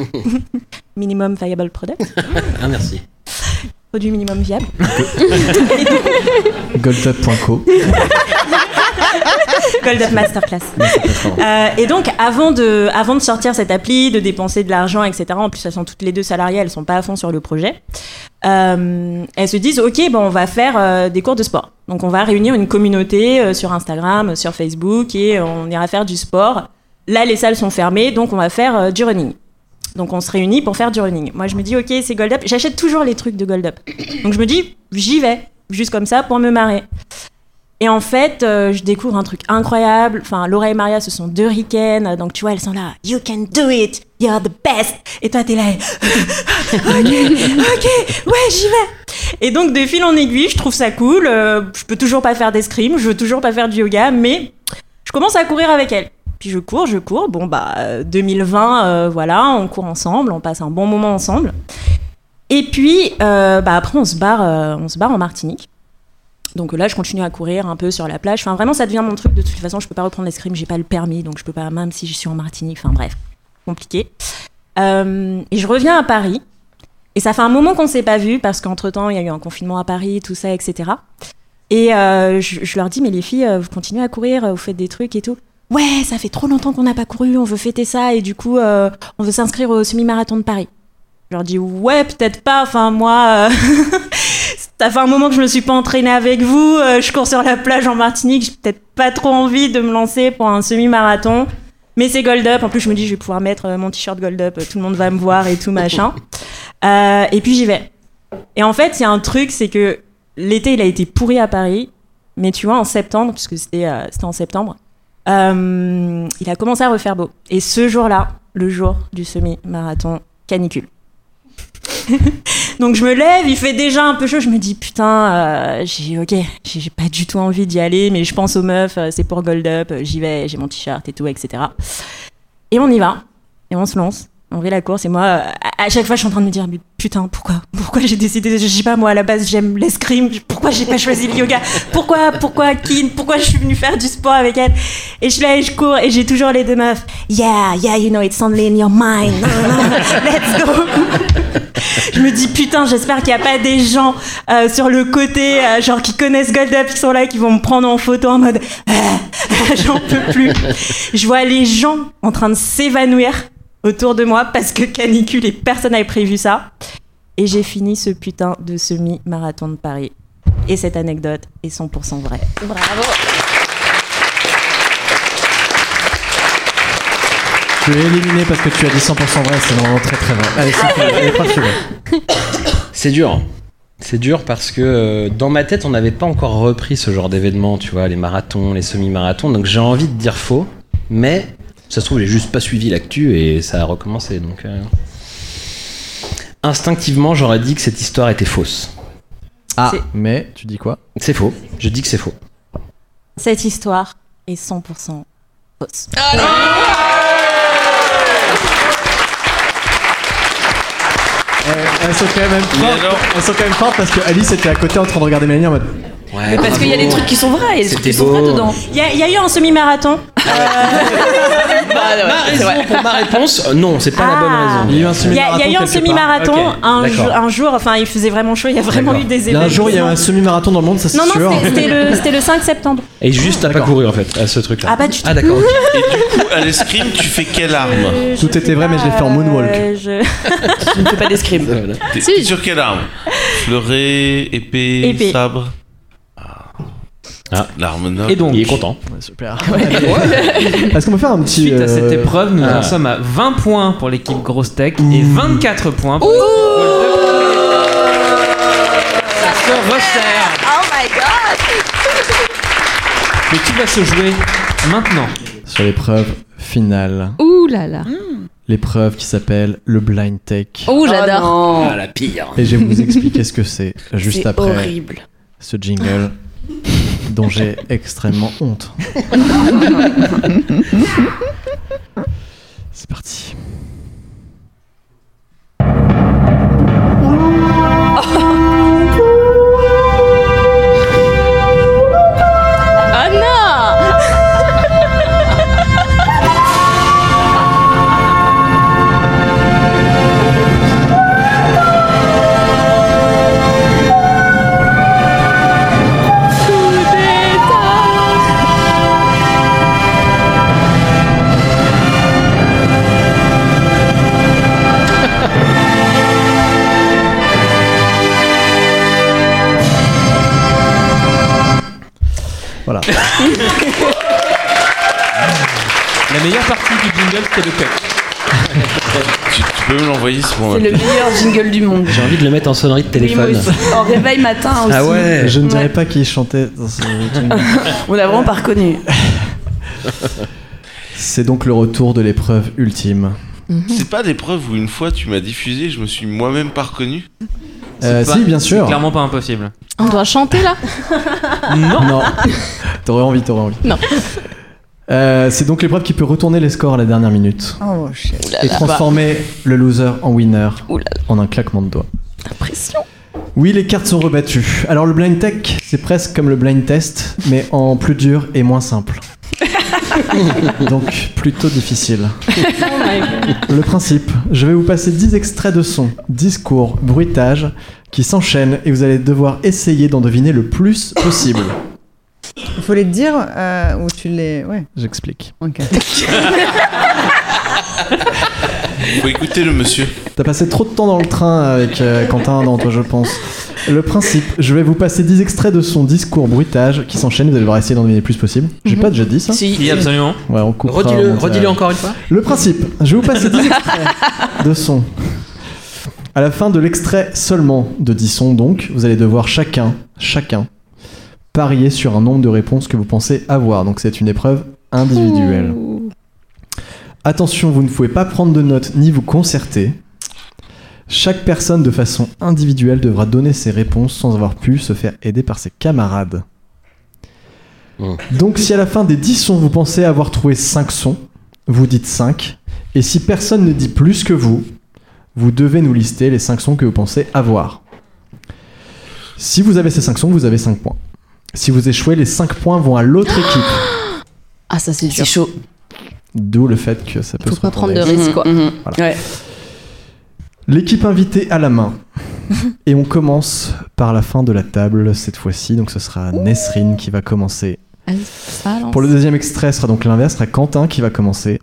S7: minimum viable product,
S3: Ah, merci.
S7: produit minimum viable.
S2: Goldup.co.
S7: Gold of Masterclass. Euh, et donc, avant de, avant de sortir cette appli, de dépenser de l'argent, etc., en plus, elles sont toutes les deux salariées, elles sont pas à fond sur le projet, euh, elles se disent, OK, bon, on va faire euh, des cours de sport. Donc, on va réunir une communauté euh, sur Instagram, sur Facebook, et on ira faire du sport. Là, les salles sont fermées, donc on va faire euh, du running. Donc, on se réunit pour faire du running. Moi, je me dis, OK, c'est Gold Up. J'achète toujours les trucs de Gold Up. Donc, je me dis, j'y vais, juste comme ça, pour me marrer. Et en fait, euh, je découvre un truc incroyable. Enfin, Laura et Maria, ce sont deux ricaines. Donc, tu vois, elles sont là. You can do it. You're the best. Et toi, t'es là. ok, ok, ouais, j'y vais. Et donc, de fil en aiguille, je trouve ça cool. Euh, je peux toujours pas faire d'escrime. Je veux toujours pas faire du yoga. Mais je commence à courir avec elles. Puis je cours, je cours. Bon, bah, euh, 2020, euh, voilà, on court ensemble. On passe un bon moment ensemble. Et puis, euh, bah, après, on se barre, euh, on se barre en Martinique. Donc là, je continue à courir un peu sur la plage. Enfin, vraiment, ça devient mon truc. De toute façon, je peux pas reprendre l'escrime, j'ai pas le permis, donc je peux pas, même si je suis en Martinique. Enfin, bref, compliqué. Euh, et je reviens à Paris. Et ça fait un moment qu'on s'est pas vu parce qu'entre temps, il y a eu un confinement à Paris, tout ça, etc. Et euh, je, je leur dis, mais les filles, euh, vous continuez à courir, euh, vous faites des trucs et tout. Ouais, ça fait trop longtemps qu'on n'a pas couru, on veut fêter ça et du coup, euh, on veut s'inscrire au semi-marathon de Paris. Je leur dis, ouais, peut-être pas. Enfin, moi. euh, Ça fait un moment que je me suis pas entraînée avec vous. euh, je cours sur la plage en Martinique. J'ai peut-être pas trop envie de me lancer pour un semi-marathon. Mais c'est Gold Up. En plus, je me dis, je vais pouvoir mettre euh, mon t-shirt Gold Up. euh, Tout le monde va me voir et tout machin. Euh, et puis j'y vais. Et en fait, il y a un truc, c'est que l'été, il a été pourri à Paris. Mais tu vois, en septembre, puisque c'était euh, c'était en septembre, euh, il a commencé à refaire beau. Et ce jour-là, le jour du semi-marathon canicule. Donc je me lève, il fait déjà un peu chaud, je me dis putain, euh, j'ai ok, j'ai j'ai pas du tout envie d'y aller, mais je pense aux meufs, euh, c'est pour Gold Up, euh, j'y vais, j'ai mon t-shirt et tout, etc. Et on y va, et on se lance, on fait la course, et moi, euh, à, à chaque fois, je suis en train de me dire mais putain, pourquoi, pourquoi j'ai décidé, je sais pas moi, à la base j'aime l'escrime, pourquoi j'ai pas choisi le yoga, pourquoi, pourquoi Kin, pourquoi je suis venue faire du sport avec elle, et je suis là et je cours, et j'ai toujours les deux meufs, yeah, yeah, you know, it's only in your mind, Non, non, non, let's go. Je me dis putain, j'espère qu'il n'y a pas des gens euh, sur le côté, euh, genre qui connaissent Gold Up, qui sont là, qui vont me prendre en photo en mode Ah, ah, j'en peux plus. Je vois les gens en train de s'évanouir autour de moi parce que canicule et personne n'avait prévu ça. Et j'ai fini ce putain de semi-marathon de Paris. Et cette anecdote est 100% vraie.
S8: Bravo.
S2: Tu es éliminé parce que tu as dit 100% vrai, c'est vraiment très très vrai. Allez, c'est fini, allez, pas sûr.
S3: C'est dur. C'est dur parce que euh, dans ma tête, on n'avait pas encore repris ce genre d'événement, tu vois, les marathons, les semi-marathons. Donc j'ai envie de dire faux, mais ça se trouve, j'ai juste pas suivi l'actu et ça a recommencé. Donc euh, instinctivement, j'aurais dit que cette histoire était fausse.
S2: Ah,
S7: C'est-
S2: mais tu dis quoi
S3: C'est faux. Je dis que c'est faux.
S7: Cette histoire est 100% fausse.
S10: Ah
S2: elles, euh, elles sont quand même
S4: Mais
S2: fortes.
S4: alors
S2: Elles sont quand même fortes parce que Alice était à côté en train de regarder Mélanie en mode.
S3: Ouais,
S10: Mais parce qu'il y a des trucs qui sont vrais, il y a des trucs qui
S3: C'était
S10: sont vrais
S3: beau.
S10: dedans.
S7: Il y, a- il y a eu un semi-marathon.
S10: Bah, ouais,
S3: Ma
S10: c'est
S3: raison
S10: vrai.
S3: pour ma réponse, euh, non, c'est pas la
S7: Ah.
S3: bonne
S2: Il y a eu
S3: raison.
S2: un
S7: Il y a,
S2: semi-marathon.
S7: il y a eu un
S2: quelque part.
S7: semi-marathon
S2: Ok.
S7: un,
S3: d'accord.
S7: jour- un jour, enfin il faisait vraiment chaud, il y a vraiment
S3: D'accord.
S7: eu des
S2: Il y a
S7: événements.
S2: un jour, il y a eu un semi-marathon dans le monde, ça c'est
S7: Non, non,
S2: sûr.
S7: c'était- c'était le, c'était le 5 septembre.
S3: Et juste, t'as pas
S2: D'accord.
S3: couru en fait à ce truc-là.
S7: Ah, pas du
S3: Ah d'accord. ok.
S4: Et du coup, à l'escrime, tu fais quelle arme
S7: Euh, je
S2: Tout était
S7: sais
S2: vrai, mais je l'ai fait en moonwalk.
S7: euh, je-
S10: Je ne fais pas d'escrime.
S3: Voilà.
S4: T'es
S8: Si.
S4: t'es sur quelle arme Fleuret, épée,
S7: Épée.
S4: sabre
S3: Ah.
S4: L'arme noble.
S1: Et donc,
S3: Il est content.
S2: Ouais, super. Est-ce qu'on peut faire un petit.
S1: suite à cette
S2: euh,
S1: épreuve, nous
S3: ah.
S1: en sommes à 20 points pour l'équipe Grosse Tech et 24 points pour l'équipe Gold Up. se resserre.
S10: Oh my god
S1: Mais qui va se jouer maintenant
S2: Sur l'épreuve finale,
S8: Ouh là là.
S2: l'épreuve qui s'appelle le blind take.
S8: Ouh, j'adore.
S3: Ah, la pire.
S2: Et je vais vous expliquer ce que c'est juste
S6: C'est
S2: après
S6: horrible.
S2: ce jingle dont j'ai extrêmement honte. C'est parti.
S8: Ah non
S2: Voilà.
S1: La meilleure partie du jingle, c'était le cut.
S4: Tu, tu peux me l'envoyer ce moment
S6: C'est le meilleur jingle du monde.
S3: J'ai envie de le mettre en sonnerie de
S6: Oui, moi
S3: téléphone.
S6: aussi. En réveil matin aussi.
S3: ah ouais.
S2: Je ne dirais pas qui chantait dans ce jingle.
S6: On l'a vraiment pas reconnu.
S2: C'est donc le retour de l'épreuve ultime.
S4: C'est pas l'épreuve où une fois tu m'as diffusé, je me suis moi-même pas reconnu.
S2: Euh,
S1: pas-
S2: si, bien sûr.
S1: Clairement pas impossible.
S8: On doit chanter là
S1: Non.
S2: Non. t'aurais envie, t'aurais envie.
S8: Non.
S2: Euh, c'est donc l'épreuve qui peut retourner les scores à la dernière minute
S5: Oh, shit.
S2: et transformer le loser en winner
S8: Ouh là
S2: en un claquement de doigts.
S8: La pression.
S2: Oui, les cartes sont rebattues. Alors le blind tech, c'est presque comme le blind test, mais en plus dur et moins simple. Donc plutôt difficile. Le principe, je vais vous passer 10 extraits de sons, discours, bruitages qui s'enchaînent et vous allez devoir essayer d'en deviner le plus possible.
S5: Il faut les dire euh, ou tu les. Ouais,
S2: J'explique.
S5: ok.
S4: Faut écouter le monsieur.
S2: T'as passé trop de temps dans le train avec euh, Quentin, non, toi, je pense. Le principe, je vais vous passer 10 extraits de son discours bruitage qui s'enchaînent, vous allez devoir essayer d'en deviner le plus possible. J'ai pas déjà dit ça
S1: Si, absolument.
S2: Ouais, on coupera
S3: Mhm. Redis-le
S2: au montage.
S3: redis-le encore une fois.
S2: Le principe, je vais vous passer 10 extraits de son. À la fin de l'extrait seulement de 10 sons, donc, vous allez devoir chacun, chacun, parier sur un nombre de réponses que vous pensez avoir. Donc c'est une épreuve individuelle. Attention, vous ne pouvez pas prendre de notes ni vous concerter. Chaque personne de façon individuelle devra donner ses réponses sans avoir pu se faire aider par ses camarades.
S3: Mmh.
S2: Donc si à la fin des 10 sons vous pensez avoir trouvé 5 sons, vous dites 5. Et si personne ne dit plus que vous, vous devez nous lister les 5 sons que vous pensez avoir. Si vous avez ces 5 sons, vous avez 5 points. Si vous échouez, les 5 points vont à l'autre équipe.
S6: Ah, ça c'est dur. chaud.
S2: D'où le fait que ça peut
S8: Faut
S2: se
S8: pas prendre de
S2: retourner.
S8: risques quoi.
S6: Mmh, Ouais.
S2: L'équipe invitée à la main. Et on commence par la fin de la table cette fois-ci. Donc ce sera Nesrine qui va commencer.
S8: Allez, ça, lance.
S2: Pour le deuxième extrait, ce sera donc l'inverse, ce sera Quentin qui va commencer.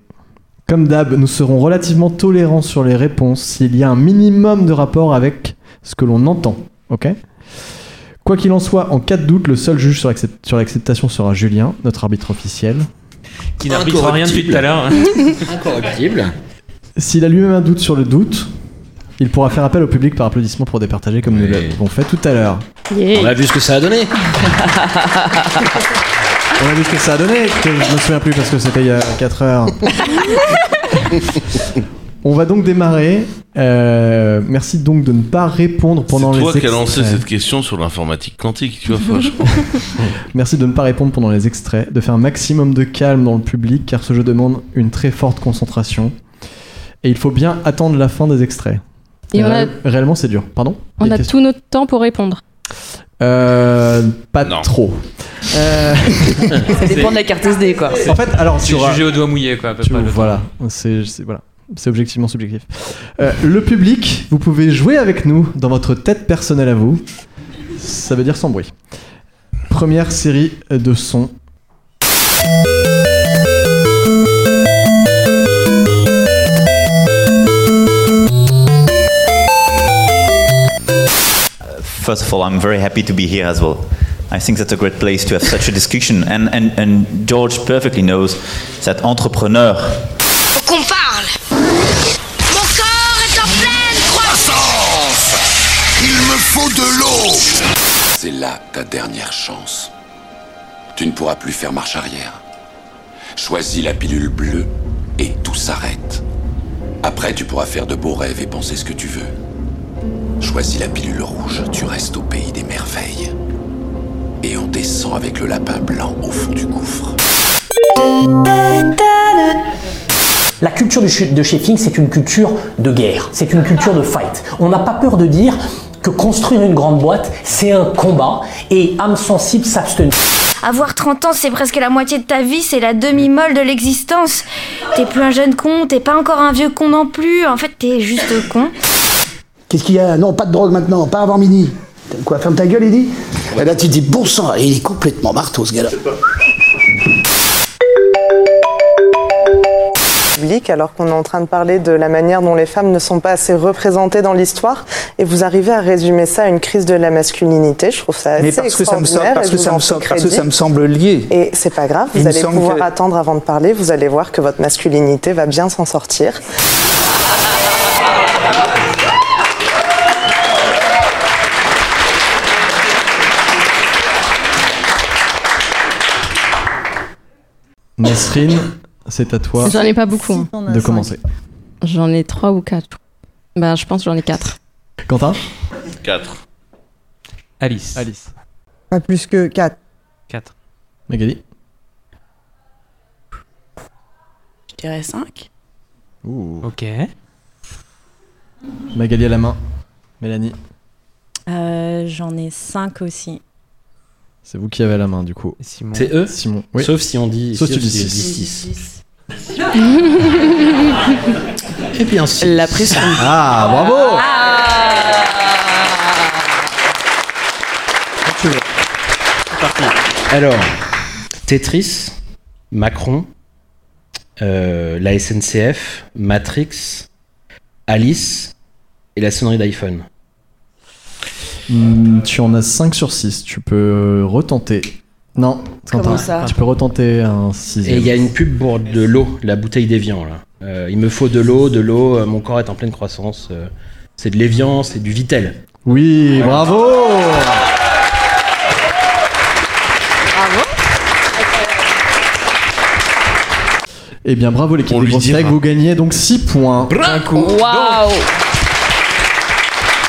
S2: Comme d'hab, nous serons relativement tolérants sur les réponses s'il y a un minimum de rapport avec ce que l'on entend. Ok Quoi qu'il en soit, en cas de doute, le seul juge sur l'accep- sur l'acceptation sera Julien, notre arbitre officiel.
S1: Qui n'arbitre rien depuis tout à l'heure.
S3: hein. Incorruptible.
S2: S'il a lui-même un doute sur le doute, il pourra faire appel au public par applaudissement pour départager comme nous
S3: Oui.
S2: l'avons fait tout à l'heure.
S8: Yeah.
S3: On a vu ce que ça a donné.
S2: On a vu ce que ça a donné, que je me souviens plus parce que c'était il y a 4 heures. On va donc démarrer. Euh, merci donc de ne pas répondre
S4: C'est
S2: pendant les
S4: toi qui as lancé
S2: extraits.
S4: cette question sur l'informatique quantique, tu vois. franchement.
S2: Merci de ne pas répondre pendant les extraits, de faire un maximum de calme dans le public car ce jeu demande une très forte concentration. Et il faut bien attendre la fin des extraits.
S8: Et on a,
S2: Ré- Réellement, c'est dur. Pardon Il
S8: on
S2: y a
S8: a
S2: une question
S8: tout notre temps pour répondre.
S2: Euh, pas
S4: Non.
S2: trop. Euh,
S6: Ça dépend de la carte SD quoi.
S2: en fait, alors
S1: Tu
S2: sur euh,
S1: jugé au doigt mouillé, quoi, à peu
S2: Tu-
S1: près. le temps.
S2: voilà, c'est c'est- voilà. C'est objectivement subjectif. Euh, le public, vous pouvez jouer avec nous dans votre tête personnelle à vous. Ça veut dire sans bruit. Première série de sons.
S11: First of all, I'm very happy to be here as well. I think that's a great place to have such a discussion. And, and, and George perfectly knows that entrepreneur,
S10: Faut qu'on parle Mon corps est en pleine croissance
S12: Il me faut de l'eau C'est là ta dernière chance. Tu ne pourras plus faire marche arrière. Choisis la pilule bleue et tout s'arrête. Après, tu pourras faire de beaux rêves et penser ce que tu veux. Choisis la pilule rouge, tu restes au pays des merveilles. Et on descend avec le lapin blanc au fond du gouffre.
S1: La culture du ch- de Sheffield, c'est une culture de guerre, c'est une culture de fight. On n'a pas peur de dire que construire une grande boîte, c'est un combat et âme sensible s'abstenir.
S13: Avoir 30 ans, c'est presque la moitié de ta vie, c'est la demi-molle de l'existence. T'es plus un jeune con, t'es pas encore un vieux con non plus, en fait t'es juste con.
S14: Qu'est-ce qu'il y a Non, pas de drogue maintenant, pas avant midi. T'as Quoi, ferme ta gueule, il dit Et là, tu te dis, bon sang, il est complètement marteau, ce gars-là.
S5: public, alors qu'on est en train de parler de la manière dont les femmes ne sont pas assez représentées dans l'histoire et vous arrivez à résumer ça à une crise de la masculinité je trouve ça assez
S15: Mais parce que ça me semble,
S5: extraordinaire
S15: parce
S5: et
S15: que
S5: je
S15: ça
S5: vous en
S15: me
S5: fais
S15: semble, parce que
S5: crédit.
S15: ça me semble lié.
S5: et c'est pas grave,
S15: Il
S5: vous
S15: me
S5: allez
S15: semble
S5: pouvoir
S15: que-
S5: attendre avant de parler, vous allez voir que votre masculinité va bien s'en sortir.
S2: Nesrine, c'est à toi.
S8: J'en ai pas beaucoup. hein.
S2: De commencer.
S8: J'en ai trois ou quatre. Bah, je pense que j'en ai quatre.
S2: Quentin
S16: 4.
S17: Alice.
S2: Alice.
S18: Pas plus que 4.
S17: 4.
S2: Magali
S19: Je dirais 5.
S17: Ok.
S2: Magali à la main. Mélanie,
S7: Euh, J'en ai 5 aussi.
S2: c'est vous qui avez la main du coup.
S3: C'est eux
S2: Simon. oui.
S3: Sauf si on dit.
S2: Sauf si
S3: sauf
S2: tu dis
S3: si on
S2: six.
S3: dit six. Mhm. Et bien
S19: La pression.
S2: Ah, bravo
S7: Ah.
S3: Alors, Tetris, Macron, euh, la SNCF, Matrix, Alice et la sonnerie d'iPhone.
S2: Hmm, tu en as 5 sur 6. Tu peux euh, retenter. Non,
S3: Comment
S2: Quentin,
S3: ça
S2: Tu peux retenter un
S3: Et il
S2: 6
S3: y a une pub pour de l'eau, la bouteille d'Evian là. Euh, il me faut de l'eau, de l'eau, euh, mon corps est en pleine croissance. euh, c'est de l'Evian, c'est du Vitel.
S2: Oui, bravo Eh bien, bravo l'équipe du Grosstech, vous gagnez donc 6 points. d'un coup.
S17: Waouh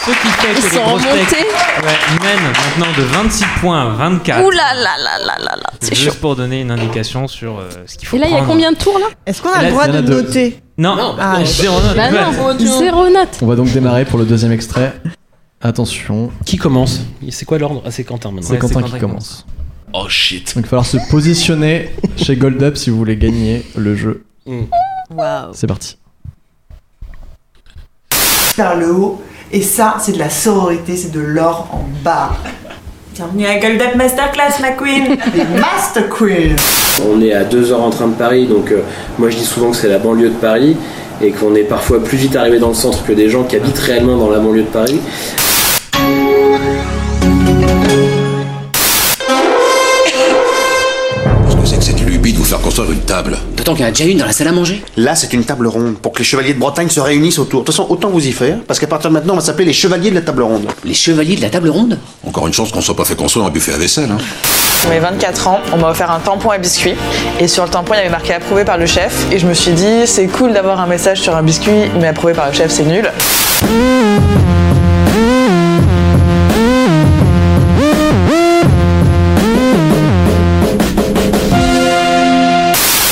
S17: Ce qui fait
S8: Ils
S17: que les
S8: sont
S17: grosses têtes
S8: remontés.
S17: ouais, mènent maintenant de 26 points à 24.
S8: Ouh là là là là là là.
S17: C'est juste pour donner une indication sur euh, ce qu'il faut
S8: Et là, il y a
S17: prendre.
S8: combien de tours là
S18: Est-ce qu'on
S17: a le Là, droit il y en a de deux. noter Non. Non, bah
S2: Ah,
S5: Ah,
S17: non. Zéro note.
S8: Bah
S17: Zéro
S8: non,
S17: note.
S8: zéro note.
S2: On va donc démarrer pour le deuxième extrait. Attention.
S3: Qui commence C'est quoi l'ordre Ah, c'est Quentin maintenant.
S2: C'est Quentin, qui commence.
S16: Oh shit.
S2: Donc il va falloir se positionner chez Gold Up si vous voulez gagner le jeu.
S3: Hmm.
S18: Waouh.
S2: C'est parti.
S6: Par le haut. Et ça, c'est de la sororité, c'est de l'or en bas.
S7: Bienvenue à Gold Up Masterclass, ma queen
S6: Master Queen
S20: On est à deux heures en train de Paris, donc euh, moi je dis souvent que c'est la banlieue de Paris et qu'on est parfois plus vite arrivé dans le centre que des gens qui habitent réellement dans la banlieue de Paris.
S12: Qu'est-ce que c'est que cette lubie de vous faire construire une table D'autant qu'il y en a déjà une dans la salle à manger.
S21: Là, c'est une table ronde pour que les chevaliers de Bretagne se réunissent autour. De toute façon, autant vous y faire, parce qu'à partir de maintenant, on va s'appeler les chevaliers de la table ronde. Les chevaliers de la table ronde
S12: Encore une chance qu'on soit pas fait construire un buffet à vaisselle. Hein.
S6: Pour mes 24 ans, on m'a offert un tampon à biscuits. Et sur le tampon, il y avait marqué approuvé par le chef. Et je me suis dit, c'est cool d'avoir un message sur un biscuit, mais approuvé par le chef, c'est nul.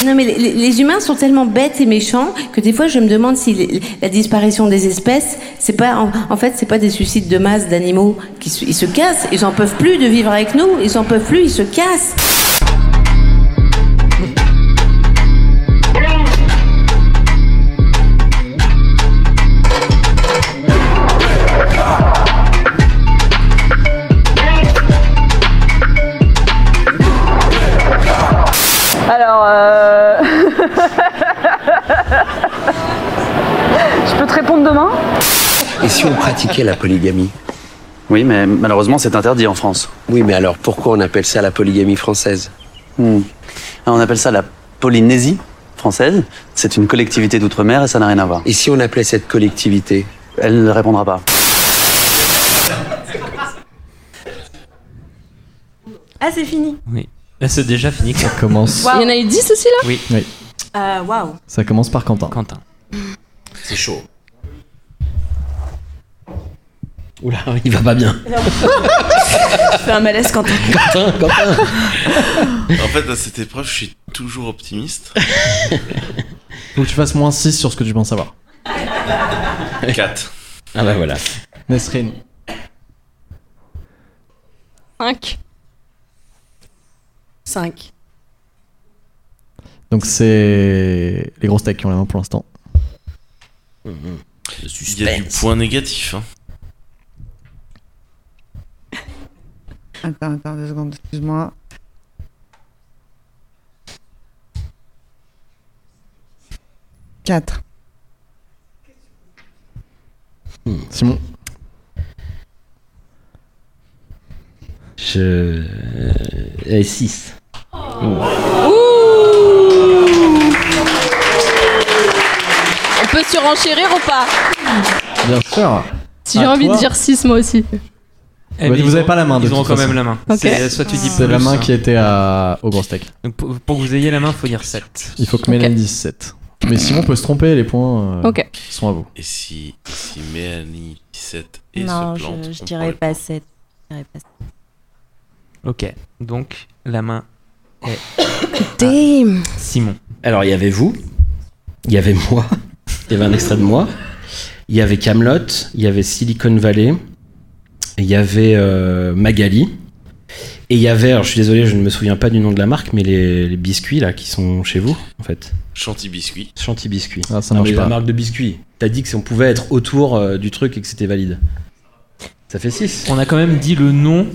S22: Non mais les- les, les humains sont tellement bêtes et méchants que des fois je me demande si les- la disparition des espèces, c'est pas en, en fait c'est pas des suicides de masse d'animaux qui se- ils se cassent, ils en peuvent plus de vivre avec nous, ils en peuvent plus, ils se cassent.
S10: Alors, euh... je peux te répondre demain
S6: Oh,
S23: Et si on pratiquait la polygamie Oui, mais malheureusement, c'est interdit en France. Oui, mais alors pourquoi on appelle ça la polygamie française Hmm. Ah, On appelle ça la Polynésie française. C'est une collectivité d'outre-mer et ça n'a rien à voir. Et si on appelait cette collectivité Elle ne répondra pas.
S7: Ah, c'est fini.
S1: Oui. Là, c'est déjà fini. Ça
S2: commence.
S7: Wow.
S8: Il y en a eu 10 aussi là
S1: Oui.
S2: Oui.
S7: Euh, Waouh.
S2: Ça commence par Quentin.
S1: Quentin.
S3: C'est chaud. Oula, il va pas bien.
S6: Je fais un malaise quand on.
S3: Quentin, Quentin.
S4: En fait, à cette épreuve, je suis toujours optimiste.
S2: Faut que tu fasses moins 6 sur ce que tu penses savoir.
S4: 4.
S3: Ah bah voilà.
S2: Nesrine.
S8: 5. 5.
S2: Donc c'est les grosses têtes qui ont la main pour l'instant.
S4: Il y a du point négatif. hein.
S5: Attends, attends, deux secondes, excuse-moi. Quatre.
S2: Simon.
S3: Je. 6.
S8: On peut surenchérir ou pas
S2: Bien sûr.
S8: Si j'ai
S2: À
S8: envie
S2: Ah, toi.
S8: de dire 6 moi aussi.
S2: Bah, vous avez pas la main de
S1: Eh, Ils ont
S2: toute
S1: quand
S2: façon.
S1: même la main.
S8: Ok.
S1: C'est- Soit tu dis
S2: C'est la
S1: plus,
S2: main
S1: hein.
S2: qui était à... au gros steak.
S1: Donc, Pour, pour que vous ayez la main, faut dire 7.
S2: Il faut que Mélanie dise 7. Mais Simon peut se tromper, les points euh,
S1: Ok.
S2: sont à vous.
S4: Et si, si Mélanie 17 et
S7: non,
S4: se plante
S7: je, je
S4: on
S7: dirais pas 7.
S1: Ok. Donc, la main est
S7: Damn.
S1: Simon.
S3: Alors, il y avait vous, il y avait moi, il y avait un extrait de moi, il y avait Camelot, il y avait Silicon Valley, il y avait euh, Magali, et il y avait, alors je suis désolé, je ne me souviens pas du nom de la marque, mais les, les biscuits là qui sont chez vous, en fait.
S4: Chanty-biscuit.
S3: Chanty-biscuit.
S2: Ah, ça
S3: Non,
S2: marche
S3: mais
S2: pas.
S3: La marque de biscuits. T'as dit que si on pouvait être autour euh, du truc et que c'était valide. Ça fait 6.
S1: On a quand même dit le nom.
S3: Non,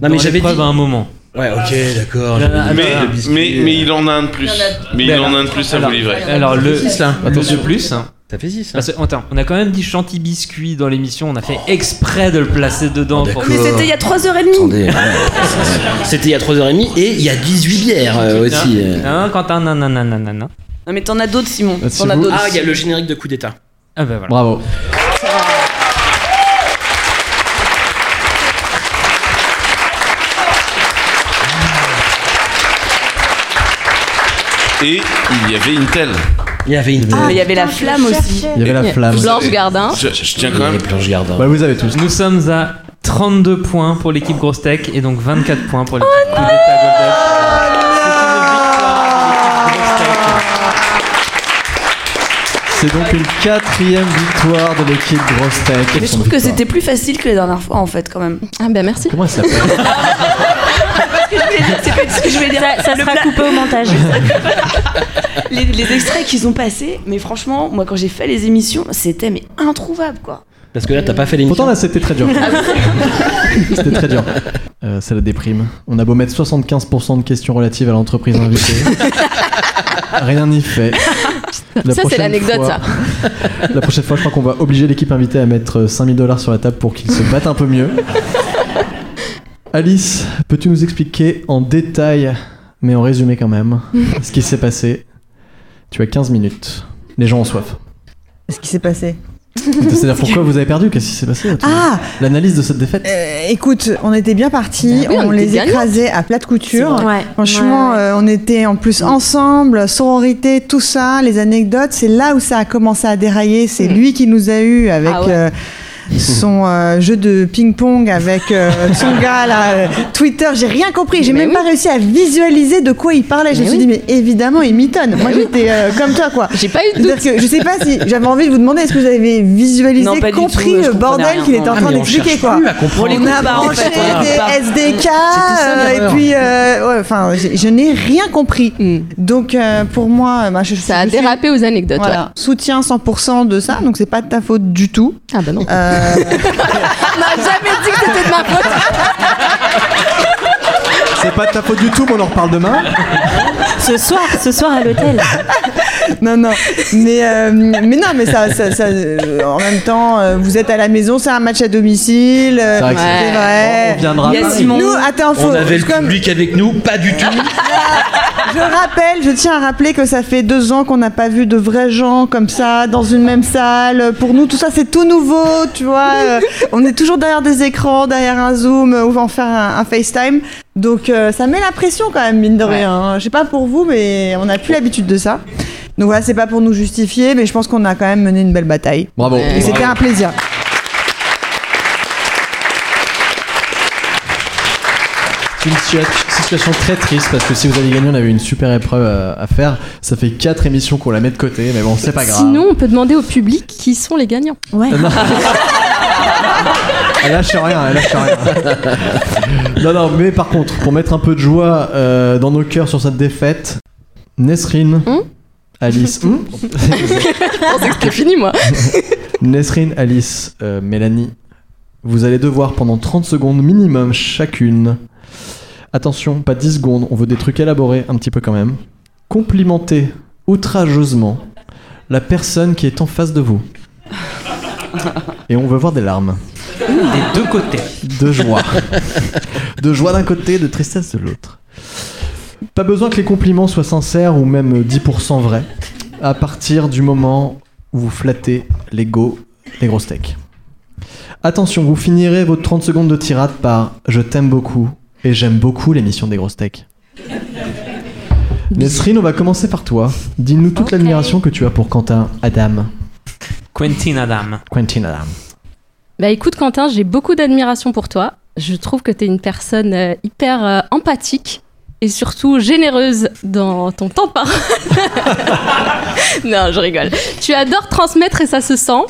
S1: dans
S3: mais j'avais dit.
S1: l'épreuve à un moment. Ah.
S3: Ouais, ok, d'accord.
S1: Là, là,
S4: Mais,
S1: attends, là.
S4: mais, mais il en a un de plus. Mais il
S1: Ben
S4: en a
S1: alors-
S4: un de plus à
S1: alors-
S4: vous livrer.
S1: Alors, le,
S3: Ça fait six, là.
S1: le
S3: Attention.
S1: de plus.
S3: Ça fait hein. 6.
S1: Parce que, attends, on a quand même dit chanty biscuit dans l'émission, on a fait exprès de le placer dedans. pour-
S6: Mais c'était il y a 3h30.
S3: Attendez,
S2: hein.
S3: ouais. C'était il y a 3h30 et il y a 18 bières euh, aussi. euh.
S1: Non, Hein, Quentin, non, non, non, non, non, non.
S6: Non, mais t'en as d'autres, Simon.
S3: Si
S6: T'en as
S3: vous-
S6: d'autres.
S3: Ah, il y a le générique de coup d'état.
S1: Ah bah voilà.
S2: Bravo.
S4: Et il y avait Intel.
S3: Il y avait une
S6: Ah, il y avait la flamme aussi.
S2: Il y avait la flamme.
S8: Blanche
S6: hein.
S8: Gardin.
S4: Je, je tiens quand même.
S3: Blanche Gardin.
S2: Bah, vous avez tous.
S1: Nous sommes à 32 points pour l'équipe Grosse Tech et donc 24 points pour l'équipe Coup d'État Golden.
S2: Ah. C'est donc une quatrième victoire de l'équipe Grosse Tech.
S6: Mais je trouve que c'était plus facile que les dernières fois en fait quand même.
S8: Ah ben merci.
S2: Comment elle s'appelle
S6: C'est pas ce que je voulais dire.
S7: Ça, ça
S6: Le
S7: sera
S6: plat-
S7: coupé au montage.
S6: Les, les extraits qu'ils ont passés, mais franchement, moi quand j'ai fait les émissions, c'était mais introuvable quoi.
S3: Parce que là, t'as pas fait l'émission.
S2: Pourtant, là, c'était très dur. C'était très dur. Euh, c'est la déprime. On a beau mettre 75% de questions relatives à l'entreprise invitée. Rien n'y fait. La
S8: ça c'est
S2: prochaine
S8: l'anecdote
S2: fois-
S8: ça.
S2: La prochaine fois, je crois qu'on va obliger l'équipe invitée à mettre 5000 dollars sur la table pour qu'ils se battent un peu mieux. Alice, peux-tu nous expliquer en détail, mais en résumé quand même, ce qui s'est passé Tu as 15 minutes. Les gens ont soif.
S5: Qu'est-ce qui s'est passé
S2: C'est-à-dire pourquoi vous avez perdu Qu'est-ce qui s'est passé à tout
S5: Ah
S2: L'analyse de cette défaite
S5: Euh, écoute, on était bien partis,
S8: Bah oui,
S5: on,
S8: on était
S5: les
S8: gagnantes.
S5: écrasait à plate couture.
S8: C'est vrai. Mm. Ouais.
S5: Franchement,
S8: Ouais, ouais.
S5: euh, on était en plus ensemble, sororité, tout ça, les anecdotes. C'est là où ça a commencé à dérailler. C'est lui qui nous a eu avec.
S8: Mm. Ah ouais.
S5: euh, son euh, jeu de ping-pong avec euh, son gars là, euh, Twitter, j'ai rien compris, j'ai même pas réussi à visualiser de quoi il parlait. Je me suis dit mais évidemment il mitonne. Moi j'étais euh, comme toi quoi.
S8: J'ai pas eu de
S5: C'est-à-dire
S8: doute.
S5: que je sais pas si j'avais envie de vous demander est-ce que vous avez visualisé,
S6: Non, pas du
S5: compris euh,
S6: tout, je
S5: le
S6: comprenais
S5: bordel
S6: rien,
S5: qu'il était en
S6: non.
S5: train
S6: Ah, mais on
S5: d'expliquer
S6: cherche
S5: quoi.
S6: plus à comprendre. On les
S5: On a
S6: coupe pas, en
S5: branché
S6: fait, on les coupe pas.
S5: des SDK
S6: C'était ça,
S5: euh, et
S6: l'erreur.
S5: puis euh, ouais, enfin j'ai- je n'ai rien compris. Donc euh, pour moi euh, bah, je,
S8: Ça a dérapé aux anecdotes.
S5: Voilà. Soutien 100% de ça, donc c'est pas de ta faute du tout.
S8: Ah bah non.
S5: Euh,
S8: On m'a jamais dit que c'était de ma faute.
S2: C'est pas de ta faute du tout, mais on en reparle demain.
S7: ce soir, ce soir à l'hôtel.
S5: non, non. Mais, euh, mais non, mais ça, ça, ça, euh, en même temps, euh, vous êtes à la maison, c'est un match à domicile. euh,
S2: C'est vrai que
S5: c'est vrai.
S2: On viendra
S6: Il y a
S2: pas.
S6: Simon.
S5: Nous, attends, faut,
S3: On avait le
S5: comme-
S3: public avec nous, pas du tout.
S5: Je rappelle, je tiens à rappeler que ça fait deux ans qu'on n'a pas vu de vrais gens comme ça dans une même salle. Pour nous, tout ça, c'est tout nouveau, tu vois. Euh, On est toujours derrière des écrans, derrière un zoom euh, ou en faire un, un FaceTime. Donc euh, ça met la pression quand même, mine de rien. hein. Je sais pas pour vous, mais on n'a plus l'habitude de ça. Donc voilà, c'est pas pour nous justifier, mais je pense qu'on a quand même mené une belle bataille.
S2: Bravo.
S5: Et c'était
S2: Bravo.
S5: un plaisir.
S2: C'est une situation, situation très triste parce que si vous avez gagné, on avait une super épreuve à, à faire. Ça fait 4 émissions qu'on la met de côté, mais bon, c'est pas grave. Ah,
S8: Sinon, on peut demander au public qui sont les gagnants.
S5: Ouais.
S2: Elle lâche rien, elle lâche rien. non, non, mais par contre, pour mettre un peu de joie euh, dans nos cœurs sur cette défaite, Nesrine, Alice, hmm
S8: je pensais que c'était fini, moi.
S2: Nesrine, Alice, euh, Mélanie, vous allez devoir pendant 30 secondes minimum chacune. Attention, pas 10 secondes, on veut des trucs élaborés un petit peu quand même. Complimenter outrageusement la personne qui est en face de vous. Et on veut voir des larmes.
S6: Oh
S1: Des deux côtés.
S2: De joie. de joie d'un côté, de tristesse de l'autre. Pas besoin que les compliments soient sincères ou même 10% vrais. À partir du moment où vous flattez l'ego des grosses steaks. Attention, vous finirez votre 30 secondes de tirade par Je t'aime beaucoup et j'aime beaucoup l'émission des grosses steaks. Nesrine, on va commencer par toi. Dis-nous toute l'admiration que tu as pour Quentin Adam.
S1: Quentin Adam.
S2: Quentin Adam.
S8: Bah écoute Quentin, j'ai beaucoup d'admiration pour toi. Je trouve que tu es une personne euh, hyper euh, empathique et surtout généreuse dans ton temps de parole. non, je rigole. Tu adores transmettre et ça se sent.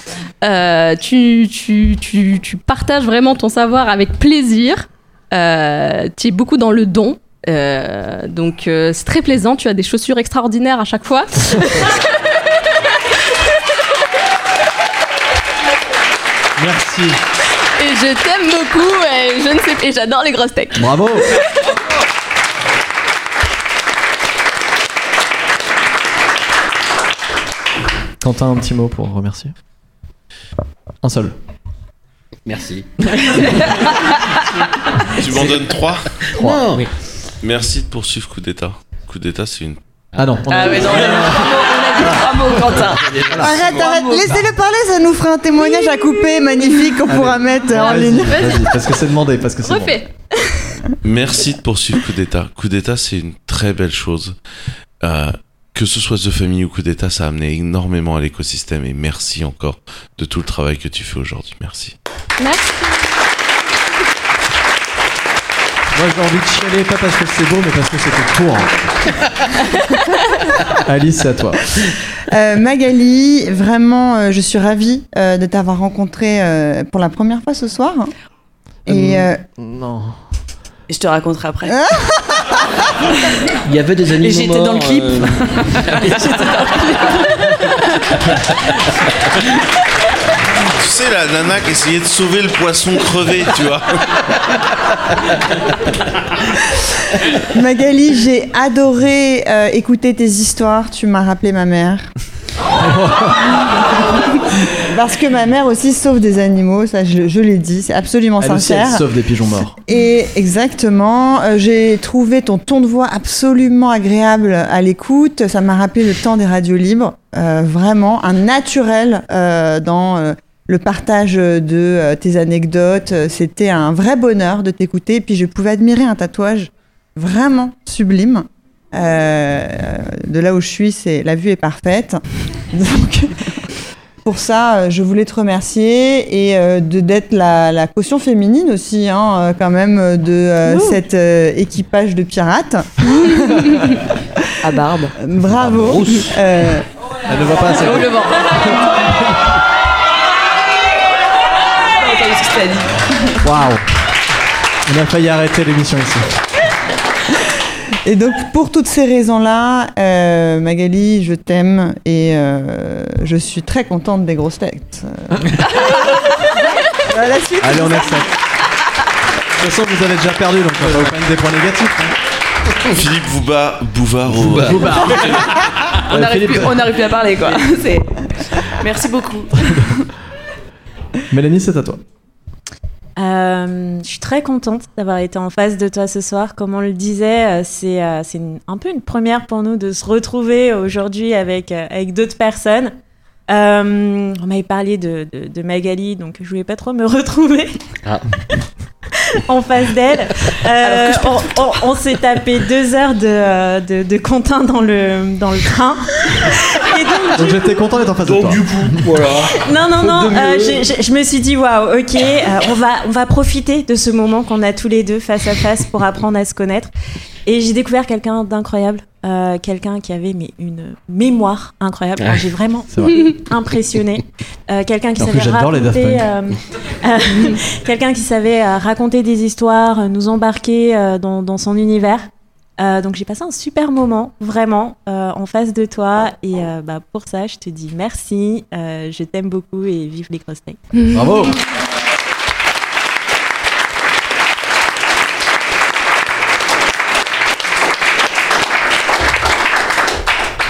S8: Euh, tu, tu, tu, tu partages vraiment ton savoir avec plaisir. Euh, tu es beaucoup dans le don. Euh, donc euh, c'est très plaisant. Tu as des chaussures extraordinaires à chaque fois.
S2: Merci.
S8: Et je t'aime beaucoup et je ne sais et j'adore les grosses têtes.
S2: Bravo Quentin, un petit mot pour remercier Un seul.
S3: Merci.
S4: Tu m'en donnes 3
S2: Trois. Non.
S4: Merci de poursuivre Coup d'État. Coup d'État, c'est une.
S2: Ah non.
S4: Ah ouais, non,
S6: Quentin.
S5: Arrête, arrête, laissez-le parler, ça nous fera un témoignage à couper magnifique qu'on
S2: Allez.
S5: pourra mettre en
S2: Vas-y,
S5: ligne.
S2: vas-y, parce que c'est demandé, parce que c'est demandé.
S4: Merci de poursuivre Coup d'État. Coup d'État, c'est une très belle chose. Euh, que ce soit The Family ou Coup d'État, ça a amené énormément à l'écosystème et merci encore de tout le travail que tu fais aujourd'hui. Merci.
S2: Moi j'ai envie de chialer, pas parce que c'est beau, mais parce que c'était court. Alice, c'est à toi.
S5: Euh, Magali, vraiment, euh, je suis ravie euh, de t'avoir rencontrée euh, pour la première fois ce soir. Et euh,
S2: Hmm.
S5: Ah
S2: Non.
S6: Je te raconterai après.
S3: Il y avait des animaux
S6: Et j'étais dans le
S3: morts,
S6: clip.
S3: euh,
S4: Tu sais, la nana qui essayait de sauver le poisson crevé, tu vois.
S5: euh, Magali, j'ai adoré euh, écouter tes histoires. Tu m'as rappelé ma mère. Parce que ma mère aussi sauve des animaux, ça je, je l'ai dit, c'est absolument
S2: Elle aussi, elle
S5: sincère.
S2: sauve des pigeons morts.
S5: Et exactement, euh, j'ai trouvé ton ton de voix absolument agréable à l'écoute. Ça m'a rappelé le temps des radios libres. Euh, vraiment, un naturel euh, dans euh, le partage de euh, tes anecdotes. Euh, C'était un vrai bonheur de t'écouter. Et puis, je pouvais admirer un tatouage vraiment sublime. Euh, de là où je suis, c'est la vue est parfaite. Donc, pour ça, euh, je voulais te remercier et euh, de d'être la, la caution féminine aussi, hein, euh, quand même, euh, de euh,
S6: Ouh.
S5: cet euh, équipage de pirates.
S6: À barbe.
S5: Bravo. Euh,
S2: Elle ne voit pas assez.
S6: le vent.
S2: Waouh On a failli arrêter l'émission ici.
S5: et donc, pour toutes ces raisons-là, euh, Magali, je t'aime et euh, je suis très contente des grosses têtes. Euh, voilà Bah, la suite.
S2: Allez, on accepte. De toute façon, vous avez déjà perdu, donc on va vous prendre des points négatifs.
S4: Philippe Bouba, Bouvard au-
S2: Bouvard. Bouvard.
S6: On
S2: Euh,
S6: n'arrive
S2: Philippe.
S6: plus, on n'arrive plus à parler quoi. C'est- Merci beaucoup.
S2: Mélanie, c'est à toi.
S7: Euh, je suis très contente d'avoir été en face de toi ce soir. Comme on le disait, euh, c'est euh, c'est une- un peu une première pour nous de se retrouver aujourd'hui avec, euh, avec d'autres personnes. Euh, on m'avait parlé de, de- de Magali, donc je voulais pas trop me retrouver
S3: Ah.
S7: en face d'elle. Euh, on on- on s'est tapé deux heures de, euh, de, de Quentin dans le, dans le train. Et donc,
S2: Donc j'étais content d'être en face de toi. Donc du coup, voilà.
S7: non, non, non,
S2: De
S7: euh,
S2: mieux.
S7: j'ai- j'ai- je me suis dit, waouh, ok, euh, on, va, on va profiter de ce moment qu'on a tous les deux face à face pour apprendre à se connaître. Et j'ai découvert quelqu'un d'incroyable, euh, quelqu'un qui avait mais, une mémoire incroyable.
S2: Ouais.
S7: Alors, J'ai vraiment
S2: C'est vrai.
S7: impressionné. Euh, quelqu'un qui
S2: En plus,
S7: savait
S2: j'adore les Daft
S7: raconter,
S2: Punk.
S7: euh, euh, quelqu'un qui savait euh, raconter des histoires, euh, nous embarquer euh, dans, dans son univers. Euh, donc j'ai passé un super moment, vraiment, euh, en face de toi. Et euh, bah, pour ça, je te dis merci, euh, je t'aime beaucoup et vive les grosses têtes.
S2: Bravo.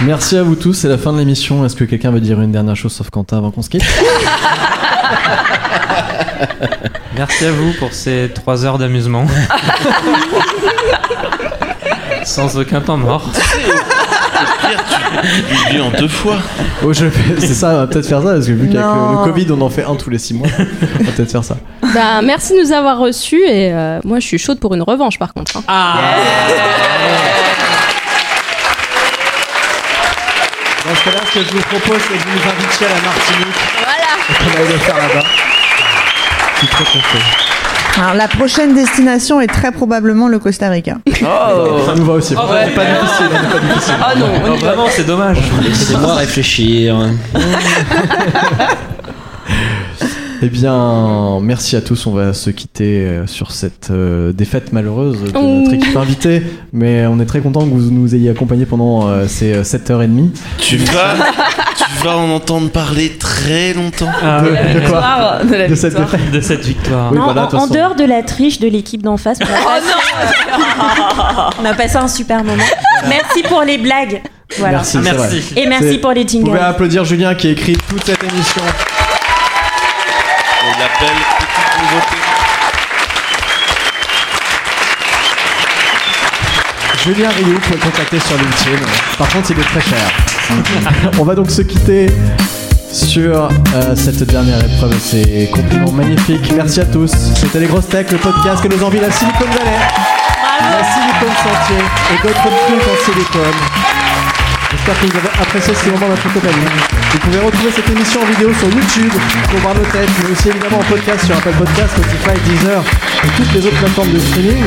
S2: Merci à vous tous, c'est la fin de l'émission. Est-ce que quelqu'un veut dire une dernière chose sauf Quentin avant qu'on se quitte
S1: Merci à vous pour ces 3 heures d'amusement. Sans aucun temps mort.
S4: Tu dis en deux fois.
S2: Oh, je vais- C'est ça, on va peut-être faire ça, parce que vu qu'avec
S8: Non.
S2: le le Covid, on en fait un tous les six mois. On va peut-être faire ça.
S8: Bah, merci de nous avoir reçus et euh, moi je suis chaude pour une revanche par contre. hein.
S2: Dans ce cas-là, ce que je vous propose, c'est de nous inviter à la Martinique. Voilà. On va le faire là-bas. Je suis très content.
S5: Alors, la prochaine destination est très probablement le Costa Rica.
S2: Ça nous va aussi.
S1: Oh,
S2: C'est pas difficile. c'est pas difficile.
S1: Ah non,
S3: on y va.
S1: vraiment, c'est dommage.
S3: Laissez-moi réfléchir.
S2: Eh bien, merci à tous. On va se quitter euh, sur cette euh, défaite malheureuse de notre
S3: Oh.
S2: équipe invitée. Mais on est très content que vous nous ayez accompagnés pendant euh, ces 7h30.
S4: Tu
S2: Ah.
S4: vas, tu vas en entendre parler très longtemps.
S1: Ah ouais.
S2: De quoi
S7: De la
S1: De cette
S7: victoire.
S1: défaite. De cette victoire.
S7: Non, en, en dehors de la triche de l'équipe d'en face, on a, passé, euh, on a passé un super moment. Merci pour les blagues. Voilà.
S2: Merci, c'est vrai.
S7: Et merci
S2: C'est-
S7: pour les
S2: Vous
S7: jingles.
S2: pouvez applaudir Julien qui a écrit toute cette émission.
S4: On l'appelle petite nouveauté.
S2: Julien Rioux, vous pouvez le contacter sur LinkedIn. Par contre, il est très cher. On va donc se quitter sur euh, cette dernière épreuve. Ces compliments magnifiques. Merci à tous. C'était Les Grosses Tech, le podcast que nous envie la Silicon Valley. La Silicon Sentier et d'autres trucs en Silicon. J'espère que vous avez apprécié ce moment de notre compagnie. Vous pouvez retrouver cette émission en vidéo sur YouTube, pour voir nos têtes, mais aussi évidemment en podcast sur Apple Podcasts, Spotify, Deezer et toutes les autres plateformes de streaming.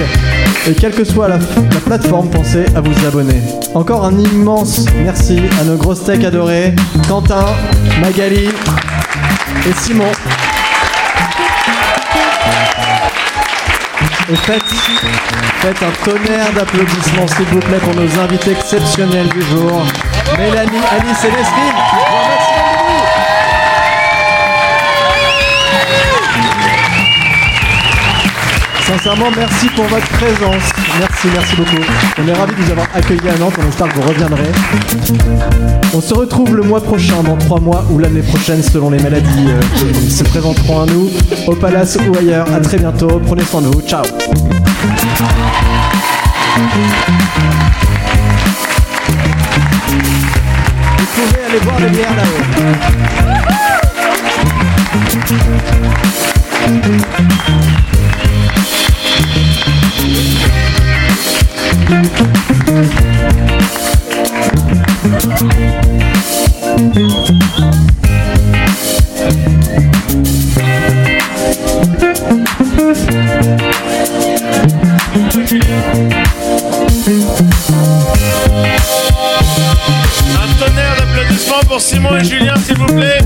S2: Et quelle que soit la, la plateforme, pensez à vous abonner. Encore un immense merci à nos grosses techs adorés, Quentin, Magali et Simon. Et faites, faites un tonnerre d'applaudissements, s'il vous plaît, pour nos invités exceptionnels du jour. Mélanie, Alice et Leslie. Sincèrement, merci pour votre présence. Merci, merci beaucoup. On est ravis de vous avoir accueillis à Nantes. On espère que vous reviendrez. On se retrouve le mois prochain, dans trois mois ou l'année prochaine, selon les maladies euh, qui se présenteront à nous, au palace ou ailleurs. À très bientôt. Prenez soin de vous. Ciao. Vous pouvez aller boire les bières là-haut.
S4: Un tonnerre d'applaudissements pour Simon et Julien, s'il vous plaît.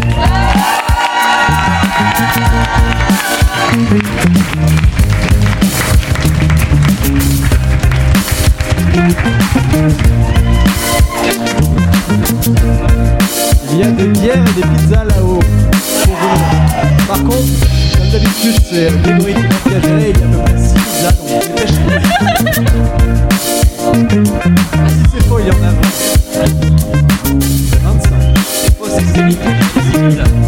S2: Il y a des bières et des pizzas là-haut. pour vous. Par contre, comme d'habitude, c'est Grégory qui m'a engagé, il y a à peu près 6 pizzas, donc dépêchez-vous. Ah, si c'est faux, il y en a 20. 25. C'est faux, c'est que c'est midi, c'est midi, là.